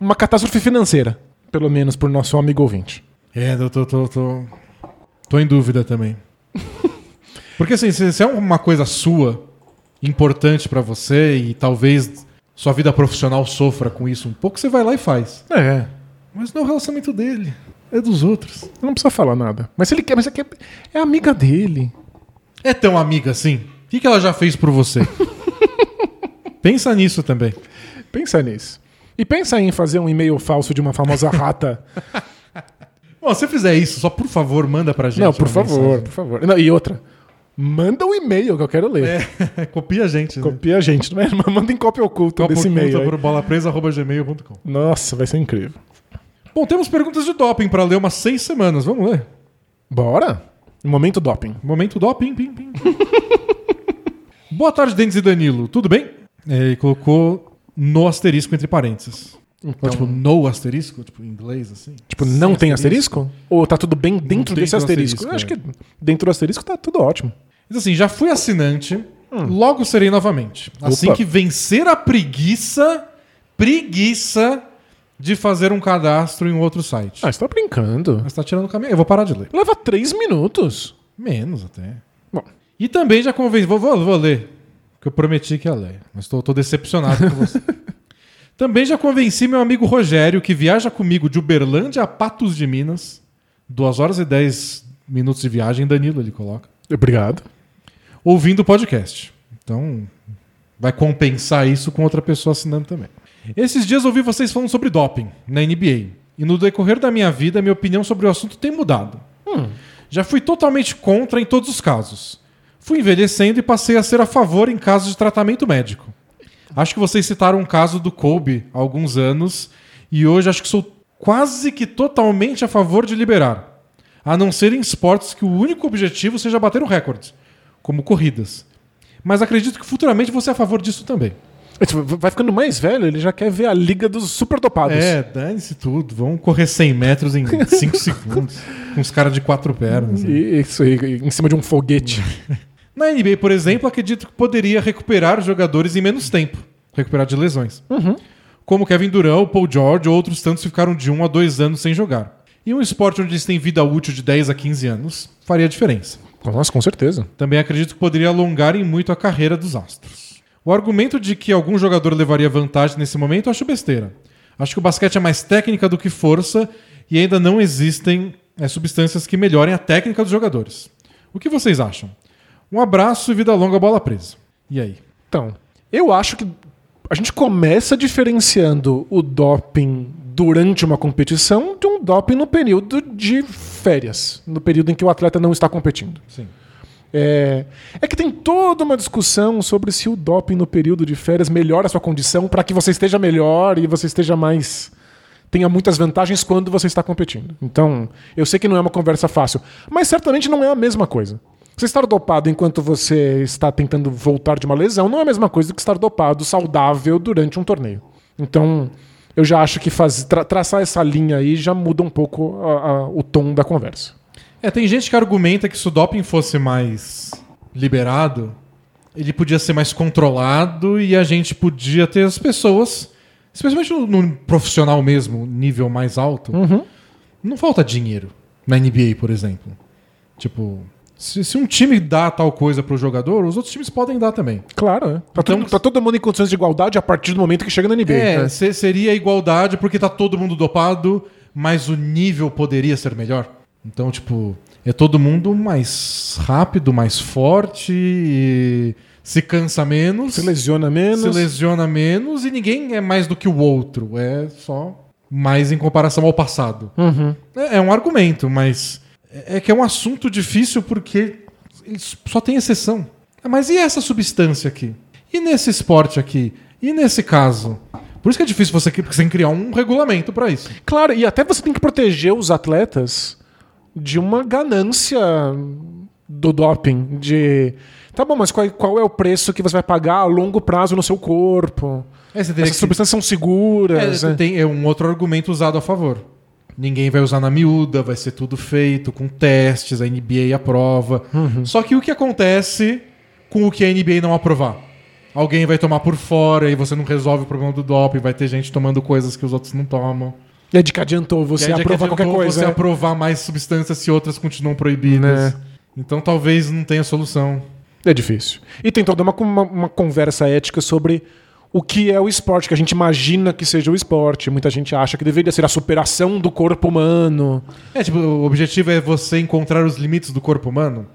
Speaker 2: uma catástrofe financeira. Pelo menos pro nosso amigo ouvinte.
Speaker 1: É, eu tô, tô, tô, tô em dúvida também. Porque assim, se, se é uma coisa sua, importante pra você, e talvez sua vida profissional sofra com isso um pouco, você vai lá e faz.
Speaker 2: É.
Speaker 1: Mas não é o relacionamento dele, é dos outros.
Speaker 2: Não precisa falar nada. Mas se ele quer, mas é, que é amiga dele.
Speaker 1: É tão amiga assim? O que, que ela já fez por você? Pensa nisso também.
Speaker 2: Pensa nisso. E pensa em fazer um e-mail falso de uma famosa rata.
Speaker 1: Bom, se você fizer isso, só por favor, manda pra gente. é.
Speaker 2: não, por
Speaker 1: uma
Speaker 2: favor,
Speaker 1: mensagem.
Speaker 2: por favor. Não, e outra. Manda um e-mail que eu quero ler.
Speaker 1: É, copia a gente. né?
Speaker 2: Copia a gente, né? Manda em cópia oculta
Speaker 1: Copa
Speaker 2: desse e-mail.
Speaker 1: oculta
Speaker 2: aí.
Speaker 1: por bolapresa.gmail.com.
Speaker 2: Nossa, vai ser incrível.
Speaker 1: Bom, temos perguntas de doping pra ler umas seis semanas. Vamos ler.
Speaker 2: Bora? Momento doping.
Speaker 1: Momento doping, pim, pim. pim. Boa tarde, Denis e Danilo. Tudo bem? É, Ele colocou no asterisco entre parênteses.
Speaker 2: Então.
Speaker 1: Ou, tipo, no asterisco, tipo, em inglês, assim.
Speaker 2: Tipo, não
Speaker 1: Sem
Speaker 2: tem asterisco? Ou tá tudo bem dentro
Speaker 1: tem
Speaker 2: desse
Speaker 1: do asterisco,
Speaker 2: asterisco? Eu acho
Speaker 1: é.
Speaker 2: que dentro do asterisco tá tudo ótimo.
Speaker 1: Diz assim, já fui assinante, logo serei novamente. Assim
Speaker 2: Hum. Opa.
Speaker 1: que vencer a preguiça, preguiça de fazer um cadastro em outro site.
Speaker 2: Ah, você tá brincando.
Speaker 1: Mas tá tirando o caminho. Eu vou parar de ler.
Speaker 2: Leva três minutos.
Speaker 1: Menos até.
Speaker 2: Bom,
Speaker 1: E também já convenci. Vou, vou, vou ler. Que eu prometi que ia ler. Mas tô, tô decepcionado com você. também já convenci meu amigo Rogério, que viaja comigo de Uberlândia a Patos de Minas. 2 horas e 10 minutos de viagem, Danilo, ele coloca.
Speaker 2: obrigado.
Speaker 1: ouvindo o podcast. Então, vai compensar isso com outra pessoa assinando também. Esses dias ouvi vocês falando sobre doping na NBA. E no decorrer da minha vida, minha opinião sobre o assunto tem mudado. Já fui totalmente contra em todos os casos. Fui envelhecendo e passei a ser a favor em casos de tratamento médico. Acho que vocês citaram um caso do Kobe há alguns anos e hoje acho que sou quase que totalmente a favor de liberar. A não ser em esportes que o único objetivo seja bater um recorde, como corridas. Mas acredito que futuramente você é a favor disso também.
Speaker 2: É, tipo, Vai ficando mais velho, ele já quer ver a liga dos super topados.
Speaker 1: É, dane-se tudo. Vamos correr 100 metros em 5 segundos. Com os caras de quatro pernas. né?
Speaker 2: E- isso aí, em cima de um foguete.
Speaker 1: Na NBA, por exemplo, acredito que poderia recuperar jogadores em menos tempo. Recuperar de lesões. Como Kevin Durant, Paul George ou outros tantos que ficaram de 1 a 2 anos sem jogar. E um esporte onde eles têm vida útil de 10 a 15 anos faria diferença.
Speaker 2: Nossa, com certeza.
Speaker 1: Também acredito que poderia alongar em muito a carreira dos Astros. O argumento de que algum jogador levaria vantagem nesse momento eu acho besteira. Acho que o basquete é mais técnica do que força e ainda não existem eh, substâncias que melhorem a técnica dos jogadores. O que vocês acham? Um abraço e vida longa, bola presa. E aí?
Speaker 2: Então, eu acho que a gente começa diferenciando o doping durante uma competição de um doping no período de férias, no período em que o atleta não está competindo.
Speaker 1: Sim.
Speaker 2: É, é que tem toda uma discussão sobre se o doping no período de férias melhora a sua condição para que você esteja melhor e você esteja mais. tenha muitas vantagens quando você está competindo. Então, eu sei que não é uma conversa fácil, mas certamente não é a mesma coisa. Você estar dopado enquanto você está tentando voltar de uma lesão não é a mesma coisa do que estar dopado saudável durante um torneio. Então, eu já acho que faz- tra- traçar essa linha aí já muda um pouco a- a- o tom da conversa.
Speaker 1: É, tem gente que argumenta que se o doping fosse mais liberado, ele podia ser mais controlado e a gente podia ter as pessoas, especialmente no, no profissional mesmo, nível mais alto, não falta dinheiro na NBA, por exemplo. Tipo, se, se um time dá tal coisa pro jogador, os outros times podem dar também.
Speaker 2: Claro, é. Tá,
Speaker 1: Então-
Speaker 2: todo, tá todo mundo em condições de igualdade a partir do momento que chega na NBA.
Speaker 1: É,
Speaker 2: né?
Speaker 1: se- seria igualdade porque tá todo mundo dopado, mas o nível poderia ser melhor. Então, tipo, é todo mundo mais rápido, mais forte, e se cansa menos,
Speaker 2: Se lesiona menos.
Speaker 1: se lesiona menos e ninguém é mais do que o outro. É só mais em comparação ao passado. É, é um argumento, mas é é que é um assunto difícil porque ele s- só tem exceção. Ah, Mas e essa substância aqui? E nesse esporte aqui? E nesse caso? Por isso que é difícil você, cri- porque você tem que criar um regulamento pra isso.
Speaker 2: Claro, e até você tem que proteger os atletas de uma ganância do doping, de tá bom, mas qual, qual é o preço que você vai pagar a longo prazo no seu corpo?
Speaker 1: É, você teria
Speaker 2: Essas
Speaker 1: que-
Speaker 2: substâncias são seguras.
Speaker 1: É,
Speaker 2: né?
Speaker 1: tem é um outro argumento usado a favor. Ninguém vai usar na miúda, vai ser tudo feito com testes, a NBA aprova.
Speaker 2: Uhum.
Speaker 1: Só que o que acontece com o que a NBA não aprovar? Alguém vai tomar por fora e você não resolve o problema do doping, vai ter gente tomando coisas que os outros não tomam.
Speaker 2: E aí de que adiantou
Speaker 1: E
Speaker 2: você
Speaker 1: aí já que
Speaker 2: aprovar
Speaker 1: adiantou
Speaker 2: qualquer coisa?
Speaker 1: Você
Speaker 2: né?
Speaker 1: aprovar mais substâncias se outras continuam proibidas.
Speaker 2: Né.
Speaker 1: Então talvez não tenha solução.
Speaker 2: É difícil. E tem toda uma, uma, uma conversa ética sobre o que é o esporte, que a gente imagina que seja o esporte. Muita gente acha que deveria ser a superação do corpo humano.
Speaker 1: É, tipo, o objetivo é você encontrar os limites do corpo humano,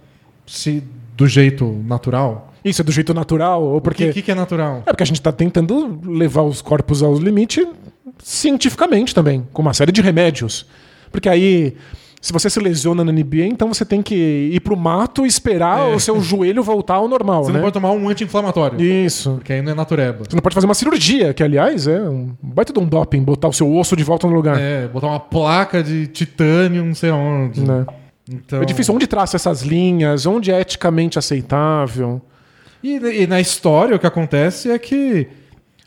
Speaker 1: se do jeito natural.
Speaker 2: Isso é do jeito natural, ou
Speaker 1: O que,
Speaker 2: porque.
Speaker 1: que que é natural?
Speaker 2: É porque a gente está tentando levar os corpos ao limite cientificamente também, com uma série de remédios. Porque aí, se você se lesiona na NBA, então você tem que ir pro mato e esperar
Speaker 1: É.
Speaker 2: o seu joelho voltar ao normal,
Speaker 1: Você
Speaker 2: né?
Speaker 1: não pode tomar um anti-inflamatório,
Speaker 2: Isso.
Speaker 1: porque aí não é natureba.
Speaker 2: Você não pode fazer uma cirurgia, que aliás é um baita de um doping, botar o seu osso de volta no lugar. É,
Speaker 1: É, botar uma placa de titânio, não sei aonde.
Speaker 2: né?
Speaker 1: Então...
Speaker 2: é difícil. Onde traça essas linhas? Onde é eticamente aceitável?
Speaker 1: E, e na história, o que acontece é que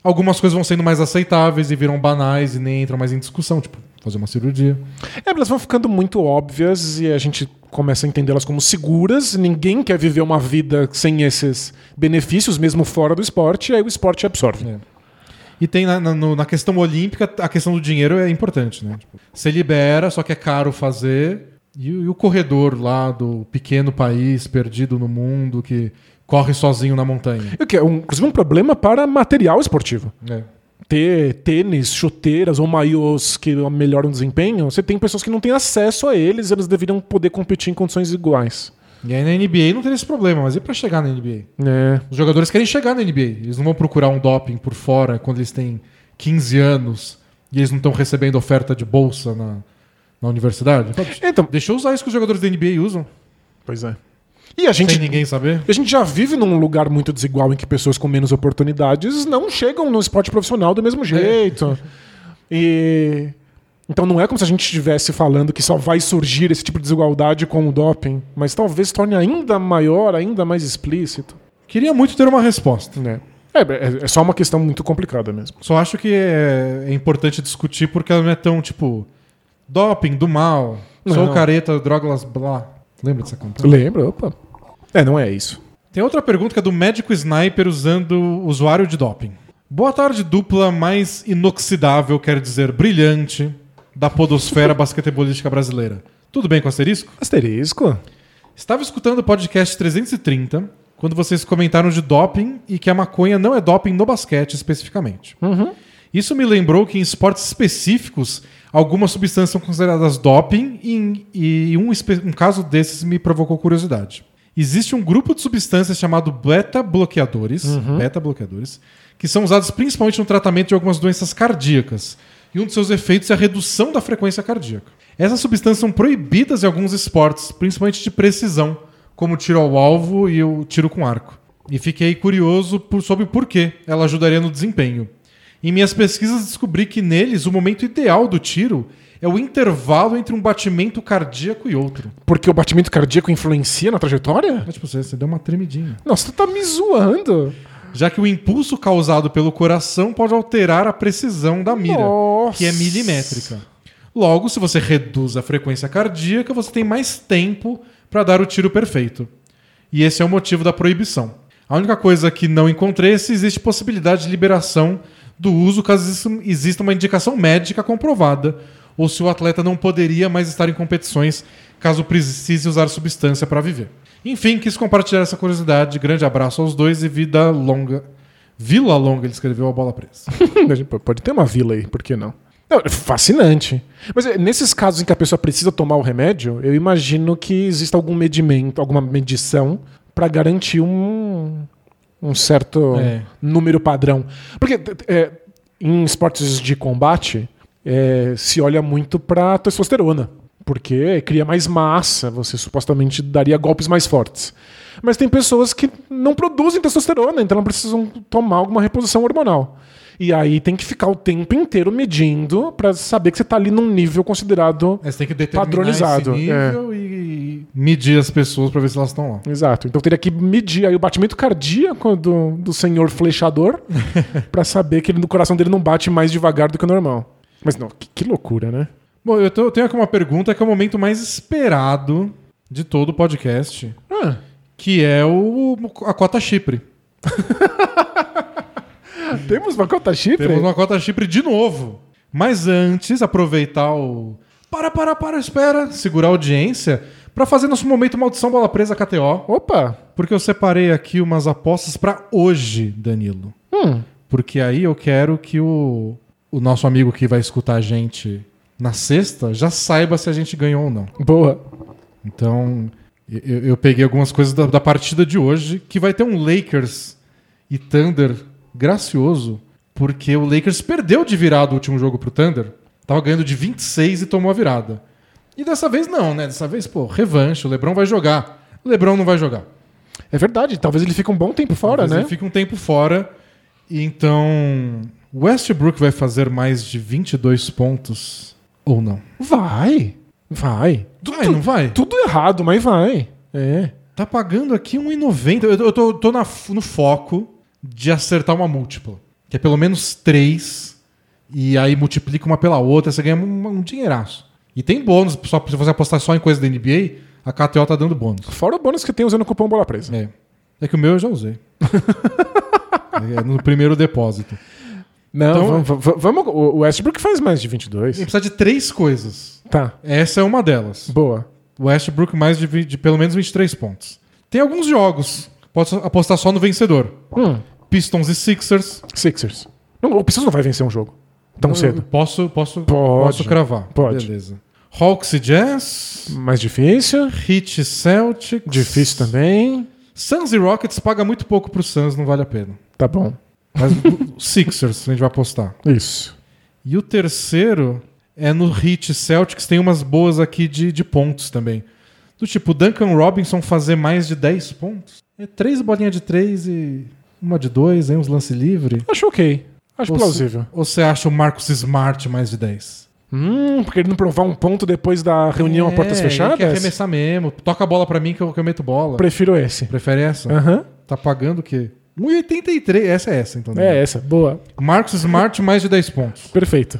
Speaker 1: algumas coisas vão sendo mais aceitáveis e viram banais e nem entram mais em discussão, tipo, fazer uma cirurgia.
Speaker 2: É, elas vão ficando muito óbvias e a gente começa a entendê-las como seguras. Ninguém quer viver uma vida sem esses benefícios, mesmo fora do esporte, e aí o esporte absorve.
Speaker 1: É. E tem na, na- no- na questão olímpica, a questão do dinheiro é importante, né? Tipo, você libera, só que é caro fazer. E, o- e o corredor lá do pequeno país perdido no mundo que corre sozinho na montanha.
Speaker 2: O que é, um, inclusive, um problema para material esportivo.
Speaker 1: É.
Speaker 2: Ter tênis, chuteiras ou maiôs que melhoram o desempenho, você tem pessoas que não têm acesso a eles, elas deveriam poder competir em condições iguais.
Speaker 1: E aí na NBA não teria esse problema, mas e pra chegar na NBA?
Speaker 2: É.
Speaker 1: Os jogadores querem chegar na NBA. Eles não vão procurar um doping por fora quando eles têm 15 anos e eles não estão recebendo oferta de bolsa na, na universidade? Pô,
Speaker 2: Então,
Speaker 1: Deixa eu usar isso que os jogadores da NBA usam,
Speaker 2: pois é. E a gente,
Speaker 1: sem ninguém saber.
Speaker 2: a gente já vive num lugar muito desigual em que pessoas com menos oportunidades não chegam no esporte profissional do mesmo jeito. E. Então não é como se a gente estivesse falando que só vai surgir esse tipo de desigualdade com o doping, mas talvez torne ainda maior, ainda mais explícito.
Speaker 1: Queria muito ter uma resposta.
Speaker 2: né? É, é, é só uma questão muito complicada mesmo.
Speaker 1: Só acho que é, é importante discutir porque ela não é tão, tipo, doping, do mal, sou
Speaker 2: Não.
Speaker 1: careta, drogas, blá. Lembra dessa campanha?
Speaker 2: Lembra? Opa. É, não é isso.
Speaker 1: Tem outra pergunta que é do médico sniper usando usuário de doping. Boa tarde, dupla mais inoxidável, quer dizer brilhante, da podosfera basquetebolística brasileira. Tudo bem com asterisco?
Speaker 2: Asterisco?
Speaker 1: Estava escutando o podcast 330 quando vocês comentaram de doping e que a maconha não é doping no basquete especificamente. Isso me lembrou que em esportes específicos algumas substâncias são consideradas doping e, em- e um, espe- um caso desses me provocou curiosidade. Existe um grupo de substâncias chamado beta-bloqueadores, beta-bloqueadores, que são usados principalmente no tratamento de algumas doenças cardíacas. E um de seus efeitos é a redução da frequência cardíaca. Essas substâncias são proibidas em alguns esportes, principalmente de precisão, como o tiro ao alvo e o tiro com arco. E fiquei curioso por- sobre por que ela ajudaria no desempenho. Em minhas pesquisas descobri que neles o momento ideal do tiro é o intervalo entre um batimento cardíaco e outro.
Speaker 2: Porque o batimento cardíaco influencia na trajetória?
Speaker 1: Mas, tipo, você, você deu uma tremidinha.
Speaker 2: Nossa, tu tá me zoando.
Speaker 1: Já que o impulso causado pelo coração pode alterar a precisão da mira,
Speaker 2: Nossa.
Speaker 1: que é milimétrica. Logo, se você reduz a frequência cardíaca, você tem mais tempo para dar o tiro perfeito. E esse é o motivo da proibição. A única coisa que não encontrei é se existe possibilidade de liberação do uso caso isso- exista uma indicação médica comprovada, ou se o atleta não poderia mais estar em competições caso precise usar substância para viver. Enfim, quis compartilhar essa curiosidade. Grande abraço aos dois e vida longa. Vila Longa, ele escreveu a bola presa.
Speaker 2: A gente pode- Pode ter uma vila aí, por que não? Não, é Fascinante. Mas é, nesses casos em que a pessoa precisa tomar o remédio, eu imagino que exista algum medimento, alguma medição pra garantir um, um certo
Speaker 1: É.
Speaker 2: número padrão. Porque t- t- é, em esportes de combate é, se olha muito pra testosterona. Porque cria mais massa, você supostamente daria golpes mais fortes. Mas tem pessoas que não produzem testosterona, então não precisam tomar alguma reposição hormonal. E aí tem que ficar o tempo inteiro medindo pra saber que você tá ali num nível considerado.
Speaker 1: É, você tem que determinar
Speaker 2: Padronizado,
Speaker 1: esse nível e medir as pessoas para ver se elas estão lá.
Speaker 2: Exato. Então teria que medir aí o batimento cardíaco do, do senhor flechador pra saber que ele, no coração dele não bate mais devagar do que o normal. Mas não, que, que loucura, né?
Speaker 1: Bom, eu, tô- eu tenho aqui uma pergunta que é o momento mais esperado de todo o podcast,
Speaker 2: Ah,
Speaker 1: que é o, a cota Chipre.
Speaker 2: temos uma cota chifre?
Speaker 1: Temos uma cota Chipre de novo. Mas antes, aproveitar o. Para, para, para, espera, segurar a audiência, para fazer nosso momento Maldição Bola Presa KTO.
Speaker 2: Opa!
Speaker 1: Porque eu separei aqui umas apostas para hoje, Danilo.
Speaker 2: Hum.
Speaker 1: Porque aí eu quero que o, o nosso amigo que vai escutar a gente na sexta já saiba se a gente ganhou ou não.
Speaker 2: Boa.
Speaker 1: Então, eu, eu peguei algumas coisas da, da partida de hoje, que vai ter um Lakers e Thunder gracioso, porque o Lakers perdeu de virada o último jogo pro Thunder. Tava ganhando de 26 e tomou a virada. E dessa vez não, né? Dessa vez, pô, revanche, o Lebron vai jogar. O Lebron não vai jogar.
Speaker 2: É verdade, talvez ele fique um bom tempo fora,
Speaker 1: Talvez
Speaker 2: né?
Speaker 1: Ele fica um tempo fora. E Então, Westbrook vai fazer mais de 22 pontos ou não?
Speaker 2: Vai! Vai!
Speaker 1: Vai, não vai?
Speaker 2: Tudo errado, mas vai. É.
Speaker 1: Tá pagando aqui 1,90. Eu, eu tô, tô na- no foco de acertar uma múltipla. Que é pelo menos 3. E aí multiplica uma pela outra, você ganha um, um dinheiraço. E tem bônus, só, se você apostar só em coisa da NBA, a KTO tá dando bônus.
Speaker 2: Fora o bônus que tem usando o cupom Bola Presa.
Speaker 1: É. É que o meu eu já usei. é no primeiro depósito.
Speaker 2: Não, vamos, vamos- Então, vamos- O Westbrook faz mais de 22.
Speaker 1: Ele precisa de três coisas.
Speaker 2: Tá,
Speaker 1: Essa é uma delas.
Speaker 2: boa.
Speaker 1: Westbrook mais de, vi- de pelo menos 23 pontos. Tem alguns jogos. Posso apostar só no vencedor.
Speaker 2: Hum,
Speaker 1: Pistons e Sixers.
Speaker 2: Sixers. Não, o Pistons não vai vencer um jogo tão cedo.
Speaker 1: Posso, posso,
Speaker 2: Pode.
Speaker 1: posso cravar.
Speaker 2: Pode.
Speaker 1: Beleza. Hawks e Jazz.
Speaker 2: Mais difícil.
Speaker 1: Heat e Celtics.
Speaker 2: Difícil também.
Speaker 1: Suns e Rockets paga muito pouco pro Suns, não vale a pena.
Speaker 2: Tá bom.
Speaker 1: Mas o Sixers, a gente vai apostar.
Speaker 2: Isso.
Speaker 1: E o terceiro é no Heat Celtics, tem umas boas aqui de, de pontos também. Do tipo, Duncan Robinson fazer mais de 10 pontos. É três bolinhas de três e uma de dois, aí uns lance livre.
Speaker 2: Acho ok. Acho
Speaker 1: Ou cê-
Speaker 2: plausível.
Speaker 1: Ou você acha o Marcus Smart mais de 10?
Speaker 2: Hum, porque ele não provar um ponto depois da reunião a portas
Speaker 1: É, ele Quer
Speaker 2: fechadas?
Speaker 1: arremessar mesmo. Toca a bola pra mim que eu, que eu meto bola.
Speaker 2: Prefiro esse.
Speaker 1: Prefere essa?
Speaker 2: Aham.
Speaker 1: Tá pagando o quê? 1,83. Essa é essa, então.
Speaker 2: É
Speaker 1: né?
Speaker 2: essa. Boa.
Speaker 1: Marcus Smart mais de 10 pontos.
Speaker 2: Perfeito.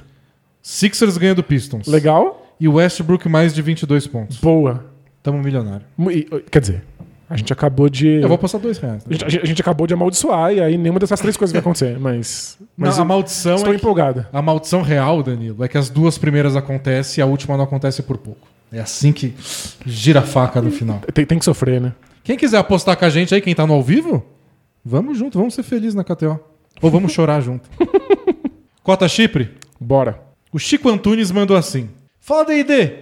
Speaker 1: Sixers ganha do Pistons.
Speaker 2: Legal?
Speaker 1: E Westbrook mais de 22 pontos.
Speaker 2: Boa.
Speaker 1: Tamo milionário.
Speaker 2: Mu- e- Quer dizer, a gente acabou de.
Speaker 1: Eu vou passar dois reais. tá?
Speaker 2: A gente- a gente, a gente acabou de amaldiçoar e aí nenhuma dessas três coisas vai acontecer, mas. mas
Speaker 1: Mas a maldição
Speaker 2: estou
Speaker 1: é que-
Speaker 2: empolgada.
Speaker 1: A maldição real, Danilo, é que as duas primeiras acontecem e a última não acontece por pouco. É assim que gira a faca no final.
Speaker 2: Tem, tem que sofrer, né?
Speaker 1: Quem quiser apostar com a gente aí, quem tá no ao vivo, vamos junto, vamos ser felizes na KTO. Ou vamos chorar junto. Cota Chipre,
Speaker 2: Bora.
Speaker 1: o Chico Antunes mandou assim. Fala, D&D,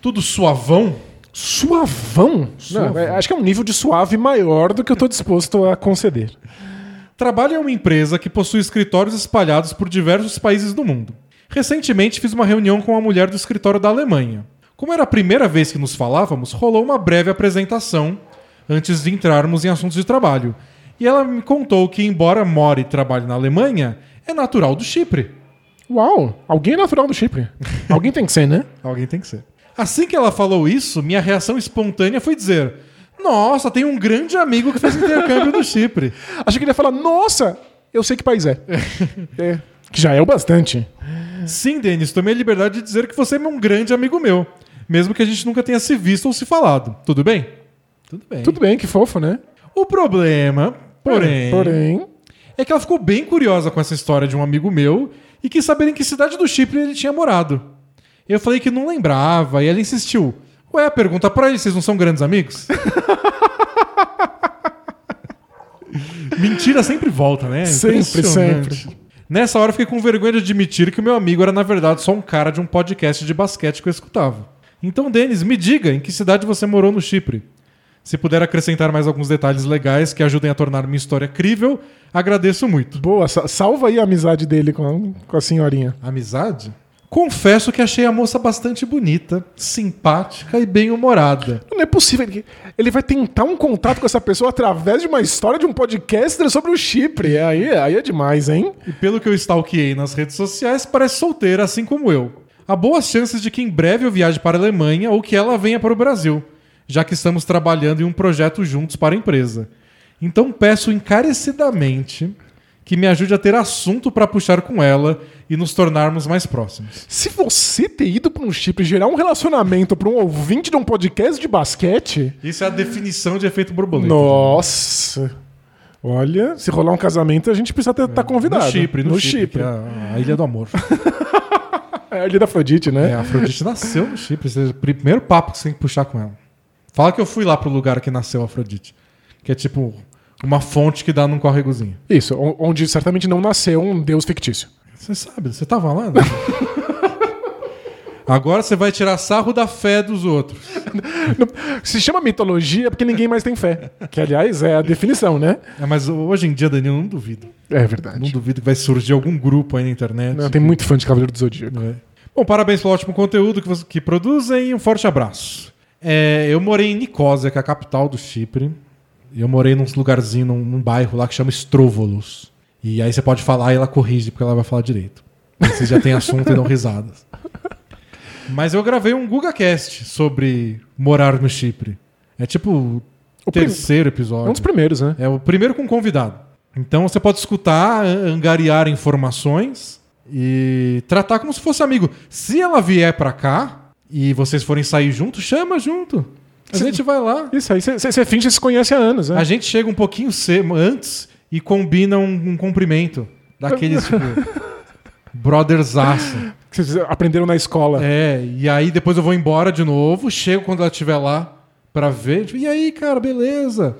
Speaker 1: tudo suavão?
Speaker 2: Suavão?
Speaker 1: Suavão.
Speaker 2: Não, é- acho que é um nível de suave maior do que eu tô disposto a conceder.
Speaker 1: Trabalho em uma empresa que possui escritórios espalhados por diversos países do mundo. Recentemente fiz uma reunião com uma mulher do escritório da Alemanha. Como era a primeira vez que nos falávamos, rolou uma breve apresentação antes de entrarmos em assuntos de trabalho. E ela me contou que, embora more e trabalhe na Alemanha, é natural do Chipre.
Speaker 2: Uau! Alguém é natural do Chipre. Alguém tem que ser, né?
Speaker 1: Alguém tem que ser. Assim que ela falou isso, minha reação espontânea foi dizer: Nossa, tem um grande amigo que fez intercâmbio no Chipre.
Speaker 2: Achei que ele ia falar, nossa, eu sei que país é. É, Que já é o bastante.
Speaker 1: Sim, Denis, tomei a liberdade de dizer que você é um grande amigo meu, mesmo que a gente nunca tenha se visto ou se falado. Tudo bem? Tudo bem.
Speaker 2: Tudo bem, que fofo, né?
Speaker 1: O problema, porém,
Speaker 2: Porém.
Speaker 1: é que ela ficou bem curiosa com essa história de um amigo meu e quis saber em que cidade do Chipre ele tinha morado. Eu falei que não lembrava e ela insistiu. Ué, pergunta pra ele, vocês não são grandes amigos? Mentira sempre volta, né?
Speaker 2: Sempre,
Speaker 1: Impressionante.
Speaker 2: sempre.
Speaker 1: Nessa hora eu fiquei com vergonha de admitir que o meu amigo era na verdade só um cara de um podcast de basquete que eu escutava. Então, Denis, me diga em que cidade você morou no Chipre. Se puder acrescentar mais alguns detalhes legais que ajudem a tornar minha história crível, agradeço muito.
Speaker 2: Boa, sa- salva aí a amizade dele com a, com a senhorinha.
Speaker 1: Amizade? Confesso que achei a moça bastante bonita, simpática e bem-humorada.
Speaker 2: Não é possível. Ele, ele vai tentar um contato com essa pessoa através de uma história de um podcaster sobre o Chipre. Aí, aí é demais, hein?
Speaker 1: E pelo que eu stalkeei nas redes sociais, parece solteira, assim como eu. Há boas chances de que em breve eu viaje para a Alemanha ou que ela venha para o Brasil, já que estamos trabalhando em um projeto juntos para a empresa. Então peço encarecidamente que me ajude a ter assunto para puxar com ela e nos tornarmos mais próximos.
Speaker 2: Se você ter ido pra um Chipre e gerar um relacionamento pra um ouvinte de um podcast de basquete.
Speaker 1: Isso é a definição de efeito borboleta.
Speaker 2: Nossa! Olha, se rolar um casamento, a gente precisa estar convidado.
Speaker 1: É. No Chipre, no, Chipre.
Speaker 2: Chipre.
Speaker 1: que é a- a Ilha do Amor.
Speaker 2: É a Ilha da Afrodite,
Speaker 1: É,
Speaker 2: né?
Speaker 1: a Afrodite nasceu no Chipre. Esse é o primeiro papo que você tem que puxar com ela. Fala que eu fui lá pro lugar que nasceu a Afrodite. Que é tipo uma fonte que dá num córregozinho.
Speaker 2: Isso, on- onde certamente não nasceu um deus fictício.
Speaker 1: Você sabe, você tava lá, né? Agora você vai tirar sarro da fé dos outros.
Speaker 2: Não- Se chama mitologia é porque ninguém mais tem fé. Que, aliás, é a definição, né?
Speaker 1: É, mas hoje em dia, Danilo, eu não duvido.
Speaker 2: É
Speaker 1: Não
Speaker 2: verdade.
Speaker 1: duvido que vai surgir algum grupo aí na internet.
Speaker 2: Não, tem muito fã de Cavaleiro do Zodíaco.
Speaker 1: É. Bom, parabéns pelo ótimo conteúdo que, você- que produzem e um forte abraço. É, eu morei em Nicosia, que é a capital do Chipre. E Eu morei num lugarzinho, num, num bairro lá que chama Estróvolos. E aí você pode falar e ela corrige, porque ela vai falar direito. Aí Vocês já têm assunto e dão risadas. Mas eu gravei um GugaCast sobre morar no Chipre. É tipo o
Speaker 2: prim-
Speaker 1: terceiro
Speaker 2: É um
Speaker 1: episódio.
Speaker 2: dos primeiros, né?
Speaker 1: É o primeiro com convidado. Então você pode escutar, an- angariar informações e tratar como se fosse amigo. Se ela vier pra cá e vocês forem sair junto, chama junto. A
Speaker 2: Sim.
Speaker 1: gente vai lá.
Speaker 2: Isso aí, você finge que se conhece há anos, né?
Speaker 1: A gente chega um pouquinho ce- antes e combina um, um cumprimento daqueles tipo brothersaço.
Speaker 2: Que vocês aprenderam na escola.
Speaker 1: É, e aí depois eu vou embora de novo, chego quando ela estiver lá pra ver. Tipo, e aí, cara, beleza?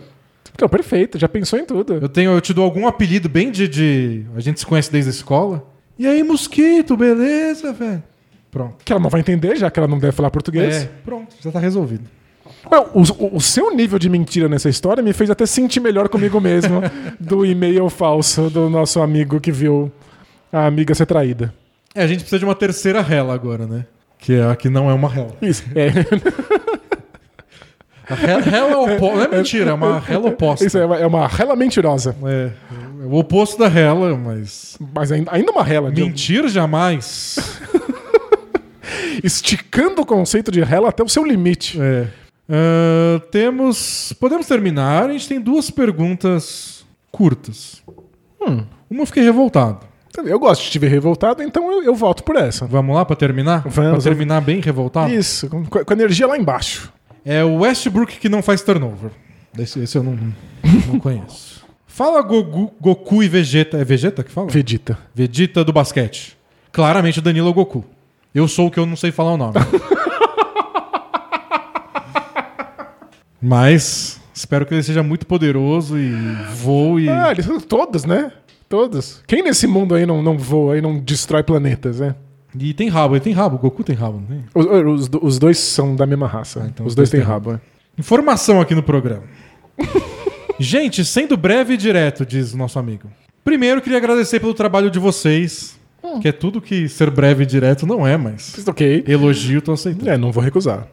Speaker 2: Então, perfeito, já pensou em tudo.
Speaker 1: Eu tenho, eu te dou algum apelido bem de, de- A gente se conhece desde a escola. E aí, mosquito, beleza, velho? Pronto.
Speaker 2: Que ela não vai entender, É já que ela não deve falar português.
Speaker 1: É, pronto, já tá resolvido.
Speaker 2: Well, o, o seu nível de mentira nessa história me fez até sentir melhor comigo mesmo do e-mail falso do nosso amigo que viu a amiga ser traída.
Speaker 1: É, a gente precisa de uma terceira rela agora, né? Que é a que não é uma rela.
Speaker 2: Isso. É,
Speaker 1: A re- rela é o oposto. Não é mentira, é uma rela oposta.
Speaker 2: isso é uma, é uma rela mentirosa.
Speaker 1: É, é o oposto da rela, mas.
Speaker 2: Mas ainda, ainda uma rela. de-
Speaker 1: Mentir jamais.
Speaker 2: Esticando o conceito de rela até o seu limite.
Speaker 1: É. Ah, temos. Podemos terminar. A gente tem duas perguntas curtas.
Speaker 2: Hum.
Speaker 1: Uma eu fiquei revoltado.
Speaker 2: Então, Eu gosto de te ver revoltado, então eu, eu voto por essa.
Speaker 1: Vamos lá pra terminar?
Speaker 2: Vamos.
Speaker 1: Pra terminar bem revoltado?
Speaker 2: Isso, com, com a energia lá embaixo.
Speaker 1: É o Westbrook que não faz turnover. Esse, esse eu não, não conheço. Fala Gogu- Goku e Vegeta. É Vegeta que fala?
Speaker 2: Vegeta.
Speaker 1: Vegeta do basquete. Claramente o Danilo é o Goku. Eu sou o que eu não sei falar o nome. Mas espero que ele seja muito poderoso e voe.
Speaker 2: Ah, eles são todos, né? Todos. Quem nesse mundo aí não, não voa e não destrói planetas, né?
Speaker 1: E tem rabo, ele tem rabo. O Goku tem rabo, não tem?
Speaker 2: Os, os do- os dois são da mesma raça.
Speaker 1: então
Speaker 2: os dois, têm rabo. é.
Speaker 1: Informação aqui no programa. Gente, sendo breve e direto, diz o nosso amigo. Primeiro, queria agradecer pelo trabalho de vocês, que é tudo que ser breve e direto não é, mas
Speaker 2: Ok.
Speaker 1: elogio tô aceitando.
Speaker 2: É, não vou recusar.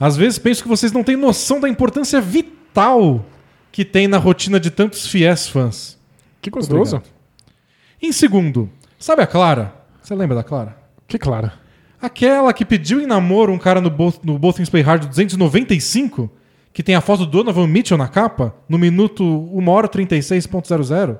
Speaker 1: Às vezes penso que vocês não têm noção da importância vital que tem na rotina de tantos fiéis fãs.
Speaker 2: Que gostoso.
Speaker 1: Em segundo, sabe a Clara? Você lembra da Clara?
Speaker 2: Que clara.
Speaker 1: Aquela que pediu em namoro um cara no, Bo no Both Things Play Hard 295, que tem a foto do Donovan Mitchell na capa, no minuto 1 hora 36.00.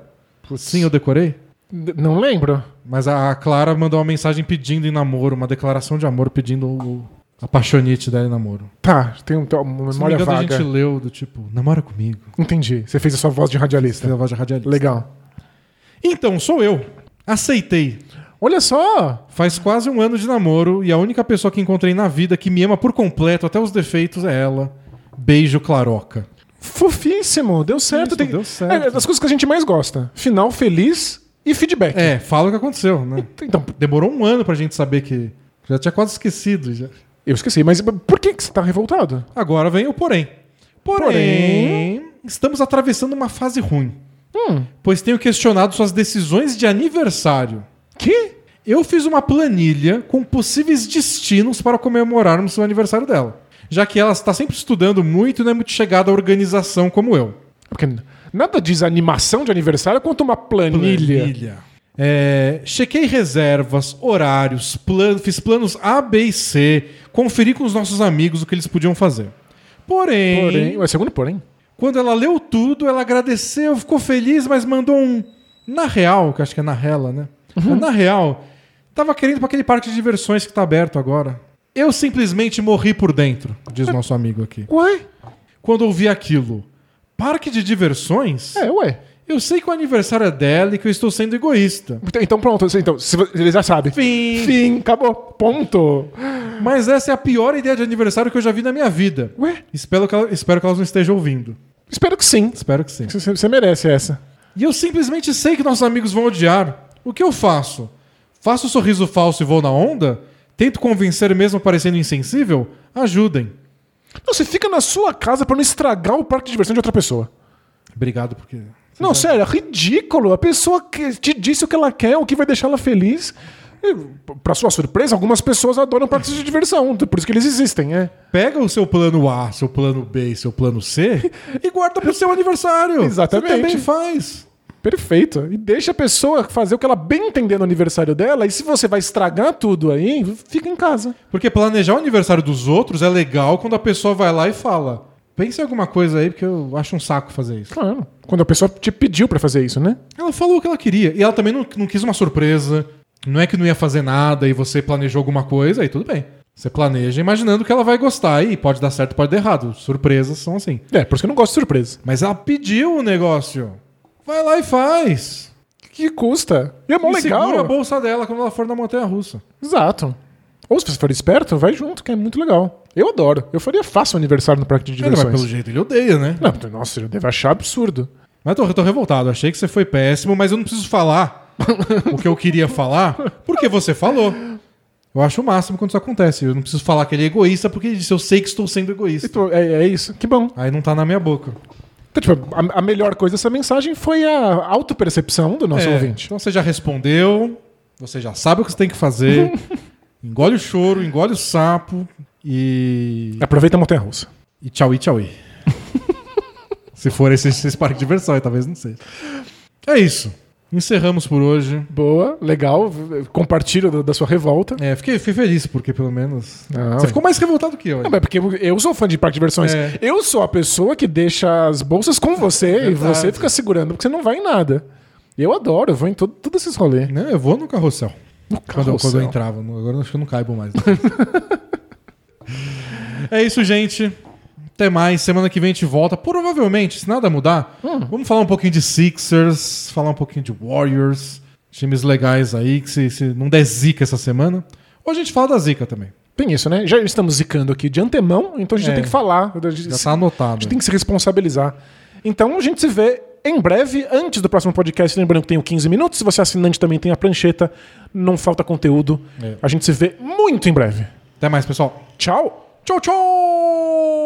Speaker 1: Sim, eu decorei.
Speaker 2: D- Não lembro.
Speaker 1: Mas a a Clara mandou uma mensagem pedindo em namoro, uma declaração de amor pedindo o a paixonite dela em namoro.
Speaker 2: Tá, tem um- tem uma
Speaker 1: Se não me
Speaker 2: memória
Speaker 1: engano, a
Speaker 2: vaga.
Speaker 1: gente leu do tipo, namora comigo.
Speaker 2: Entendi. Você fez a sua voz de radialista.
Speaker 1: Tem a voz de radialista.
Speaker 2: Legal.
Speaker 1: Então, sou eu. Aceitei.
Speaker 2: Olha só!
Speaker 1: Faz quase um ano de namoro e a única pessoa que encontrei na vida que me ama por completo, até os defeitos, é ela. Beijo, Claroca.
Speaker 2: Fofíssimo! Deu certo.
Speaker 1: Isso,
Speaker 2: tem-
Speaker 1: deu certo.
Speaker 2: É, das coisas que a gente mais gosta. Final feliz e feedback.
Speaker 1: É, fala o que aconteceu, né?
Speaker 2: Então,
Speaker 1: Demorou um ano pra gente saber que. Já tinha quase esquecido. já.
Speaker 2: eu esqueci, mas por que, que você tá revoltado?
Speaker 1: Agora vem o porém. porém. estamos atravessando uma fase ruim. Pois tenho questionado suas decisões de aniversário.
Speaker 2: Que?
Speaker 1: Eu fiz uma planilha com possíveis destinos para comemorarmos o aniversário dela. Já que ela está sempre estudando muito e não é muito chegada à organização como eu.
Speaker 2: Porque nada diz animação de aniversário quanto uma planilha.
Speaker 1: É, chequei reservas, horários, plan- fiz planos A, B e C, conferi com os nossos amigos o que eles podiam fazer. Porém,
Speaker 2: Porém, ué, segundo porém.
Speaker 1: quando ela leu tudo, ela agradeceu, ficou feliz, mas mandou um. Na real, que eu acho que é na rela, né?
Speaker 2: Uhum.
Speaker 1: Na real, tava querendo para aquele parque de diversões que tá aberto agora. Eu simplesmente morri por dentro, diz nosso amigo aqui.
Speaker 2: Ué?
Speaker 1: Quando ouvi aquilo, parque de diversões?
Speaker 2: É, ué.
Speaker 1: Eu sei que o aniversário é dela e que eu estou sendo egoísta.
Speaker 2: Então- Então pronto, assim, então, se vo- ele já sabe.
Speaker 1: Fim.
Speaker 2: Fim, acabou. Ponto.
Speaker 1: Mas essa é a pior ideia de aniversário que eu já vi na minha vida.
Speaker 2: Ué?
Speaker 1: Espero que, ela- espero que elas não estejam ouvindo.
Speaker 2: Espero que sim.
Speaker 1: Espero que sim.
Speaker 2: Você você merece essa.
Speaker 1: E eu simplesmente sei que nossos amigos vão odiar. O que eu faço? Faço um sorriso falso e vou na onda? Tento convencer mesmo parecendo insensível? Ajudem.
Speaker 2: Não, você fica na sua casa pra não estragar o parque de diversão de outra pessoa.
Speaker 1: Obrigado porque.
Speaker 2: Não, sério, é ridículo. A pessoa que te disse o que ela quer, o que vai deixar ela feliz. E, p- pra sua surpresa, algumas pessoas adoram parques de diversão. Por isso que eles existem, é.
Speaker 1: Pega o seu plano A, seu plano B, e seu plano C e guarda pro seu aniversário.
Speaker 2: Exatamente.
Speaker 1: Você também faz.
Speaker 2: Perfeito. E deixa a pessoa fazer o que ela bem entender no aniversário dela. E se você vai estragar tudo aí, fica em casa.
Speaker 1: Porque planejar o aniversário dos outros é legal quando a pessoa vai lá e fala: pense em alguma coisa aí, porque eu acho um saco fazer isso.
Speaker 2: Claro. Quando a pessoa te pediu pra fazer isso, né?
Speaker 1: Ela falou o que ela queria. E ela também não, não quis uma surpresa. Não é que não ia fazer nada e você planejou alguma coisa, aí tudo bem. Você planeja imaginando que ela vai gostar e pode dar certo, pode dar errado. Surpresas são assim.
Speaker 2: É, por isso que eu não gosto de surpresa.
Speaker 1: Mas ela pediu o negócio. Vai lá e faz.
Speaker 2: Que custa. E é mó
Speaker 1: E segura a
Speaker 2: legal.
Speaker 1: bolsa dela quando ela for na montanha russa.
Speaker 2: Exato. Ou se você for esperto, vai junto, que é muito legal. Eu adoro. Eu faria fácil um aniversário no parque de
Speaker 1: Ele, mas
Speaker 2: diversões.
Speaker 1: pelo jeito ele odeia, né?
Speaker 2: Não, nossa, ele deve achar absurdo.
Speaker 1: Mas eu tô, eu tô revoltado. Achei que você foi péssimo, mas eu não preciso falar o que eu queria falar, porque você falou. Eu acho o máximo quando isso acontece. Eu não preciso falar que ele é egoísta, porque ele disse, eu sei que estou sendo egoísta.
Speaker 2: Então, é, é isso. Que bom.
Speaker 1: Aí não tá na minha boca.
Speaker 2: Então, tipo, a, a melhor coisa dessa mensagem foi a autopercepção do nosso
Speaker 1: É,
Speaker 2: ouvinte.
Speaker 1: Então você já respondeu, você já sabe o que você tem que fazer. engole o choro, engole o sapo e.
Speaker 2: Aproveita a montanha russa.
Speaker 1: E tchau, e tchau. e. Se for esse, esse parque de diversão, aí talvez não seja. É isso. Encerramos por hoje.
Speaker 2: Boa, legal. Compartilha da, da sua revolta.
Speaker 1: É, fiquei, fiquei feliz, porque pelo menos.
Speaker 2: Ah,
Speaker 1: você
Speaker 2: ué.
Speaker 1: ficou mais revoltado que eu.
Speaker 2: Não, mas é porque eu sou fã de parque de diversões.
Speaker 1: É.
Speaker 2: Eu sou a pessoa que deixa as bolsas com você e você fica segurando porque você não vai em nada. Eu adoro, eu vou em todo- todos esses rolês.
Speaker 1: Não, Né? eu vou no carrossel. Quando, eu- quando eu
Speaker 2: Carrossel.
Speaker 1: entrava. No- Agora eu acho que eu não caibo mais. né? é isso, gente. Até mais. Semana que vem a gente volta. Provavelmente, se nada mudar, vamos falar um pouquinho de Sixers, falar um pouquinho de Warriors, times legais aí, que se, se não der zica essa semana. Ou a gente fala da zica também.
Speaker 2: Tem isso, né? Já estamos zicando aqui de antemão, então a gente
Speaker 1: É.
Speaker 2: já tem que falar. A gente,
Speaker 1: Já tá
Speaker 2: a
Speaker 1: anotado.
Speaker 2: gente tem que se responsabilizar. Então a gente se vê em breve, antes do próximo podcast. Lembrando que tem o 15 minutos. Se você é assinante, também tem a prancheta. Não falta conteúdo.
Speaker 1: É.
Speaker 2: A gente se vê muito em breve.
Speaker 1: Até mais, pessoal.
Speaker 2: Tchau! Tchau, tchau!